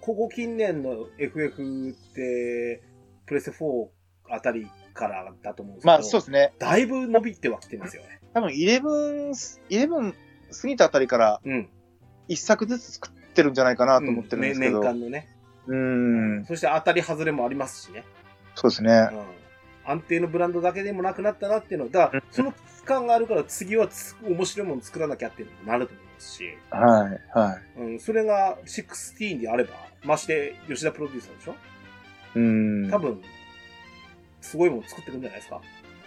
Speaker 1: ここ近年の FF って、プレステ4あたりからだと思うんですけど、
Speaker 2: まあ、そうですね。
Speaker 1: だいぶ伸びてはきてますよね。
Speaker 2: 多分11、11過ぎたあたりから
Speaker 1: うん。
Speaker 2: 1作ずつ作ってるんじゃないかなと思ってるんですけど。
Speaker 1: ね年間のね。
Speaker 2: うん、
Speaker 1: そして当たり外れもありますしね。
Speaker 2: そうですね。
Speaker 1: うん、安定のブランドだけでもなくなったなっていうのは、だから
Speaker 2: うん
Speaker 1: その期間があるから次はつ面白いもの作らなきゃっていうのもなると思いますし、
Speaker 2: はい、は
Speaker 1: うん、それが16であれば、まして吉田プロデューサーでしょ
Speaker 2: い。うん。
Speaker 1: 多。分、すごいもの作ってくんじゃないですか。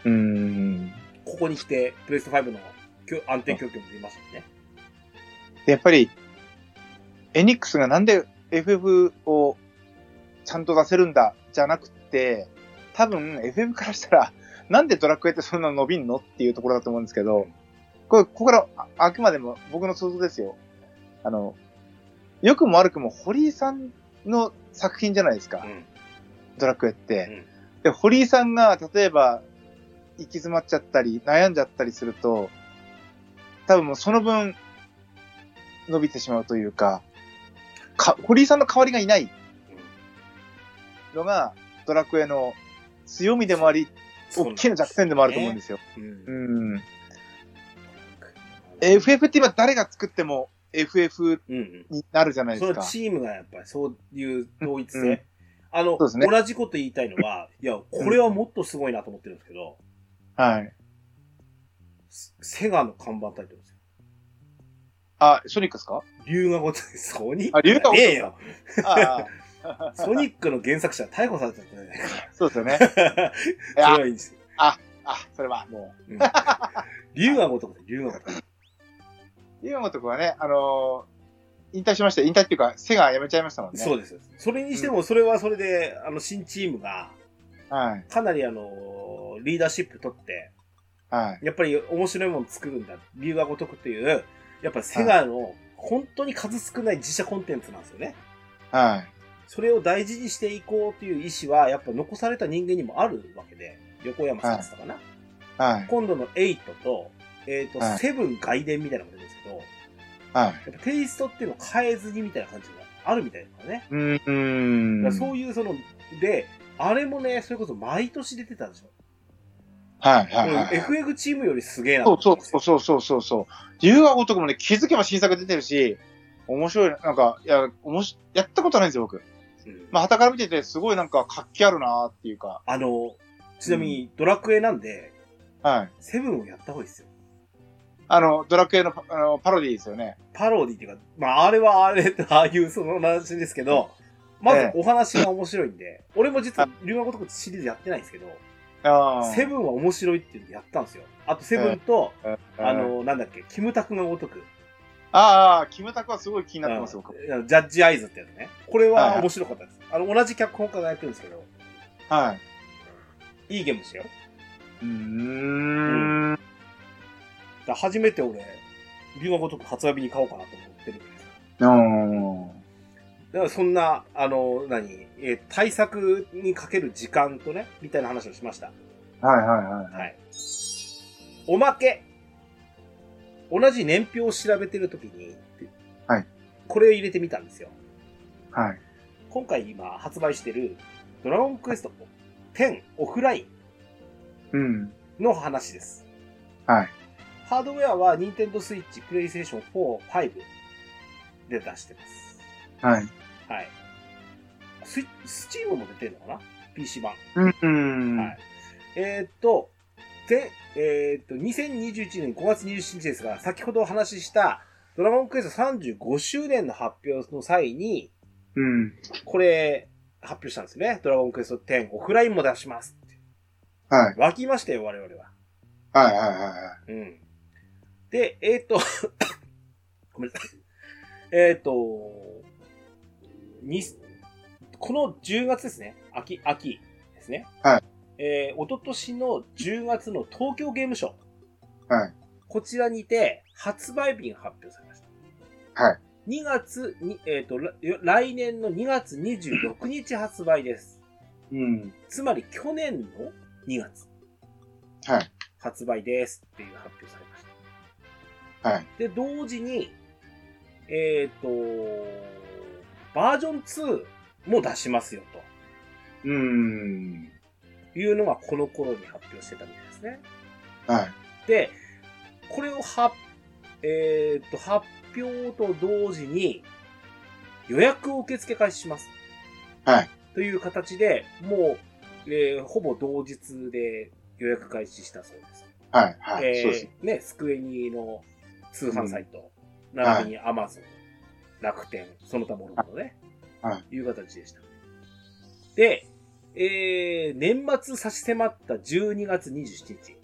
Speaker 2: うん。
Speaker 1: ここに来て、プレイステ5の供安定供給も出ましたね。
Speaker 2: でやっぱり、エニックスがなんで FF をちゃんと出せるんだ、じゃなくて、多分 FF からしたら、なんでドラクエってそんな伸びんのっていうところだと思うんですけど、これ、ここからああくまでも僕の想像ですよ。あの、良くも悪くも堀井さんの作品じゃないですか。
Speaker 1: うん。。
Speaker 2: ドラクエって。で、堀井さんが、例えば、行き詰まっちゃったり、悩んじゃったりすると、多分もうその分、伸びてしまうというか、か、堀井さんの代わりがいないのが、ドラクエの強みでもあり、大きな弱点でもあると思うんですすよ。
Speaker 1: うん
Speaker 2: うん。FF って今誰が作っても FF
Speaker 1: うん
Speaker 2: になるじゃな
Speaker 1: う
Speaker 2: い
Speaker 1: ん。
Speaker 2: で
Speaker 1: そ
Speaker 2: す
Speaker 1: の
Speaker 2: か。
Speaker 1: チームがやっぱりそういう同一
Speaker 2: うん
Speaker 1: 性。あの、
Speaker 2: そうですね
Speaker 1: 同じこと言いたいの は、いや、これはもっとすごいなと思ってるんですけど、
Speaker 2: はい。
Speaker 1: セガの看板タイトルですよ。
Speaker 2: あ、ソニックですか
Speaker 1: 龍がごとに、ソニック。
Speaker 2: あ龍が如く
Speaker 1: ねえよ。
Speaker 2: あ
Speaker 1: ソニックの原作者逮捕されちゃったじゃないか
Speaker 2: あ、そうですよね。 いや
Speaker 1: 強いんですよ。
Speaker 2: あ、それはも
Speaker 1: うん龍がごとくで、龍がごとく。
Speaker 2: う。今のとこはね、あのー引退しました。引退っていうか、セガ辞めちゃいましたもんね。
Speaker 1: そう
Speaker 2: う。
Speaker 1: です。それにしても、それはそれで、あの、新チームが、
Speaker 2: はい。
Speaker 1: かなりあの、リーダーシップ取って、
Speaker 2: はい。
Speaker 1: やっぱり面白いもの作るんだ。理由がごとくという、やっぱセガの本当に数少ない自社コンテンツなんですよね。
Speaker 2: はい。
Speaker 1: それを大事にしていこうという意思は、やっぱ残された人間にもあるわけで、横山さんだったかな。
Speaker 2: はい。
Speaker 1: 今度の8と、えっ、と、
Speaker 2: はい
Speaker 1: 7外伝みたいなことですけど、
Speaker 2: はい。
Speaker 1: やっぱテイストっていうのを変えずにみたいな感じがあるみたいですからね。
Speaker 2: うーん。
Speaker 1: だからそういうその、で、あれもね、それこそ毎年出てたでしょ。
Speaker 2: はい、はい、はい。
Speaker 1: うん FF チームよりすげえなと
Speaker 2: そう
Speaker 1: 思
Speaker 2: そ
Speaker 1: ったんですよ
Speaker 2: うそうそうそうそう。竜が如くもね、気づけば新作出てるし、面白い、なんか、いや、おもし、やったことないんですよ、僕。
Speaker 1: うん
Speaker 2: まあ、旗から見てて、すごいなんか、活気あるなーっていうか。
Speaker 1: あの、ちなみにドラクエなんで、
Speaker 2: はい。
Speaker 1: セブンをやった方がいいですよ。
Speaker 2: あの、ドラクエのパあのパロディですよね。
Speaker 1: パロディっていうか、まあ、あれはあれ、ああいうその話ですけど、まず
Speaker 2: ええ
Speaker 1: お話が面白いんで、俺も実は龍河如くシリーズやってないんですけど、
Speaker 2: ああ。
Speaker 1: セブンは面白いっていうのやったんですよ。あとセブンと、
Speaker 2: あ
Speaker 1: あ
Speaker 2: の、
Speaker 1: の、なんだっけ、キムタクが如く。
Speaker 2: ああ、キムタクはすごい気になってます、僕。
Speaker 1: あのジャッジアイズってやつね。これ
Speaker 2: はい
Speaker 1: は
Speaker 2: はい
Speaker 1: 面白かったです。あの、同じ脚本家がやってるんですけど、
Speaker 2: はい。
Speaker 1: いいゲームですよ。
Speaker 2: うーん。
Speaker 1: だから初めて俺、龍河如く発売日に買おうかなと思ってるんですよ。
Speaker 2: うん。
Speaker 1: だからそんな、あの、何、えー対策にかける時間とね、みたいな話をしました。
Speaker 2: はいはいはい。
Speaker 1: はい。おまけ同じ年表を調べてるときに、
Speaker 2: はい。
Speaker 1: これを入れてみたんですよ。
Speaker 2: はい。
Speaker 1: 今回今発売してる、ドラゴンクエスト10オフライ
Speaker 2: うん。
Speaker 1: ンの話です。
Speaker 2: はい。
Speaker 1: ハードウェアは Nintendo Switch、PlayStation 4、5で出してます。
Speaker 2: はい。
Speaker 1: はい。スイスチームも出てるのかな ?PC 版。
Speaker 2: うん。
Speaker 1: はい。えーっと、で、えーっと、2021年5月27日ですが、先ほどお話しした、ドラゴンクエスト35周年の発表の際に、
Speaker 2: うん。
Speaker 1: これ、発表したんですね。ドラゴンクエスト10オフラインも出しますって。
Speaker 2: はい。
Speaker 1: 湧きましたよ、我々は。
Speaker 2: はいはいはいはい。
Speaker 1: うん。で、えーっと、 ごめんなさい。えーっと、に、この10月ですね。秋、秋ですね。
Speaker 2: はい。
Speaker 1: えー、おととしの10月の東京ゲームショウ。
Speaker 2: はい。
Speaker 1: こちらにて、発売日が発表されました。
Speaker 2: はい。
Speaker 1: 2月に、えーっと、ら来年の2月26日発売です。
Speaker 2: うん。
Speaker 1: つまり去年の2月
Speaker 2: はい。
Speaker 1: 発売ですっていう発表されました。
Speaker 2: はい。
Speaker 1: で、同時に、えっ、と、バージョン2も出しますよ
Speaker 2: うん。
Speaker 1: というのがこの頃に発表してたみたいですね。
Speaker 2: はい。
Speaker 1: で、これを発、えっ、と、発表と同時に予約を受付開始します。
Speaker 2: はい。
Speaker 1: という形で、もう、えーほぼ同日で予約開始したそうです。
Speaker 2: はい。はい。
Speaker 1: えー
Speaker 2: そうです。
Speaker 1: ね、スクエニの通販サイト、並びにアマゾン、楽天、その他もろもろね、、
Speaker 2: はい
Speaker 1: う形でした。で、えー、年末差し迫った12月27日。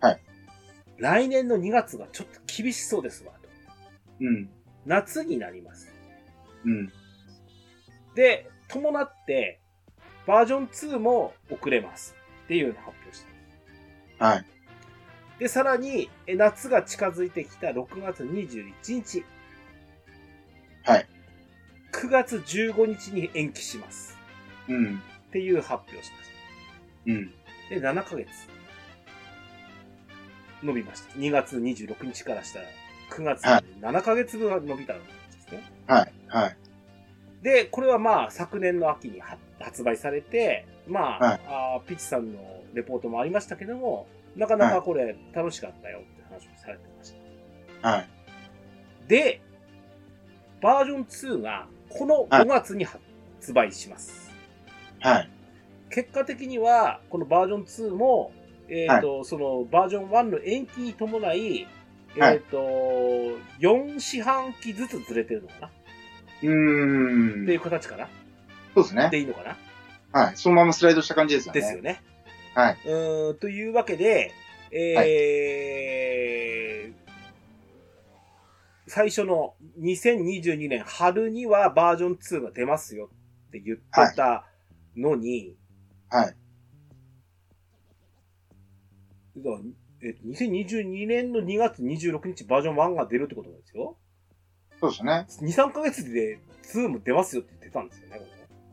Speaker 2: はい。
Speaker 1: 来年の2月がちょっと厳しそうですわ、と。
Speaker 2: うん。
Speaker 1: 夏になります。
Speaker 2: うん。
Speaker 1: で、伴って、バージョン2も遅れます。っていうのを発表した。
Speaker 2: はい。
Speaker 1: で、さらに、え夏が近づいてきた6月21日。
Speaker 2: はい。
Speaker 1: 9月15日に延期します。
Speaker 2: うん。
Speaker 1: っていう発表をしまし
Speaker 2: うん。
Speaker 1: た。で、7ヶ月。伸びました。2月26日からしたら、9月まで7ヶ月分は伸びたんですね。
Speaker 2: はい。はい。
Speaker 1: で、これはまあ、昨年の秋には発売されて、まあ、
Speaker 2: は
Speaker 1: あーピチさんのレポートもありましたけども、なかなかこれ楽しかったよって話をされてました。
Speaker 2: はい。
Speaker 1: で、バージョン2がこの5月に発売します。
Speaker 2: はい。
Speaker 1: 結果的には、このバージョン2も、えっ、と、そのバージョン1の延期に伴い、えっ、
Speaker 2: はい
Speaker 1: と、4四半期ずつずれてるのかな、
Speaker 2: うーん。
Speaker 1: っていう形かな
Speaker 2: そうですね。
Speaker 1: でいいのかな
Speaker 2: はい。そのままスライドした感じですよね。
Speaker 1: ですよね。
Speaker 2: はいう
Speaker 1: ーん、というわけで、えー最初の2022年春にはバージョン2が出ますよって言ってたのに、
Speaker 2: はい。
Speaker 1: だからえっと2022年の2月26日バージョン1が出るってことなんですよ。
Speaker 2: そうですね。
Speaker 1: 2、3ヶ月で2も出ますよって言ってたんですよね。こ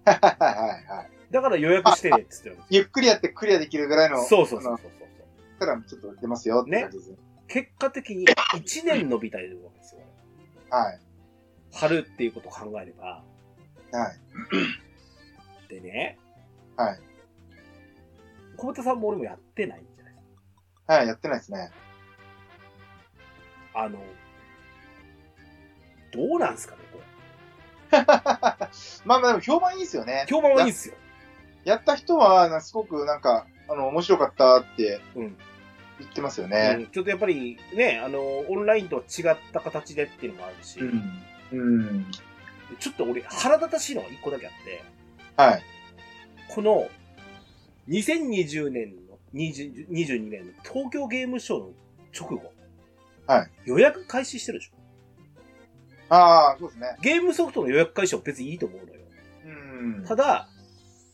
Speaker 1: れね
Speaker 2: はいはいはい。
Speaker 1: だから予約してねって言ってるんです
Speaker 2: ゆっくりやってクリアできるぐらいの、
Speaker 1: よ。そうそうそう
Speaker 2: あの
Speaker 1: そうそう。
Speaker 2: たらちょっと出ますよって感じですね。
Speaker 1: 結果的に1年伸びたりするわけですよ。
Speaker 2: はい。
Speaker 1: 春っていうことを考えれば。
Speaker 2: はい。
Speaker 1: でね、
Speaker 2: はい。
Speaker 1: 小畑さんも俺もやってないんじゃないです
Speaker 2: はい。やってないですね。
Speaker 1: か。あの、どうなんすかね、これ。
Speaker 2: まあまあでも評判いいですよね。
Speaker 1: 評判はいいんすよ。
Speaker 2: やった人は、なすごくなんか、あの、面白かったって
Speaker 1: うん。
Speaker 2: 言ってますよ
Speaker 1: う
Speaker 2: ね。
Speaker 1: んちょっとやっぱりね、あの、オンラインとは違った形でっていうのもあるし、
Speaker 2: ん。うん。
Speaker 1: ちょっと俺腹立たしいのが一個だけあって、
Speaker 2: はい。
Speaker 1: この、2020年の、20 22年の東京ゲームショウの直後、
Speaker 2: はい。
Speaker 1: 予約開始してるでしょ
Speaker 2: ああ、そうですね。
Speaker 1: ゲームソフトの予約開始は別にいいと思うのよ。
Speaker 2: うん。
Speaker 1: ただ、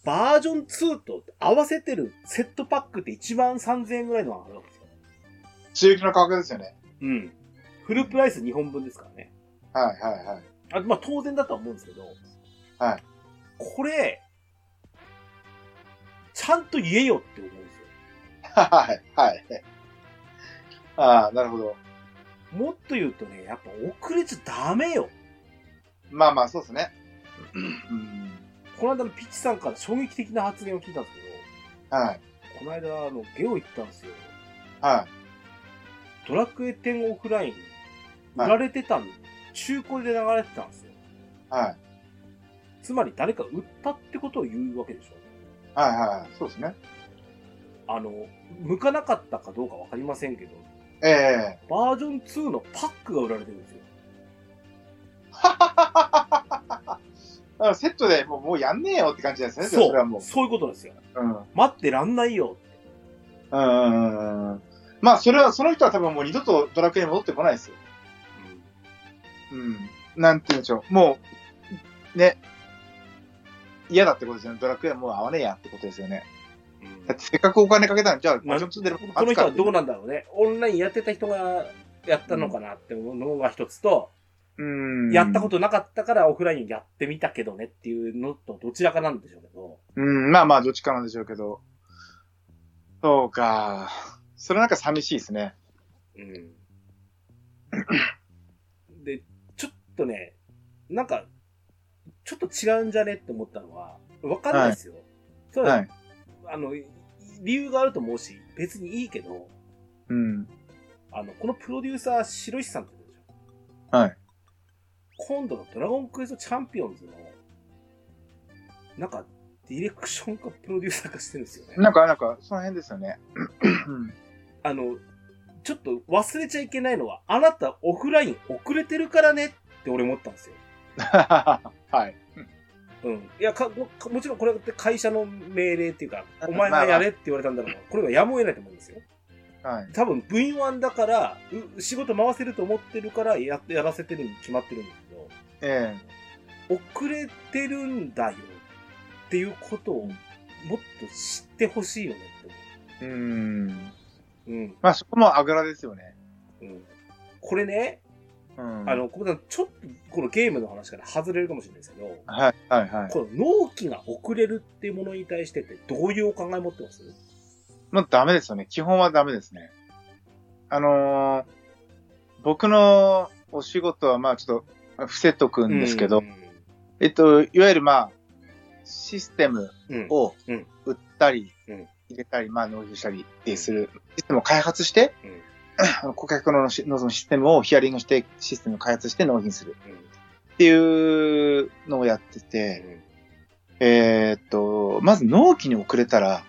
Speaker 1: バージョン2と合わせてるセットパックって1万3000円ぐらいのがあるわけですよ。
Speaker 2: 中力の価格ですよね。
Speaker 1: うん。フルプライス2本分ですからね。
Speaker 2: はいはいはい。
Speaker 1: あまあ当然だとは思うんですけど。
Speaker 2: はい。
Speaker 1: これ、ちゃんと言えよって思うんですよ。
Speaker 2: はいはい。 ああ、なるほど。
Speaker 1: もっと言うとね、やっぱ遅れちゃダメよ。
Speaker 2: まあまあ、そうですね。うん。
Speaker 1: この間のピッチさんから衝撃的な発言を聞いたんですけ
Speaker 2: はい。
Speaker 1: ど、この間あのゲオ行ったんですよ。
Speaker 2: は
Speaker 1: ドラクエ10オフライン、
Speaker 2: はい
Speaker 1: 売られてたん、中古で流れてたんですよ。
Speaker 2: い。はい。
Speaker 1: つまり誰か売ったってことを言うわけでしょ。
Speaker 2: はいはい。そうですね。
Speaker 1: あの、向かなかったかどうかわかりませんけど、
Speaker 2: ええ
Speaker 1: バージョン2のパックが売られてるんですよ。
Speaker 2: だからセットでもうもうやんねえよって感じですね。
Speaker 1: そ
Speaker 2: れはも
Speaker 1: う。そういうことですよ。
Speaker 2: う。うん。
Speaker 1: 待ってらんないよ。
Speaker 2: うんうんうんうん。まあ、それは、その人は多分もう二度とドラクエに戻ってこないですよ。うん。なんて言うんでしょう。もう、ね。嫌だってことですよね。ドラクエはもう合わねえやってことですよね。
Speaker 1: うんうん
Speaker 2: だってせっかくお金かけたのにじゃあ、
Speaker 1: まあ
Speaker 2: ちょっと出る
Speaker 1: この人はどうなんだろうね。オンラインやってた人がやったのかなって思うのが一つと、
Speaker 2: うん。
Speaker 1: やったことなかったからオフラインやってみたけどねっていうのとどちらかなんでしょうけど。
Speaker 2: うん、まあまあ、どっちかなんでしょうけど。そうか。それなんか寂しいですね。
Speaker 1: うん。で、ちょっとね、なんか、ちょっと違うんじゃねって思ったのは、わかんないですよ。それは
Speaker 2: はい。
Speaker 1: あの、い理由があると思うし、別にいいけど、
Speaker 2: うん。
Speaker 1: あの、このプロデューサー、白石さんって言うでしょ。
Speaker 2: はい。
Speaker 1: 今度のドラゴンクエストチャンピオンズの、なんか、ディレクションかプロデューサーかしてるんですよね。
Speaker 2: なんか、なんか、その辺ですよね。うん
Speaker 1: あの、ちょっと忘れちゃいけないのは、あなたオフライン遅れてるからねって俺思ったんですよ。
Speaker 2: はい。
Speaker 1: うん。いや、かもかもちろんこれって会社の命令っていうか、
Speaker 2: あ
Speaker 1: お前がやれって言われたんだろうな。これはやむを得ないと思うんですよ。
Speaker 2: はい。
Speaker 1: 多分部員1だから、う仕事回せると思ってるからや、やらせてるに決まってるんだけ
Speaker 2: え
Speaker 1: ど、遅れてるんだよっていうことをもっと知ってほしいよねって
Speaker 2: えうん。
Speaker 1: 思う。うん。
Speaker 2: まあ、そこもあぐらですよね。
Speaker 1: うん。これね、
Speaker 2: うん。
Speaker 1: あの、ここでちょっとこのゲームの話から外れるかもしれないですけど、
Speaker 2: はい、はい、はい。
Speaker 1: この納期が遅れるっていうものに対してってどういうお考え持ってます
Speaker 2: まあ、ダメですよね。基本はダメですね。あのー僕のお仕事は、まあ、ちょっと、伏せとくんですけど、えっと、いわゆる、まあ、システム
Speaker 1: うん。
Speaker 2: を
Speaker 1: うん
Speaker 2: 売ったり、
Speaker 1: うん
Speaker 2: 入れたり、まあ、納品したりってする、システムを開発して、顧客のし望むシステムをヒアリングして、システムを開発して納品するっていうのをやってて、えーっと、まず納期に遅れたら、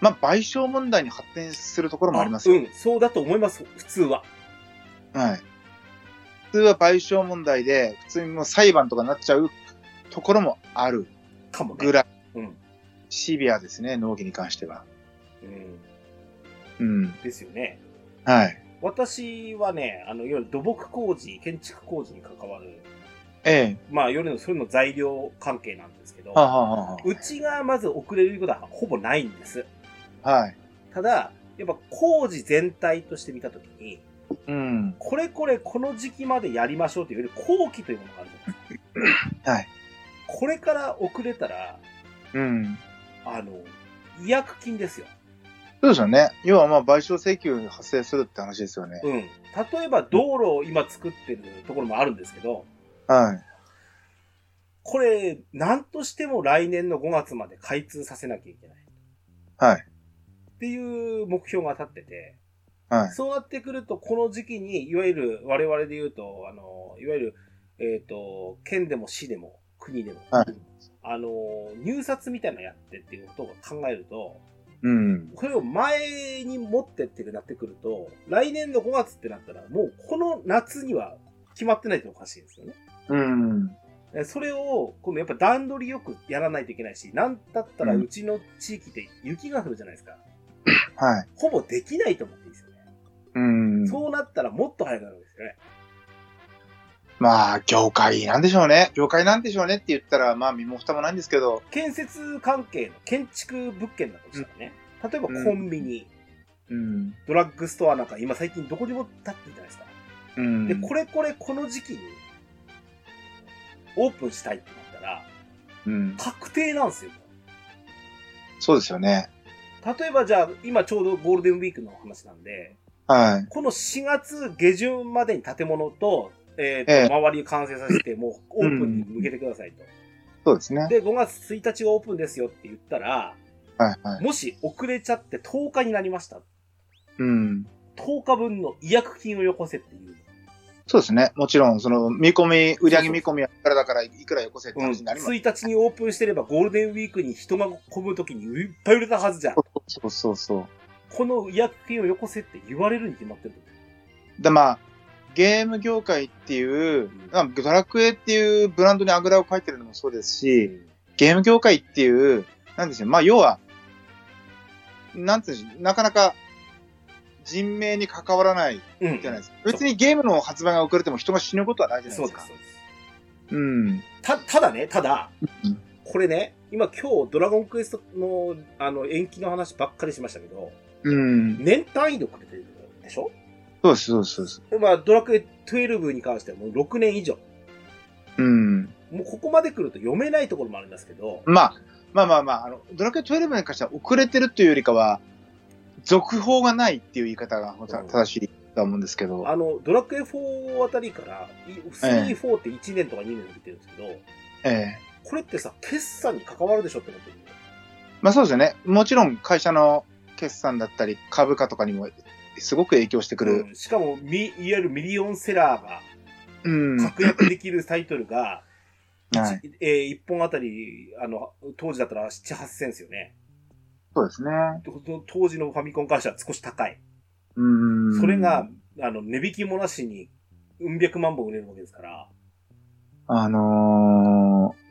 Speaker 2: まあ、賠償問題に発展するところもありますよ
Speaker 1: う。ん、そうだと思います、普通は。
Speaker 2: はい。普通は賠償問題で、普通にもう裁判とかになっちゃうところもある
Speaker 1: かもね。
Speaker 2: ぐらい、
Speaker 1: うん。
Speaker 2: シビアですね、納期に関しては。
Speaker 1: うん。
Speaker 2: うん。
Speaker 1: ですよね。
Speaker 2: はい。
Speaker 1: 私はね、あの、いわゆる土木工事、建築工事に関わる、
Speaker 2: ええ。
Speaker 1: まあ、いわゆるそういうの材料関係なんですけど
Speaker 2: は、あ、はあは
Speaker 1: うちがまず遅れることはほぼないんです。
Speaker 2: あ、はい。
Speaker 1: ただ、やっぱ工事全体として見たときに、
Speaker 2: うん。
Speaker 1: これこれこの時期までやりましょうというより後期というものがあるじゃないですか。
Speaker 2: はい。
Speaker 1: これから遅れたら、
Speaker 2: うん。
Speaker 1: あの、違約金ですよ。
Speaker 2: そうですよね。要はまあ賠償請求が発生するって話ですよね。
Speaker 1: うん。例えば道路を今作ってるところもあるんですけど、
Speaker 2: はい。
Speaker 1: これ、なんとしても来年の5月まで開通させなきゃいけない。
Speaker 2: はい。
Speaker 1: っていう目標が立ってて、
Speaker 2: はい。
Speaker 1: そうなってくると、この時期に、いわゆる我々で言うと、あの、いわゆる、えっ、と、県でも市でも国でも、
Speaker 2: はい
Speaker 1: あの、入札みたいなのやってっていうことを考えると、
Speaker 2: うん。
Speaker 1: これを前に持ってってなってくると、来年の5月ってなったら、もうこの夏には決まってないとおかしいですよね。
Speaker 2: うん。
Speaker 1: えそれを、このやっぱ段取りよくやらないといけないし、なんだったら
Speaker 2: うん
Speaker 1: うちの地域で雪が降るじゃないですか。
Speaker 2: はい。
Speaker 1: ほぼできないと思っていいですよね。
Speaker 2: うん。
Speaker 1: そうなったらもっと早くなるんですよね。
Speaker 2: まあ、業界なんでしょうね。業界なんでしょうねって言ったら、まあ、身も蓋もないんですけど、
Speaker 1: 建設関係の建築物件だとしたらね、例えば
Speaker 2: うん
Speaker 1: コンビニ、
Speaker 2: うん。
Speaker 1: ドラッグストアなんか今最近どこにも立ってるじゃないですか。
Speaker 2: うん。
Speaker 1: で、これこれこの時期にオープンしたいってなったら、
Speaker 2: うん。
Speaker 1: 確定なんですよ。
Speaker 2: そうですよね。
Speaker 1: 例えばじゃあ、今ちょうどゴールデンウィークの話なんで、
Speaker 2: はい。
Speaker 1: この4月下旬までに建物と、えーと
Speaker 2: ええ
Speaker 1: 周りを完成させて、もうオープンに向けてくださいと。
Speaker 2: そうですね。
Speaker 1: で、5月1日オープンですよって言ったら、
Speaker 2: はいはい。
Speaker 1: もし遅れちゃって10日になりました。
Speaker 2: うん。
Speaker 1: 10日分の違約金をよこせっていう。
Speaker 2: そうですね。もちろん、その、見込み、売り上げ見込みはいくらだから、いくらよこせって
Speaker 1: うん、
Speaker 2: 話になります。
Speaker 1: 1日にオープンしてればゴールデンウィークに人が混む時にいっぱい売れたはずじゃん。
Speaker 2: そうそうそう。
Speaker 1: この違約金をよこせって言われるに決まってると思
Speaker 2: で、まあ、ゲーム業界っていう、まあ、ドラクエっていうブランドにあぐらをかいてるのもそうです
Speaker 1: う
Speaker 2: し、ゲーム業界っていう、なんでしょう、まあ、要は、なんていうんでしょう、なかなか人命に関わらない
Speaker 1: うん。うん。
Speaker 2: じゃな
Speaker 1: で
Speaker 2: いですか。別にゲームの発売が遅れても人が死ぬことはないじゃない
Speaker 1: そ
Speaker 2: で
Speaker 1: う
Speaker 2: す
Speaker 1: で
Speaker 2: か。
Speaker 1: す。そうです
Speaker 2: うん。
Speaker 1: た、ただね、ただ
Speaker 2: うん、
Speaker 1: これね、今今日ドラゴンクエストの、あの、延期の話ばっかりしましたけど、
Speaker 2: うん。
Speaker 1: 年単位で遅れてるでしょ
Speaker 2: そうです、そうです、そうです。
Speaker 1: でまあ、ドラクエ12に関してはもう6年以上。
Speaker 2: うん。
Speaker 1: もうここまで来ると読めないところもあるんですけど、
Speaker 2: まあ、まあまあまあ、あの、ドラクエ12に関しては遅れてるというよりかは、続報がないっていう言い方が本当は正しいとは思うんですけど、
Speaker 1: あの、ドラクエ4あたりから、い
Speaker 2: ええ
Speaker 1: 3、4って1年とか2年で出てるんですけど、
Speaker 2: ええ
Speaker 1: これってさ、決算に関わるでしょって思ってるんだよ
Speaker 2: まあそうですよね。もちろん会社の決算だったり、株価とかにもすごく影響してくる。
Speaker 1: うんしかも、み、いわゆるミリオンセラーが、
Speaker 2: うん。
Speaker 1: 確約できるタイトルが、
Speaker 2: はい。
Speaker 1: 一えー、1本あたり、あの、当時だったら7、8000ですよね。
Speaker 2: そうですね。
Speaker 1: と当時のファミコンからしたら少し高い。
Speaker 2: うん。
Speaker 1: それが、、あの、値引きもなしに、うん百万本売れるわけですから。
Speaker 2: あのー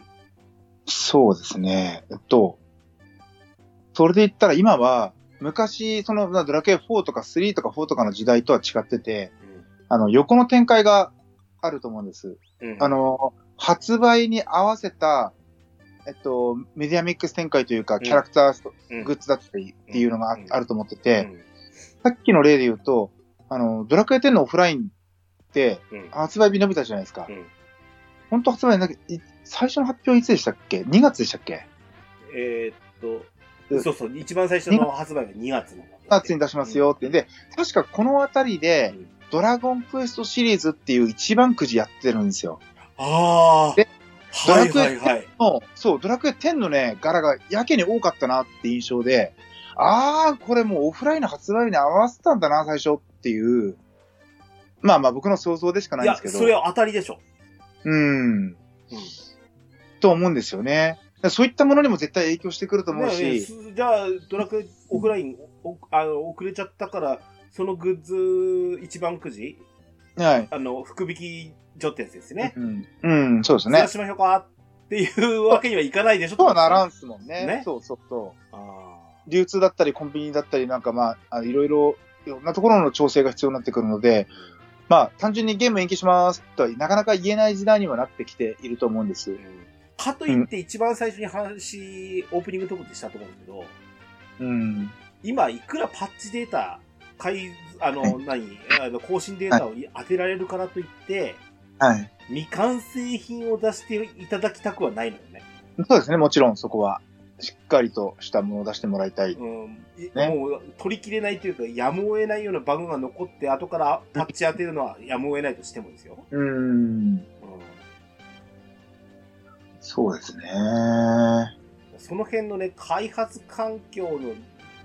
Speaker 2: そうですね。えっと、それで言ったら今は、昔、その、まあドラクエ4とか3とか4とかの時代とは違ってて、あの、横の展開があると思うんです。
Speaker 1: うん。うん
Speaker 2: あ、の、発売に合わせた、えっと、メディアミックス展開というか、
Speaker 1: ん
Speaker 2: キャラクター
Speaker 1: うん
Speaker 2: グッズだったりっていうのがあ,、
Speaker 1: うん
Speaker 2: あると思って
Speaker 1: う
Speaker 2: て、
Speaker 1: ん
Speaker 2: さっきの例で言うと、あの、ドラクエ10のオフラインっって、
Speaker 1: うん。
Speaker 2: 発売日伸びたじゃないですか。
Speaker 1: うん
Speaker 2: 本当発売なきい最初の発表いつでしたっけ ?2 月でしたっけ
Speaker 1: えーっと、
Speaker 2: うん
Speaker 1: そうそう、一番最初の発売が2月の。
Speaker 2: ?2 月に出しますよって。で、確かこのあたり
Speaker 1: う
Speaker 2: で、
Speaker 1: ん。
Speaker 2: ドラゴンクエストシリーズっていう一番くじやってるんですよ。
Speaker 1: ああ
Speaker 2: で。
Speaker 1: はいはいはい。
Speaker 2: のそう、ドラクエ10のね、柄がやけに多かったなって印象で、あー、これもうオフラインの発売に合わせたんだな、最初っていう。まあまあ僕の想像でしかないいん
Speaker 1: や
Speaker 2: です、けど。
Speaker 1: それは当たりでしょ。
Speaker 2: うん。と思うんですよね。だからそういったものにも絶対影響してくると思う
Speaker 1: ねえ
Speaker 2: し、
Speaker 1: すじゃあ、ドラクエオフライン、おあの遅れちゃったから、そのグッズ一番くじ、
Speaker 2: はい。
Speaker 1: あの、福引き所ってやつですね。
Speaker 2: うん、うん、そうですね
Speaker 1: 探。しましょうかっていうわけにはいかないでしょ
Speaker 2: そうはなら
Speaker 1: ん。
Speaker 2: んすもんね。
Speaker 1: ね
Speaker 2: そうそうそう。
Speaker 1: あ
Speaker 2: 流通だったりコンビニだったりなんかまああのいろいろいろんなところの調整が必要になってくるので、まあ単純にゲーム延期しますとはなかなか言えない時代にはなってきていると思うんです。
Speaker 1: ーうんかといって一番最初に話、オープニングトークでしたと思うんですけど、
Speaker 2: うん。
Speaker 1: 今、いくらパッチデータ、改あの、何、あの更新データを当てられるからといって、
Speaker 2: はい。
Speaker 1: 未完成品を出していただきたくはないのよね。
Speaker 2: そうですね、もちろんそこはしっかりとしたものを出してもらいたい。
Speaker 1: うん、い
Speaker 2: ね
Speaker 1: もう取り切れないというか、やむを得ないようなバグが残って、後からパッチ当てるのは やむを得ないとしてもですよ。
Speaker 2: うん。
Speaker 1: う
Speaker 2: そうですね。
Speaker 1: ん、その辺のね、開発環境の、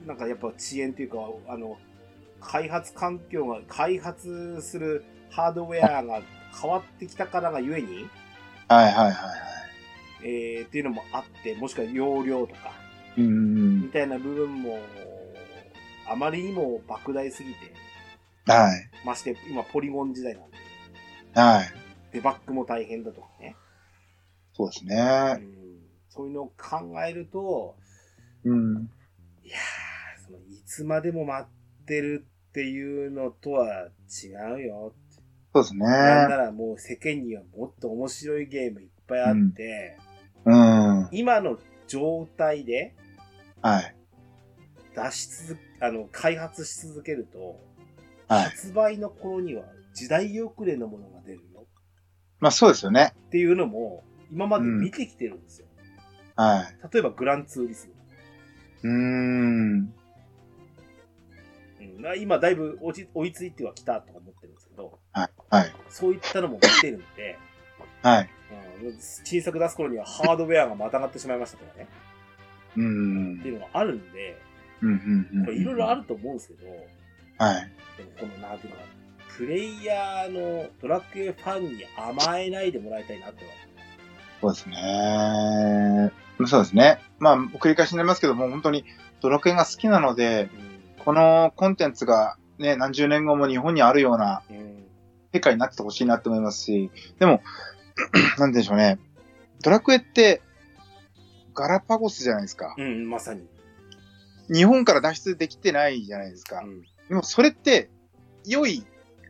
Speaker 1: なんかやっぱ遅延というか、あの、開発環境が、開発するハードウェアが変わってきたからがゆえに、
Speaker 2: はいはいはいは
Speaker 1: えー、っていうのもあって、もしくは容量とか、
Speaker 2: い。う
Speaker 1: み
Speaker 2: ん。
Speaker 1: たいな部分も、あまりにも莫大すぎて、
Speaker 2: はい。
Speaker 1: まして今ポリゴン時代なんで、
Speaker 2: はい。
Speaker 1: デバッグも大変だとかね。
Speaker 2: そうです
Speaker 1: う
Speaker 2: ね。
Speaker 1: ん、そういうのを考えると、
Speaker 2: うん。
Speaker 1: いやー、その、いつまでも待ってるっていうのとは違うよ。
Speaker 2: そうですね。
Speaker 1: なんならもう世間にはもっと面白いゲームいっぱいあって、
Speaker 2: うん。は
Speaker 1: 今の状態で
Speaker 2: い。
Speaker 1: 出し続け、あの、開発し続けると、
Speaker 2: はい。
Speaker 1: 発売の頃には時代遅れのものが出るよ
Speaker 2: まあそうですよね。
Speaker 1: っていうのも、今まで見てきてるんですよ。
Speaker 2: はい。
Speaker 1: 例えばグランツーリスモ。
Speaker 2: うーん。
Speaker 1: うん、な今だいぶ追い追いついてはきたとか思ってるんですけど、
Speaker 2: はい。はい。
Speaker 1: そういったのも見てるんで、
Speaker 2: はい。
Speaker 1: うん、小さく出す頃にはハードウェアがまたがってしまいましたとかね、
Speaker 2: うー
Speaker 1: ってい
Speaker 2: ん。
Speaker 1: うのがあるんで、
Speaker 2: うんうんうん。
Speaker 1: これいろいろあると思うんですけど、でも
Speaker 2: はい。
Speaker 1: この、なんていうのかな、プレイヤーのドラクエファンに甘えないでもらいたいなって
Speaker 2: そうですね。そうですね。まあ、繰り返しになりますけども、本当にドラクエが好きなので、このコンテンツがね、何十年後も日本にあるような
Speaker 1: うん。うん。
Speaker 2: 世界になってほしいなって思いますし、でも、 なんて言うんでしょうね。ドラクエって、ガラパゴスじゃないですか。
Speaker 1: うん、まさに。
Speaker 2: 日本から脱出できてないじゃないですか
Speaker 1: う。ん。
Speaker 2: でもそれって、良い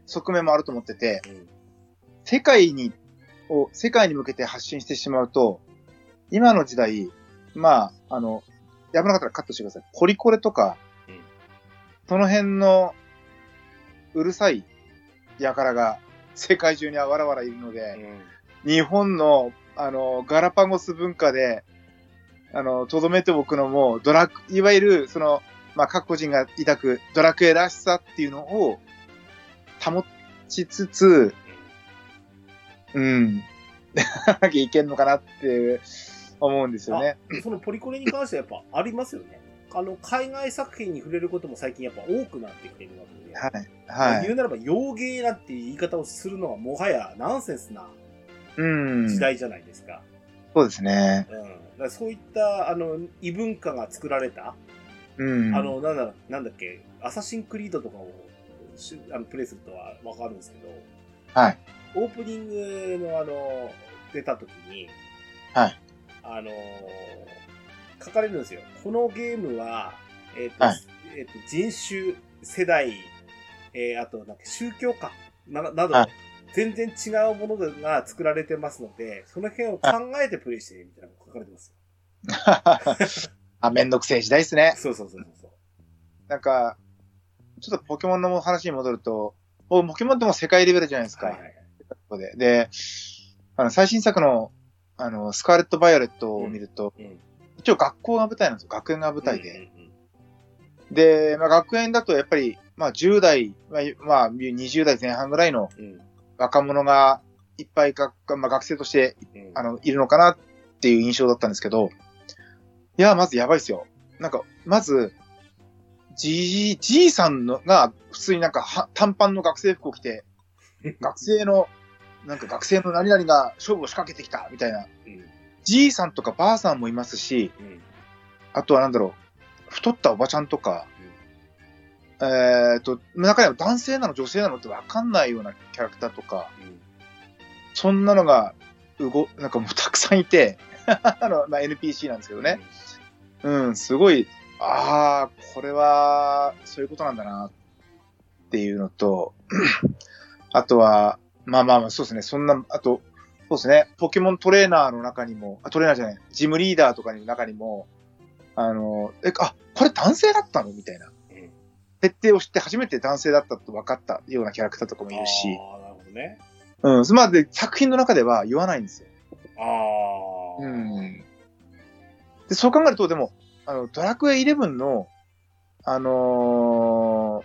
Speaker 2: 側面もあると思ってて、
Speaker 1: うん。
Speaker 2: 世界に、を、世界に向けて発信してしまうと、今の時代、まあ、あの、やめなかったらカットしてください。コリコレとか、
Speaker 1: うん
Speaker 2: その辺の、うるさい、やからが、世界中にはわらわらいるので、日本の、あの、ガラパゴス文化で、あの、とどめておくのも、ドラク、いわゆる、その、まあ、各個人が抱くドラクエらしさっていうのを、保ちつつ、うん。なきゃいけんのかなって思うんですよね。
Speaker 1: うん。そのポリコレに関してはやっぱありますよね。あの、海外作品に触れることも最近やっぱ多くなってきてるわけで。
Speaker 2: はい。は
Speaker 1: 言
Speaker 2: い。
Speaker 1: うならば、洋芸なんていう言い方をするのはもはやナンセンスな
Speaker 2: うん。
Speaker 1: 時
Speaker 2: そう
Speaker 1: 代じゃないですか。
Speaker 2: ですね。
Speaker 1: うん。だからそういった、あの、異文化が作られた、
Speaker 2: うん。
Speaker 1: あ、の、なんだ、なんだっけ、アサシンクリードとかをしあのプレイするとはわかるんですけど、
Speaker 2: はい。
Speaker 1: オープニングの、あの、出た時に、
Speaker 2: はい。
Speaker 1: あの、書かれるんですよ。このゲームは、えっ、と、
Speaker 2: はい
Speaker 1: えっ、と、人種、世代、えーあと、なんか宗教か、ななど、
Speaker 2: はい
Speaker 1: 全然違うものが作られてますので、その辺を考えてプレイして、みたいなのが書かれてますよ。
Speaker 2: あ、めんどくせえ時代ですね。
Speaker 1: そうそうそうそう。
Speaker 2: なんか、ちょっとポケモンの話に戻ると、もうポケモンってもう世界レベルじゃないですか。
Speaker 1: はいはい
Speaker 2: ここで。で、あの、最新作の、あの、スカーレット・バイオレットを見ると、
Speaker 1: うんうん
Speaker 2: 一応学校が舞台なんですよ。学園が舞台で。。
Speaker 1: うんうん
Speaker 2: で、まあ、学園だとやっぱり、まあ、10代、まあ、まあ20代前半ぐらいの
Speaker 1: うん
Speaker 2: 若者がいっぱい学,、まあ、学生として、
Speaker 1: うん
Speaker 2: あの、いるのかなっていう印象だったんですけど、いや、まずやばいですよ。なんか、まず、じい、じいさんのが、普通になんかは、短パンの学生服を着て、学生の、なんか学生の何々が勝負を仕掛けてきた、みたいな。
Speaker 1: うん
Speaker 2: じいさんとかばあさんもいますし、
Speaker 1: うん
Speaker 2: あとはなんだろう、太ったおばちゃんとか、えっと、中には男性なの女性なのってわかんないようなキャラクターとか、
Speaker 1: うん
Speaker 2: そんなのが、うご、なんかもうたくさんいて、 あの、まあ、NPC なんですけどね。うん、すごい、ああ、これは、そういうことなんだな、っていうのと、 あとは、まあまあまあ、そうですね、そんな、あと、そうですね、ポケモントレーナーの中にも、あ、トレーナーじゃない、ジムリーダーとかの中にも、あの、え、あ、これ男性だったのみたいな。
Speaker 1: うん
Speaker 2: 設定を知って初めて男性だったと分かったようなキャラクターとかもいるし、
Speaker 1: ああ、なるほどね。
Speaker 2: うん、まあで、作品の中では言わないんですよ。
Speaker 1: ああ。
Speaker 2: うん。で、そう考えると、でも、あの、ドラクエ11の、あのー、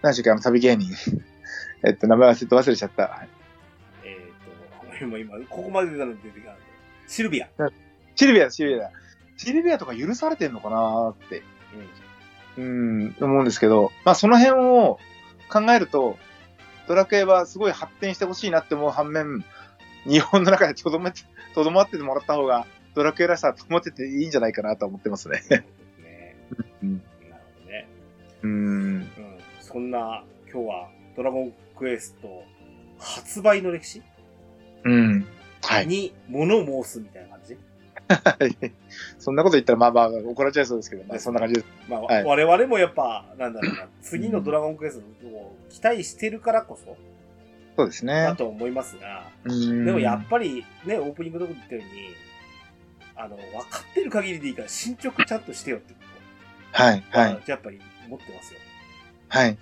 Speaker 2: 何でしたっけ、あの、旅芸人。 えっと、名前忘れ忘れちゃった。
Speaker 1: えっと、今、今、ここまでなら出てきた。シルビア。
Speaker 2: シルビアだ、シルビアだ。シルビアとか許されてんのかなーって、うん、思うんですけど、まあ、その辺を考えると、ドラクエはすごい発展してほしいなって思う反面、日本の中でとどめて、 とどまっててもらった方が、ドラクエらしさと思ってていいんじゃないかなと思ってますね。
Speaker 1: ね。
Speaker 2: うん
Speaker 1: なるほどね。
Speaker 2: うん。
Speaker 1: うん。そんな、今日は、ドラゴンクエスト、発売の歴史
Speaker 2: うん。はい。
Speaker 1: に、物を申すみたいな感じ。
Speaker 2: はいそんなこと言ったら、まあまあ、怒られちゃいそうですけど、まあ、そんな感じです。
Speaker 1: まあ、
Speaker 2: はい
Speaker 1: 我々もやっぱ、なんだろうな、次のドラゴンクエストを期待してるからこそ、
Speaker 2: そうです
Speaker 1: だ
Speaker 2: ね。
Speaker 1: と思いますが、
Speaker 2: で
Speaker 1: でもやっぱりね、オープニングのとこで言ったように、あの、分かってる限りでいいから進捗ちゃんとしてよってこ
Speaker 2: はい、
Speaker 1: と。
Speaker 2: はい、。
Speaker 1: やっぱり持ってますよ。
Speaker 2: はい。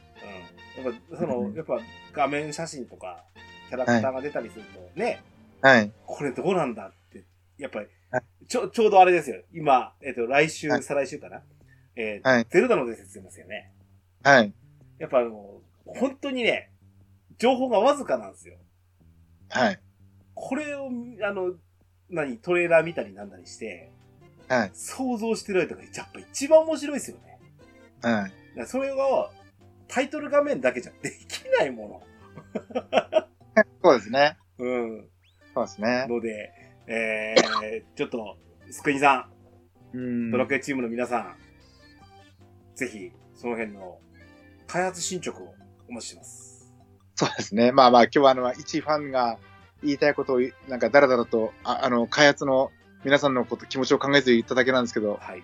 Speaker 1: うん。やっぱ、その、やっぱ画面写真とか、キャラクターが出たりすると、ね、
Speaker 2: はい。
Speaker 1: これどうなんだって、やっぱり
Speaker 2: は、
Speaker 1: ちょ、ちょうどあれですよ。今、えっ、と、来週、
Speaker 2: はい
Speaker 1: 再来週かな。えー
Speaker 2: はい
Speaker 1: ゼルダの伝説出ますよね。
Speaker 2: はい。
Speaker 1: やっぱあの、本当にね、情報がわずかなんですよ。
Speaker 2: はい。
Speaker 1: これを、あの、何、トレーラー見たりなんだりして、
Speaker 2: はい。
Speaker 1: 想像してる間がやっぱ一番面白いですよね。
Speaker 2: はい。
Speaker 1: だからそれを、タイトル画面だけじゃできないも
Speaker 2: そうですね。
Speaker 1: の。うん。
Speaker 2: そうですね。
Speaker 1: ので、えー、ちょっと、スクイーンさ
Speaker 2: うん
Speaker 1: ん、ドラクエチームの皆さん、ぜひ、その辺の開発進捗をお待ちしてます。
Speaker 2: そうですね。まあまあ、今日はあの、一ファンが言いたいことを、なんか、だらだらと、ああの、開発の皆さんのこと、気持ちを考えず言っただけなんですけど、
Speaker 1: はい。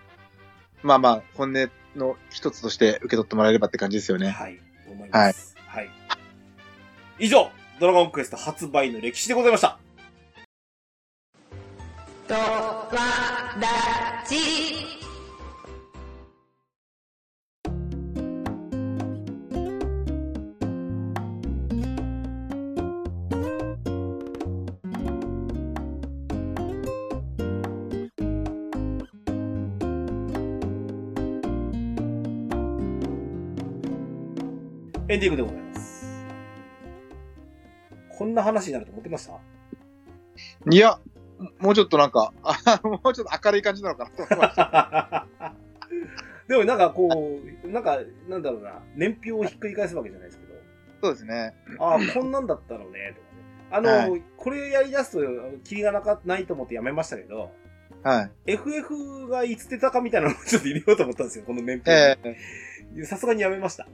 Speaker 2: まあまあ、本音の一つとして受け取ってもらえればって感じですよね。
Speaker 1: はい。と思います。はい。以上、ドラゴンクエスト発売の歴史でございました。
Speaker 4: とわらじ
Speaker 1: エンディングでございます。こんな話になると思ってました
Speaker 2: いや、もうちょっとなんか、あもうちょっと明るい感じなのかなと思いました。
Speaker 1: でもなんかこう、なんか、なんだろうな、年表をひっくり返すわけじゃないですけ
Speaker 2: そうですね。
Speaker 1: ど、ああ、こんなんだったのね、とかね。あの、これやり出すと、キリがなかないと思ってやめましたけど、
Speaker 2: はい。
Speaker 1: FF がいつ出たかみたいなのをちょっと入れようと思ったんですよ、この年表に
Speaker 2: ええ
Speaker 1: さすがにやめました。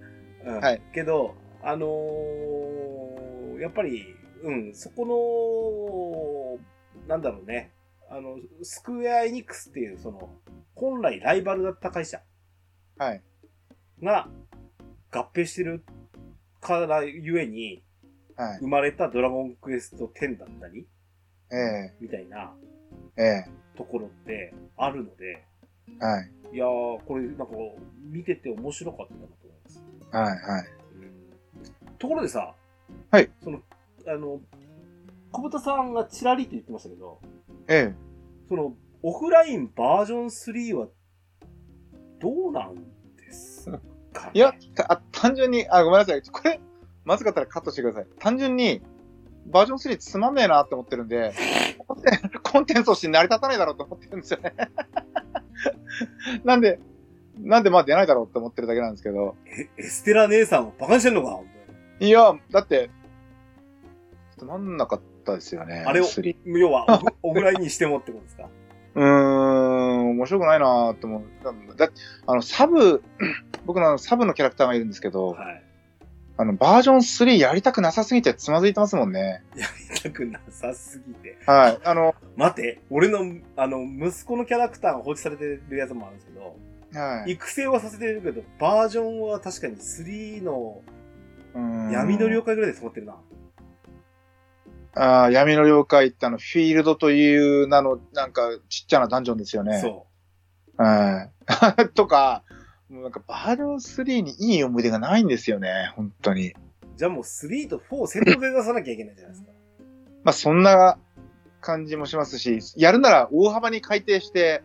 Speaker 1: うん
Speaker 2: はい
Speaker 1: けど、あのーやっぱり、うん、そこの、なんだろうね、あの、スクエア・エニックスっていう、その、本来ライバルだった会社
Speaker 2: はい。
Speaker 1: が合併してるからゆえに、
Speaker 2: はい。
Speaker 1: 生まれたドラゴンクエスト10だったり、
Speaker 2: ええ
Speaker 1: みたいな
Speaker 2: ええ
Speaker 1: ところってあるので、
Speaker 2: はい。
Speaker 1: いやー、これなんか見てて面白かったなと思います。
Speaker 2: はい。はい。
Speaker 1: うんところでさ、
Speaker 2: はい。
Speaker 1: その、あの、小豚さんがチラリと言ってましたけど、
Speaker 2: ええ。
Speaker 1: その、オフラインバージョン3は、どうなんですか、ね、
Speaker 2: いや、たあ単純に、あ、ごめんなさい。これ、まずかったらカットしてください。単純に、バージョン3つまんねえなって思ってるんで、 コンテンコンテンツとして成り立たないだろうと思ってるんですよ ね。なんで、なんでまあ出ないだろうって思ってるだけなんですけど。
Speaker 1: え、エステラ姉さんをバカにしてんのか本当に
Speaker 2: いや、だって、つまんなかったですよね。
Speaker 1: あれを
Speaker 2: 3。
Speaker 1: 要は オフ、オフラインにしてもってことですか
Speaker 2: うーん、面白くないなーって思う。だって、あの、サブ、 僕のあのサブのキャラクターがいるんですけど、
Speaker 1: はい。
Speaker 2: あの、バージョン3やりたくなさすぎてつまずいてますもんね。
Speaker 1: 痛くなさすぎて。
Speaker 2: はい。あの、
Speaker 1: 待って、俺の、あの、息子のキャラクターが放置されてるやつもあるんですけど、
Speaker 2: はい。
Speaker 1: 育成はさせてるけど、バージョンは確かに3の
Speaker 2: うーん
Speaker 1: 闇の了解ぐらいで止まってるな。
Speaker 2: あー闇の了解ってあの、フィールドという名の、なんか、ちっちゃなダンジョンですよね。。
Speaker 1: そう
Speaker 2: はい。 とか、もうなんか、バージョン3にいい思い出がないんですよね、本当に。
Speaker 1: う。じゃあもう3と4セットで出さなきゃいけないじゃないですか。
Speaker 2: まあ、そんな感じもしますし、やるなら大幅に改定して、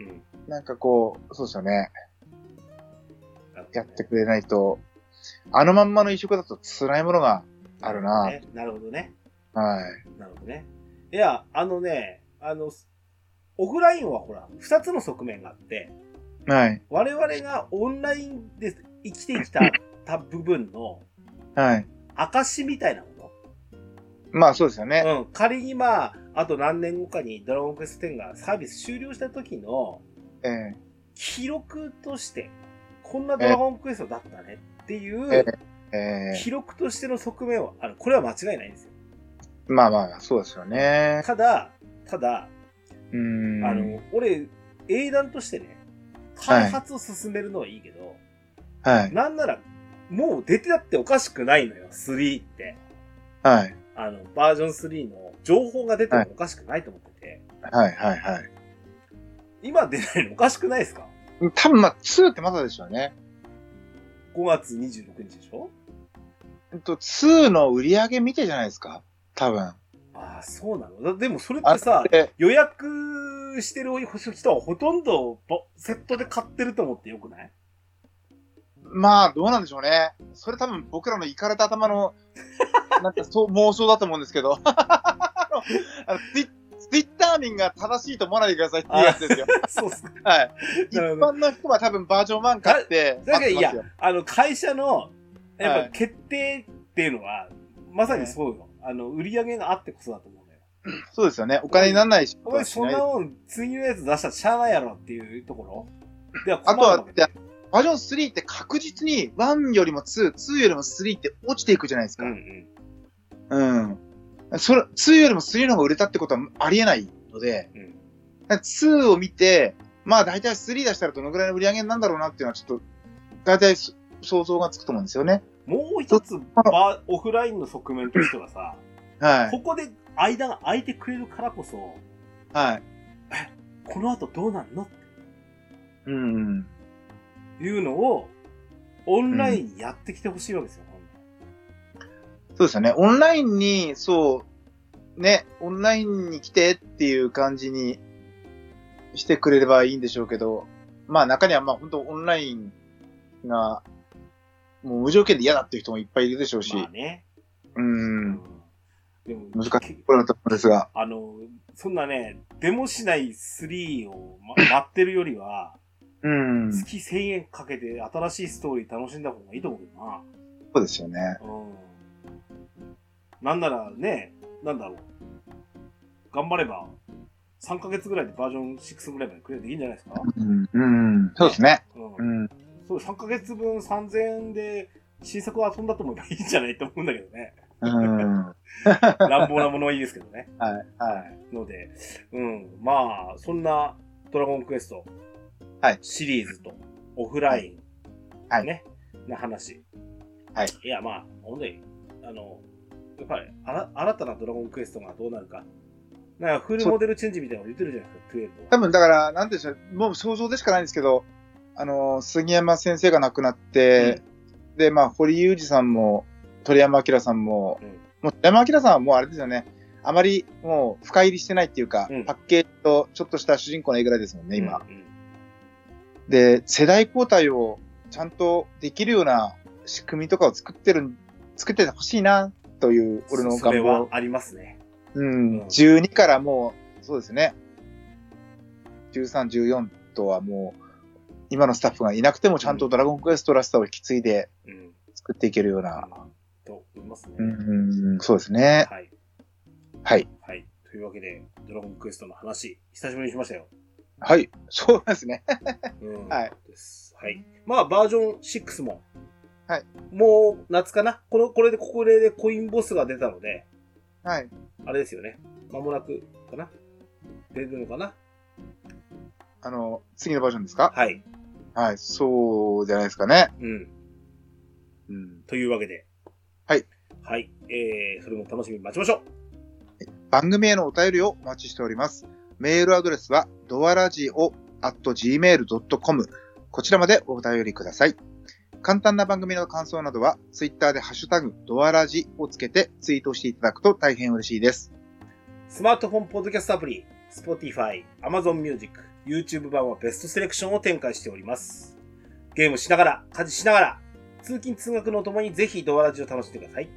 Speaker 1: うん
Speaker 2: なんかこう、そうですよね。やって
Speaker 1: く
Speaker 2: くれないと、あのまんまの移植だと辛いものがあるな。
Speaker 1: ね。なるほどね。
Speaker 2: はい。
Speaker 1: なるほどね。いや、あのね、あの、オフラインはほら、二つの側面があって、
Speaker 2: はい。
Speaker 1: 我々がオンラインで生きてきたた部分の
Speaker 2: はい。
Speaker 1: 証みたいなもの。
Speaker 2: まあ、そうですよね。
Speaker 1: うん、仮にまあ、あと何年後かにドラゴンクエスト10がサービス終了した時の
Speaker 2: え
Speaker 1: 記録として、こんなドラゴンクエストだったねってい
Speaker 2: え
Speaker 1: う
Speaker 2: えええ
Speaker 1: 記録としての側面はある。これは間違いないんですよ。
Speaker 2: まあまあ、そうですよね。
Speaker 1: ただ、ただ、
Speaker 2: うーん。
Speaker 1: あの、俺、英断としてね、開発を進めるのはいいけど、
Speaker 2: はい。
Speaker 1: なんなら、もう出てたっておかしくないのよ、3って。
Speaker 2: はい。
Speaker 1: あの、バージョン3の情報が出てもおかしくないと思ってて、
Speaker 2: はい、はい、はい。
Speaker 1: 今出ないのおかしくないですか
Speaker 2: 多分まあ、2ってまだでしょうね。
Speaker 1: 5月26日でしょ
Speaker 2: えっと、2の売り上げ見てじゃないですか多分。
Speaker 1: ああ、そうなのだ。でもそれっ
Speaker 2: あ
Speaker 1: てさ、
Speaker 2: え
Speaker 1: 予約してる人はほとんどぼセットで買ってると思ってよく ない
Speaker 2: まあ、どうなんでしょうね。それ多分僕らのいかれた 頭の、なんかそう妄想だと思うんですけど。 あのあのツイツイッター民が正しいと思わないでくださいっていうやつ ですよ。
Speaker 1: そうっすか。
Speaker 2: はい。一
Speaker 1: なるほど
Speaker 2: 般の人は多分バージョン1買って
Speaker 1: だけど、い
Speaker 2: 待っ
Speaker 1: や
Speaker 2: てますよ。、
Speaker 1: あの、会社の、やっ
Speaker 2: は
Speaker 1: ぱ
Speaker 2: い
Speaker 1: 決定っていうのは、まさにそうよ。あの、売り上げがあってこそだと思うんだよ。
Speaker 2: そうですよね。お金にならないし。
Speaker 1: お前そんなもん、次のやつ出したらしゃあないやろっていうところでは
Speaker 2: あ
Speaker 1: 困
Speaker 2: と
Speaker 1: る
Speaker 2: は
Speaker 1: わ、け
Speaker 2: じゃあバージョン3って確実に1よりも2、2よりも3って落ちていくじゃないですか。
Speaker 1: うんうん。
Speaker 2: うん。それ、2よりも3の方が売れたってことはありえないので、
Speaker 1: うん
Speaker 2: 2を見て、まあ大体3出したらどのぐらいの売り上げになるんだろうなっていうのはちょっと、大体そ想像がつくと思うんですよね。
Speaker 1: もう一つ、バーオフラインの側面としてはさ、
Speaker 2: はい。
Speaker 1: ここで間が空いてくれるからこそ、
Speaker 2: はい。
Speaker 1: この後どうなんのっ
Speaker 2: うん。
Speaker 1: ていうのを、オンラインにやってきてほしいわけですよ、
Speaker 2: そうですよね。オンラインに、そう、ね、オンラインに来てっていう感じにしてくれればいいんでしょうけど、まあ中にはまあ本当オンラインが、もう無条件で嫌だっていう人もいっぱいいるでしょうし、
Speaker 1: まあね。う
Speaker 2: う。。
Speaker 1: んでも、
Speaker 2: 難しい
Speaker 1: け
Speaker 2: これだと思うんですが、
Speaker 1: あの、そんなね、デモしない3をま待ってるよりは、
Speaker 2: うん。そ
Speaker 1: 月1000円かけて新しいストーリー楽しんだ方がいいと思うけどな。
Speaker 2: うですよね。
Speaker 1: うん。なんならね、なんだろう。頑張れば、3ヶ月ぐらいでバージョン6ぐらいまでクリアできるんじゃないですか。
Speaker 2: うん。うん。そうですね。
Speaker 1: うん。
Speaker 2: うん。
Speaker 1: そう、3ヶ月分3000円で新作を遊んだと思えばいいんじゃないと思うんだけどね。
Speaker 2: うん。はい。
Speaker 1: 乱暴なものはいいですけどね。
Speaker 2: はい。
Speaker 1: ので、うん、まあ、そんなドラゴンクエスト、
Speaker 2: はい
Speaker 1: シリーズとオフライン、
Speaker 2: はい
Speaker 1: ね、な話。
Speaker 2: はい。
Speaker 1: いや、まあ、本当に、あの、やっぱり、あら新たなドラゴンクエストがどうなるか。なんか、フルモデルチェンジみたいなこと言ってるじゃないですか、12
Speaker 2: 多
Speaker 1: は。
Speaker 2: 分だから、なんていうんでしょう、もう想像でしかないんですけど、あの、杉山先生が亡くなって、で、まあ、堀裕二さんも、鳥山明さんも、
Speaker 1: うん
Speaker 2: もう鳥山明さんはもうあれですよね。あまりもう深入りしてないっていうか、
Speaker 1: うん
Speaker 2: パッケージとちょっとした主人公の絵ぐらいですもんね、
Speaker 1: う
Speaker 2: 今。
Speaker 1: ん
Speaker 2: で、世代交代をちゃんとできるような仕組みとかを作ってる、作っててほしいな、という俺の
Speaker 1: それ
Speaker 2: 願
Speaker 1: は
Speaker 2: 望。
Speaker 1: ありますね。
Speaker 2: うん、
Speaker 1: うん
Speaker 2: 12からもう、そうですね。13、14とはもう、今のスタッフがいなくてもちゃんとドラゴンクエストらしさを引き継いで
Speaker 1: うん。
Speaker 2: 作っていけるような。
Speaker 1: と思いますね。
Speaker 2: うん、うんそうですね。
Speaker 1: はい。
Speaker 2: はい。
Speaker 1: はい。というわけで、ドラゴンクエストの話、久しぶりにしましたよ。
Speaker 2: はい。そうですね。
Speaker 1: うん
Speaker 2: はい。
Speaker 1: です。はい。まあ、バージョン6も。
Speaker 2: はい。
Speaker 1: もう、夏かなこの、これで、ここでコインボスが出たので、
Speaker 2: はい。
Speaker 1: あれですよね。間もなく、かな出るのかな
Speaker 2: あの、次のバージョンですか
Speaker 1: はい。
Speaker 2: はい。そうじゃないですかね。
Speaker 1: うん。
Speaker 2: うん。
Speaker 1: というわけで。
Speaker 2: はい。
Speaker 1: はい。えー、それも楽しみに待ちましょう。
Speaker 2: 番組へのお便りをお待ちしております。メールアドレスは、ドアラジオ at gmail.com。こちらまでお便りください。簡単な番組の感想などは、ツイッターでハッシュタグ、ドアラジをつけてツイートしていただくと大変嬉しいです。
Speaker 1: スマートフォンポッドキャストアプリ、Spotify、Amazon Music、YouTube 版はベストセレクションを展開しております。ゲームしながら、家事しながら、通勤通学のともにぜひドアラジを楽しんでください。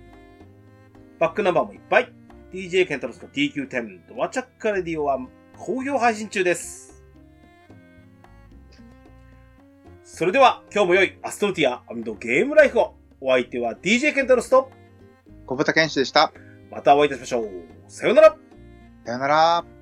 Speaker 1: バックナンバーもいっぱい。DJ ケンタロスの DQ10 ドアチャッカレディオは好評配信中です。それでは今日も良いアストルティアゲームライフをお相手は DJ ケンタロスと
Speaker 2: 小畑健志でした。
Speaker 1: またお会いいたしましょう。さようなら
Speaker 2: さよなら。